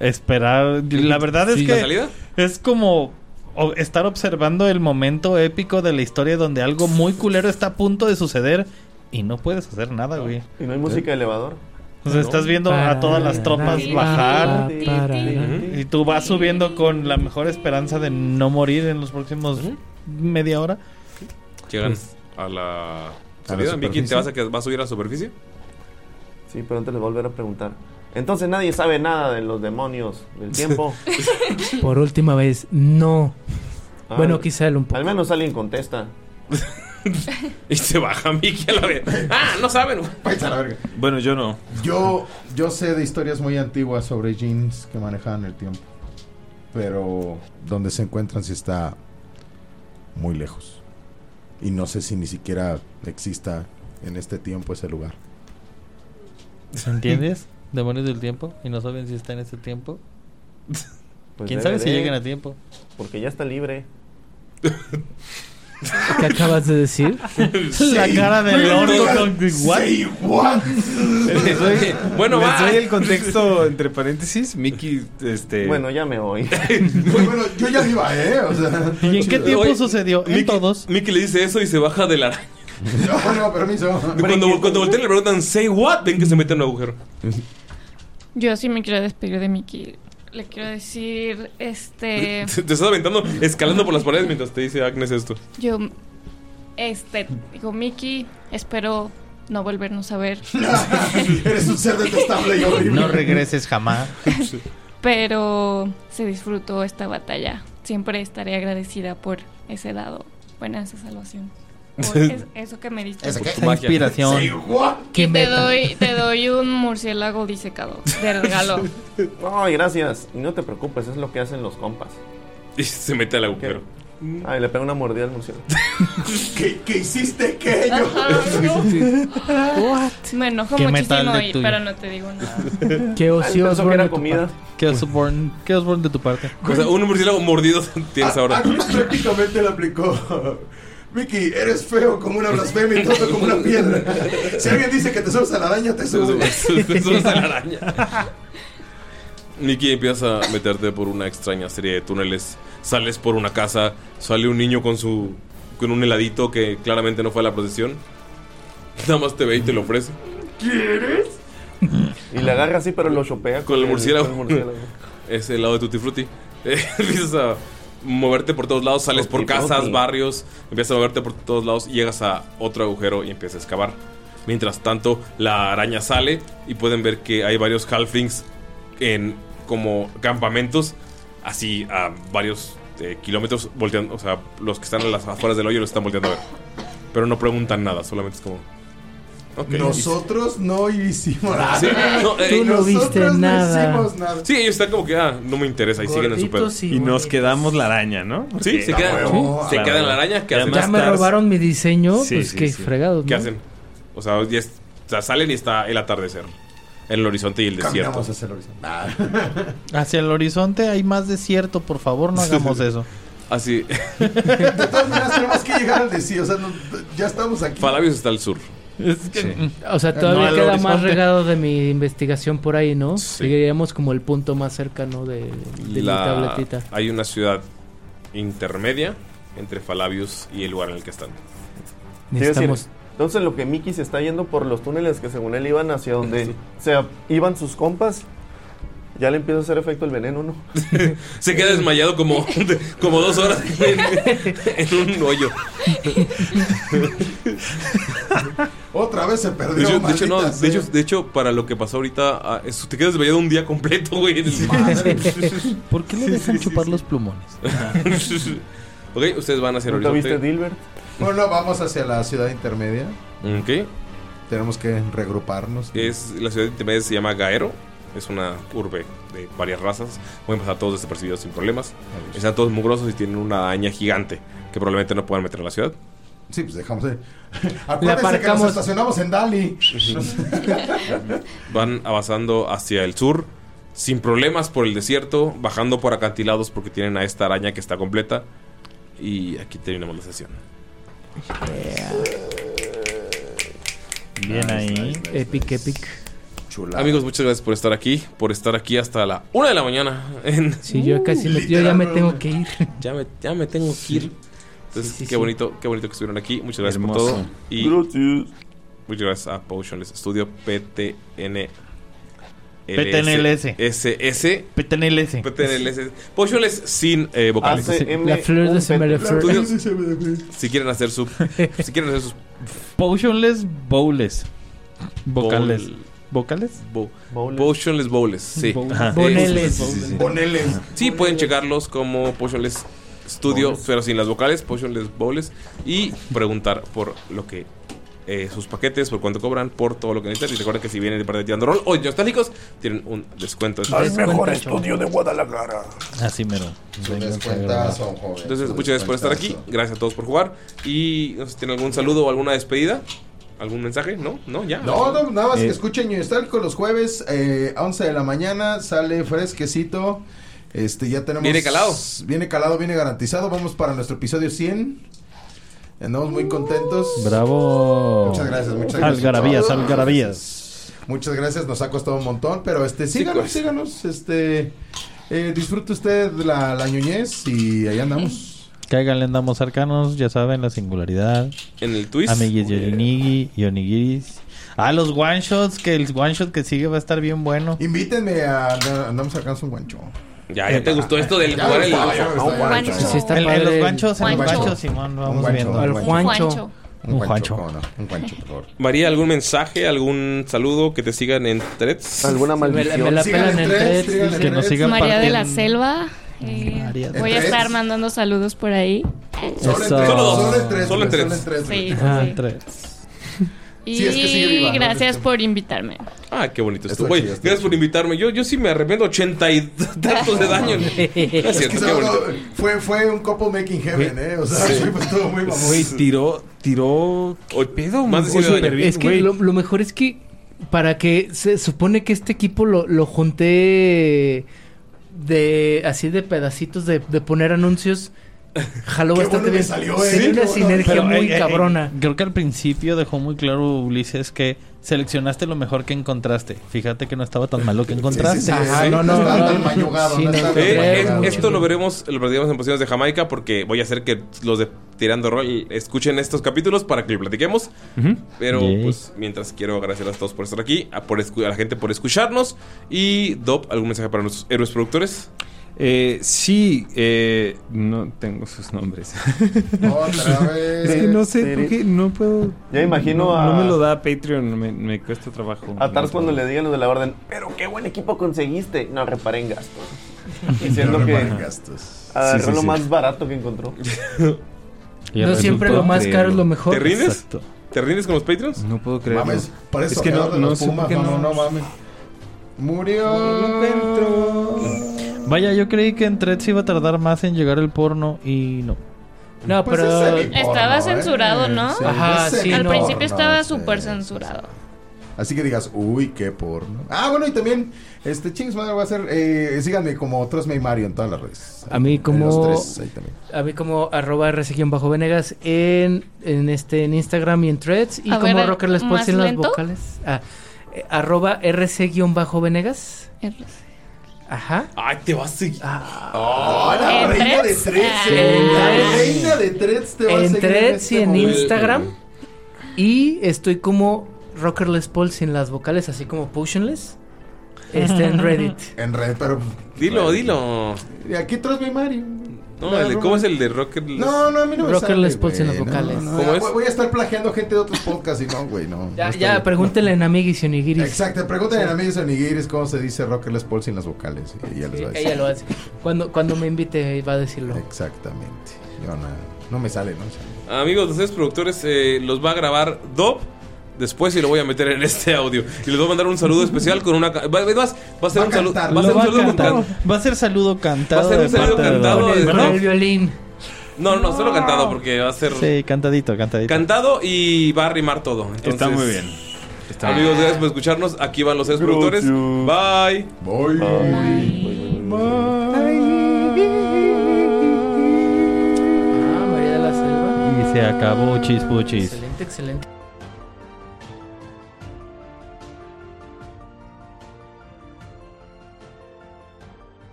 Speaker 5: Esperar. La verdad es
Speaker 1: Sí.
Speaker 5: que
Speaker 1: ¿La salida?
Speaker 5: es como o- estar observando el momento épico de la historia donde algo muy culero está a punto de suceder y no puedes hacer nada, güey. ¿Eh?
Speaker 2: Y no hay música de elevador.
Speaker 5: O sea, estás viendo a todas las tropas bajar y tú vas subiendo con la mejor esperanza de no morir en los próximos media hora.
Speaker 1: Llegan
Speaker 2: pues,
Speaker 1: a la
Speaker 5: la
Speaker 1: salida. Mickey, ¿te
Speaker 5: superficie?
Speaker 1: vas a, que- vas a subir a la superficie?
Speaker 2: Sí, pero antes les volver a preguntar. Entonces nadie sabe nada de los demonios del
Speaker 5: [LAUGHS]
Speaker 2: tiempo.
Speaker 3: Por última vez, no.
Speaker 2: Ah,
Speaker 3: bueno, quizá él un poco.
Speaker 2: Al menos alguien contesta.
Speaker 1: [LAUGHS] Y se baja Mickey a la vez. ¡Ah! No saben.
Speaker 6: Bueno, yo no.
Speaker 4: Yo, yo sé de historias muy antiguas sobre jeans que manejaban el tiempo. Pero donde se encuentran sí está muy lejos. Y no sé si ni siquiera exista en este tiempo ese lugar.
Speaker 5: ¿Entiendes? Demonios del tiempo y no saben si está en este tiempo.
Speaker 2: [LAUGHS] Pues
Speaker 5: ¿Quién
Speaker 2: debe
Speaker 5: sabe si
Speaker 2: de,
Speaker 5: llegan a tiempo?
Speaker 2: Porque ya está libre.
Speaker 3: ¿Qué acabas de
Speaker 1: [LAUGHS]
Speaker 3: decir?
Speaker 5: La cara del orco con what?
Speaker 6: Oye,
Speaker 1: [LAUGHS] Bueno,
Speaker 6: les
Speaker 1: va.
Speaker 6: doy el contexto entre paréntesis. Mickey, este.
Speaker 2: Bueno, ya me
Speaker 1: [LAUGHS]
Speaker 2: voy.
Speaker 4: bueno, yo ya iba, ¿eh? O sea.
Speaker 5: ¿Y en qué tiempo
Speaker 1: Oye,
Speaker 5: sucedió? En todos.
Speaker 1: Mickey le dice eso y se baja de la araña.
Speaker 4: [LAUGHS] No, no, permiso.
Speaker 1: Cuando, cuando voltean le preguntan, ¿say what? Ven que se mete en un agujero.
Speaker 8: Yo sí me quiero despedir de Mickey. Le quiero decir,
Speaker 1: [LAUGHS]
Speaker 8: este.
Speaker 1: Te, te estás aventando, escalando por las paredes mientras te dice Agnes esto.
Speaker 8: Yo, este, digo, Mickey, espero no volvernos a ver.
Speaker 4: Eres un ser detestable y horrible.
Speaker 5: No regreses [LAUGHS] jamás.
Speaker 8: Pero se disfrutó esta batalla. Siempre estaré agradecida por ese dado. Buena esa salvación. Por es- eso que me diste.
Speaker 1: Esa
Speaker 5: Esa
Speaker 1: Pues tu magia.
Speaker 5: inspiración.
Speaker 8: Y te
Speaker 5: meta.
Speaker 8: doy, te doy un murciélago disecado
Speaker 1: [LAUGHS]
Speaker 8: de
Speaker 2: [LAUGHS]
Speaker 8: regalo.
Speaker 2: Ay, gracias. Y no te preocupes, es lo que hacen los compas.
Speaker 1: Y se mete al agujero.
Speaker 2: Ay, le pega una mordida al murciélago.
Speaker 4: ¿Qué, qué hiciste? ¿Qué? Yo-
Speaker 8: Ajá, no. Me enojo
Speaker 5: Qué metal
Speaker 8: muchísimo,
Speaker 5: de
Speaker 8: y-
Speaker 5: tuyo.
Speaker 8: pero no te digo nada.
Speaker 3: ¿Qué
Speaker 2: Ay,
Speaker 3: ocio
Speaker 2: pensó que
Speaker 3: Osborn
Speaker 2: era
Speaker 3: de tu
Speaker 2: comida.
Speaker 3: parte?
Speaker 5: ¿Qué Osborne? ¿Qué Osborne de tu parte?
Speaker 1: O sea, un murciélago mordido [LAUGHS] tienes
Speaker 2: Ah,
Speaker 1: ahora.
Speaker 4: Agnes prácticamente le aplicó. Vicky, eres feo como una blasfemia y todo como una piedra. Si alguien dice que te subes a la araña, te
Speaker 1: [LAUGHS]
Speaker 4: subes.
Speaker 1: Es una telaraña.
Speaker 4: [LAUGHS]
Speaker 1: Mickey, empiezas a meterte por una extraña serie de túneles. Sales por una casa, sale un niño con su. con un heladito que claramente no fue a la procesión. [LAUGHS] Nada más te ve y te lo ofrece.
Speaker 2: ¿Quieres? Y la agarra así, pero lo chopea
Speaker 1: Con el murciélago.
Speaker 2: con el
Speaker 3: [LAUGHS]
Speaker 1: [LAUGHS]
Speaker 2: murciélago.
Speaker 1: Es el lado de Tutti Frutti. [LAUGHS] Eh, Empiezas a moverte por todos lados, sales por
Speaker 2: Tutti
Speaker 1: casas,
Speaker 2: Frutti.
Speaker 1: barrios, empiezas a moverte por todos lados, llegas a otro agujero y empiezas a excavar. Mientras tanto, la araña sale y pueden ver que hay varios halflings en como campamentos, así a varios eh, kilómetros, volteando, o sea, los que están a las afueras del hoyo los están volteando a ver. Pero no preguntan nada, solamente es como... ok.
Speaker 4: Nosotros no hicimos nada.
Speaker 1: Sí, no, eh,
Speaker 4: Tú no viste Nosotros no nada. hicimos
Speaker 1: Sí, ellos están como que, ah, no me interesa y siguen en su pedo.
Speaker 6: y nos quedamos la araña, ¿no?
Speaker 1: Sí, se queda-
Speaker 6: Claro.
Speaker 1: se queda en la
Speaker 3: [LAUGHS]
Speaker 1: araña, que
Speaker 6: Y
Speaker 1: además
Speaker 3: Ya
Speaker 6: además
Speaker 3: me
Speaker 6: estás-
Speaker 3: robaron mi diseño,
Speaker 1: Sí,
Speaker 3: pues
Speaker 1: sí,
Speaker 3: qué
Speaker 1: sí.
Speaker 3: fregados,
Speaker 1: ¿Qué
Speaker 3: ¿no?
Speaker 1: hacen? O sea, ya es- o sea, salen y está el atardecer. El horizonte y el desierto.
Speaker 4: Caminamos hacia el horizonte. Ah, [LAUGHS]
Speaker 5: Hacia el horizonte hay más desierto, por favor, no hagamos eso.
Speaker 1: Así,
Speaker 4: De todas maneras, tenemos que llegar al desierto. O sea, no- ya estamos pues aquí. mm.
Speaker 1: Falabios está al sur.
Speaker 3: O sea,
Speaker 5: No,
Speaker 3: todavía
Speaker 5: al
Speaker 3: queda
Speaker 5: horizonte.
Speaker 3: más regado de mi investigación por ahí, ¿no? Seguiríamos como el punto más cercano de, de mi
Speaker 1: La-
Speaker 3: tabletita.
Speaker 1: hay una ciudad intermedia entre Falabius y el lugar en el que están. [LAUGHS]
Speaker 2: Sí, es decir,
Speaker 3: Necesitamos-
Speaker 2: entonces lo que Mickey se está yendo por los túneles que según él iban hacia donde se a- iban sus compas, ya le empieza a hacer efecto el veneno, ¿no?
Speaker 1: [LAUGHS] Se queda desmayado como, [LAUGHS] como dos
Speaker 2: [LAUGHS]
Speaker 1: horas en, en un hoyo.
Speaker 4: [LAUGHS] Otra vez se
Speaker 1: De
Speaker 4: perdió.
Speaker 1: hecho, de hecho, no,
Speaker 4: maldita
Speaker 1: de hecho, de hecho, para lo que pasó ahorita, ah, es- te quedas desmayado un día completo,
Speaker 5: [LAUGHS]
Speaker 1: güey. [LAUGHS]
Speaker 5: ¿Por qué le dejan chupar los plumones?
Speaker 1: ok, ustedes van hacia el
Speaker 4: ¿Nunca
Speaker 1: horizonte.
Speaker 4: viste Dilbert? Bueno, vamos hacia la ciudad intermedia.
Speaker 1: Ok.
Speaker 4: Tenemos que regruparnos.
Speaker 1: Es, la ciudad intermedia se llama Gaero. Es una urbe de varias razas. Pueden pasar todos desapercibidos sin problemas. Están todos mugrosos y tienen una araña gigante que probablemente no puedan meter en la ciudad.
Speaker 4: Sí, pues dejamos de. [LAUGHS]
Speaker 1: Le
Speaker 4: Acuérdense que nos
Speaker 1: aparcamos.
Speaker 4: estacionamos en Dali.
Speaker 1: Van avanzando hacia el sur sin problemas por el desierto, bajando por acantilados porque tienen a esta araña que está completa. Y aquí terminamos la sesión.
Speaker 5: Bien ahí.
Speaker 3: epic, epic. [LAUGHS]
Speaker 1: Amigos, muchas gracias por estar aquí, por estar aquí hasta la una de la mañana. En...
Speaker 3: Sí, yo casi me- yo ya me tengo que ir.
Speaker 1: [LAUGHS] Ya me, ya me tengo que ir. Entonces, qué
Speaker 3: sí.
Speaker 1: bonito, qué bonito que estuvieron aquí. Muchas gracias
Speaker 6: Hermoso.
Speaker 1: por todo. Y gracias. Muchas gracias a Potionless Studio PTN.
Speaker 5: PTNLS.
Speaker 1: SS.
Speaker 5: PTNLS.
Speaker 1: PTNLS. Potionless sin eh, vocales.
Speaker 3: La flor de Semereflor.
Speaker 1: Estudios, si quieren hacer su si quieren hacer sus
Speaker 5: Potionless bowles. Vocales.
Speaker 1: Bowl-
Speaker 5: ¿Vocales?
Speaker 1: Bo- Potionless Bowles, sí.
Speaker 5: Bowl-
Speaker 1: Ajá.
Speaker 5: Boneles.
Speaker 1: Sí, sí, sí, sí.
Speaker 5: Boneles.
Speaker 1: Ajá. Sí, pueden checarlos como Potionless Studio, pero sin las vocales, Potionless Bowles. Y preguntar por lo que. eh, sus paquetes, por cuánto cobran, por todo lo que necesitan. Y recuerden que si vienen de parte de Tirando Roll o Niños Tálicos, tienen un descuento.
Speaker 7: Al mejor
Speaker 1: Descuentazo.
Speaker 7: estudio de Guadalajara.
Speaker 5: Así mero. Venga,
Speaker 4: descuentazo,
Speaker 5: venga.
Speaker 4: joven.
Speaker 1: Entonces, muchas gracias por estar aquí. Gracias a todos por jugar. Y no sé, ¿tienen algún saludo o alguna despedida? ¿Algún mensaje? ¿No? ¿No? ¿Ya?
Speaker 4: No, no, nada más
Speaker 1: Eh,
Speaker 4: que escuchen New Nostálgico los jueves eh, a 11 de la mañana, sale fresquecito. Este, ya tenemos.
Speaker 1: Viene calado.
Speaker 4: Viene calado, viene garantizado. Vamos para nuestro episodio 100. Andamos muy contentos.
Speaker 5: Bravo.
Speaker 4: Muchas gracias, muchas gracias.
Speaker 5: Algarabías, algarabías.
Speaker 4: Muchas gracias, nos ha costado un montón, pero este, síganos,
Speaker 5: pues.
Speaker 4: síganos. Este, eh, disfrute usted la, la ñoñez y ahí andamos.
Speaker 5: Cáiganle en Damos Arcanos, ya saben, la singularidad.
Speaker 1: En el twist.
Speaker 5: Amiguis y Onigi- y Onigiris. Ah, los one shots, que el one shot que sigue va a estar bien bueno.
Speaker 4: Invítenme a Andamos Arcanos un guancho.
Speaker 1: Ya,
Speaker 5: Eh,
Speaker 1: ya te gustó esto del
Speaker 4: Ya
Speaker 1: jugar
Speaker 4: me
Speaker 1: el.
Speaker 4: gustaba, ya me gustaba, ya me
Speaker 5: Guancho.
Speaker 4: gustaba.
Speaker 5: Sí, está En- en padre los el- guanchos, en los Guancho. guanchos, Simón, vamos
Speaker 4: Un guancho,
Speaker 5: viendo.
Speaker 4: un
Speaker 5: Al
Speaker 4: guancho.
Speaker 5: Juancho.
Speaker 4: Un guancho, cómo no, un guancho, por favor.
Speaker 1: María, ¿algún mensaje, algún saludo que te sigan en threads?
Speaker 2: ¿Alguna Sí, me la- maldición? me la Sigan pelan en en threads, threads, dice. sigan en
Speaker 5: Que nos
Speaker 2: threads.
Speaker 5: sigan
Speaker 8: María de la
Speaker 5: partiendo.
Speaker 8: Selva. eh,
Speaker 5: María de
Speaker 8: voy a
Speaker 5: la
Speaker 8: estar
Speaker 5: Selva.
Speaker 8: mandando saludos por ahí.
Speaker 5: Solo en Eso. threads, solo en threads,
Speaker 1: Solo en
Speaker 5: güey,
Speaker 1: threads.
Speaker 5: solo en threads,
Speaker 8: Sí,
Speaker 5: güey.
Speaker 8: sí.
Speaker 5: Ah, en threads.
Speaker 8: Y
Speaker 5: Sí, es que sigue viva, ¿no?
Speaker 8: gracias por invitarme.
Speaker 1: Ah, qué bonito estuvo. Güey, gracias por invitarme. Yo, yo sí me arrepiento 80 y tantos de daño. No [LAUGHS]
Speaker 3: [LAUGHS]
Speaker 1: Es
Speaker 4: Es que
Speaker 1: cierto, qué
Speaker 4: no, no,
Speaker 1: bonito.
Speaker 4: fue, fue un couple making heaven, eh. O sea, sí, pues, estuvo muy mamón.
Speaker 6: Güey, tiró, tiró. ¿Qué pedo? güey? Súper bien,
Speaker 3: Es que
Speaker 6: güey.
Speaker 3: lo, lo mejor es que para que se supone que este equipo lo, lo junté de así de pedacitos de, de poner anuncios. Jaló
Speaker 4: Qué
Speaker 3: bastante
Speaker 4: bueno que
Speaker 3: bien.
Speaker 4: salió,
Speaker 3: Se
Speaker 4: eh,
Speaker 3: dio
Speaker 4: qué
Speaker 3: una
Speaker 4: bueno.
Speaker 3: sinergia
Speaker 5: Pero,
Speaker 3: muy
Speaker 5: eh, eh,
Speaker 3: cabrona.
Speaker 5: eh, creo que al principio dejó muy claro Ulises que Seleccionaste lo mejor que encontraste. Fíjate que no estaba tan malo que encontraste.
Speaker 4: sí,
Speaker 3: Ah,
Speaker 4: sí. Ajá, no, no, no, no, sí, no,
Speaker 5: estaba tan
Speaker 1: Eh,
Speaker 5: mal.
Speaker 1: es- esto lo veremos, lo veremos en posiciones de Jamaica porque voy a hacer que los de Tirando Roll escuchen estos capítulos para que lo platiquemos.
Speaker 5: Ujú.
Speaker 1: Pero
Speaker 5: Yay.
Speaker 1: pues mientras quiero agradecerles a todos por estar aquí, a, por escu- a la gente por escucharnos y Dop, ¿algún mensaje para nuestros héroes productores?
Speaker 9: Eh, sí, eh, no tengo sus nombres. Es que no sé por qué no puedo.
Speaker 2: Ya imagino
Speaker 9: no,
Speaker 2: a-
Speaker 9: No me lo da Patreon, me, me cuesta trabajo.
Speaker 2: A Tars cuando le digan los de la orden, pero qué buen equipo conseguiste. No, reparen gastos. Diciendo
Speaker 9: No
Speaker 2: que
Speaker 9: reparen gastos.
Speaker 2: agarró
Speaker 9: Sí, sí,
Speaker 2: lo
Speaker 9: sí.
Speaker 2: más barato que encontró.
Speaker 3: No resultó siempre lo más caro es lo mejor.
Speaker 1: ¿Te rindes?
Speaker 9: Exacto.
Speaker 1: ¿Te rindes con los Patreons?
Speaker 9: No puedo creerlo.
Speaker 4: Mames, parece
Speaker 9: es que no, no sé por
Speaker 4: Pumas,
Speaker 9: qué
Speaker 4: no,
Speaker 9: no.
Speaker 4: no mames. Murió.
Speaker 5: Vaya, yo creí que en Threads iba a tardar más en llegar el porno y no.
Speaker 3: No, Pues pero- es el
Speaker 8: Estaba censurado, ¿no?
Speaker 4: Sí,
Speaker 5: Ajá,
Speaker 4: es el
Speaker 8: Al
Speaker 4: porno,
Speaker 8: principio estaba
Speaker 4: sí.
Speaker 8: súper censurado.
Speaker 4: Así que digas, uy, qué porno. Ah, bueno, y también, este, chings, madre, va a ser, eh, síganme como Trust Me Mario en todas las redes.
Speaker 3: A mí
Speaker 4: En
Speaker 3: como-
Speaker 4: los tres, ahí también.
Speaker 3: A mí como arroba rc-venegas en, en, este, en Instagram y en threads. Y
Speaker 8: A
Speaker 3: como
Speaker 8: ver,
Speaker 3: rocker les puedo
Speaker 8: ¿más
Speaker 3: decir las
Speaker 8: lento?
Speaker 3: vocales. Ah, eh, arroba rc-venegas. Ajá.
Speaker 1: Ay, te vas a seguir.
Speaker 4: Ah, la
Speaker 3: ¿En
Speaker 4: reina
Speaker 3: threads?
Speaker 4: de threads,
Speaker 3: Sí.
Speaker 4: eh.
Speaker 3: En
Speaker 4: La
Speaker 3: threads.
Speaker 4: reina de threads te va a
Speaker 3: en
Speaker 4: seguir
Speaker 3: threads
Speaker 4: este
Speaker 3: y en
Speaker 4: momento.
Speaker 3: Instagram. Y estoy como Rockerless Paul sin las vocales, así como Potionless. Este
Speaker 8: [LAUGHS]
Speaker 3: en Reddit.
Speaker 4: En Reddit, pero.
Speaker 1: Dilo, dilo.
Speaker 4: [LAUGHS] Y aquí Trust Me Mario.
Speaker 1: No,
Speaker 4: La
Speaker 1: el de-
Speaker 4: broma.
Speaker 1: ¿Cómo es el de Rocket?
Speaker 4: No, no, a mí no me
Speaker 3: Rocker
Speaker 4: sale,
Speaker 3: les pulsa en
Speaker 4: güey,
Speaker 3: los
Speaker 4: no,
Speaker 3: vocales.
Speaker 4: no,
Speaker 3: ¿Cómo
Speaker 4: ya
Speaker 3: es?
Speaker 4: Voy voy a estar plagiando gente de otros podcasts y no, güey, no.
Speaker 3: Ya, ya,
Speaker 4: no está bien.
Speaker 3: Este, pregúntenle en amiguis y onigiris.
Speaker 4: Exacto, pregúntenle a amigos onigiris cómo se dice Rockerless Paul sin las vocales. Y ella les va a decir.
Speaker 3: Ella lo hace. Cuando, cuando me invite va a decirlo.
Speaker 4: Exactamente. Yo no, no me sale, ¿no? O
Speaker 1: Amigos, los seis productores eh, los va a grabar Dop. Después y lo voy a meter en este audio. Y les voy a mandar un saludo especial con una... ca- Va, es más, va a ser un saludo... Va a ser
Speaker 5: Lo
Speaker 1: un
Speaker 5: va a
Speaker 1: saludo con
Speaker 5: cantar.
Speaker 1: can-
Speaker 5: Va a ser saludo cantado.
Speaker 1: Va a ser un
Speaker 5: de
Speaker 1: saludo
Speaker 5: parte de
Speaker 1: cantado
Speaker 5: Dora.
Speaker 1: de- Con el
Speaker 3: violín.
Speaker 1: No, no, no, solo cantado porque va a ser...
Speaker 5: Sí, cantadito, cantadito.
Speaker 1: Cantado y va a rimar todo. Entonces,
Speaker 5: Está muy bien.
Speaker 1: Está amigos, gracias por escucharnos. Aquí van los seis productores. Bye.
Speaker 3: Ah, María de la Selva.
Speaker 5: Y se acabó chispuchis.
Speaker 3: Excelente, excelente.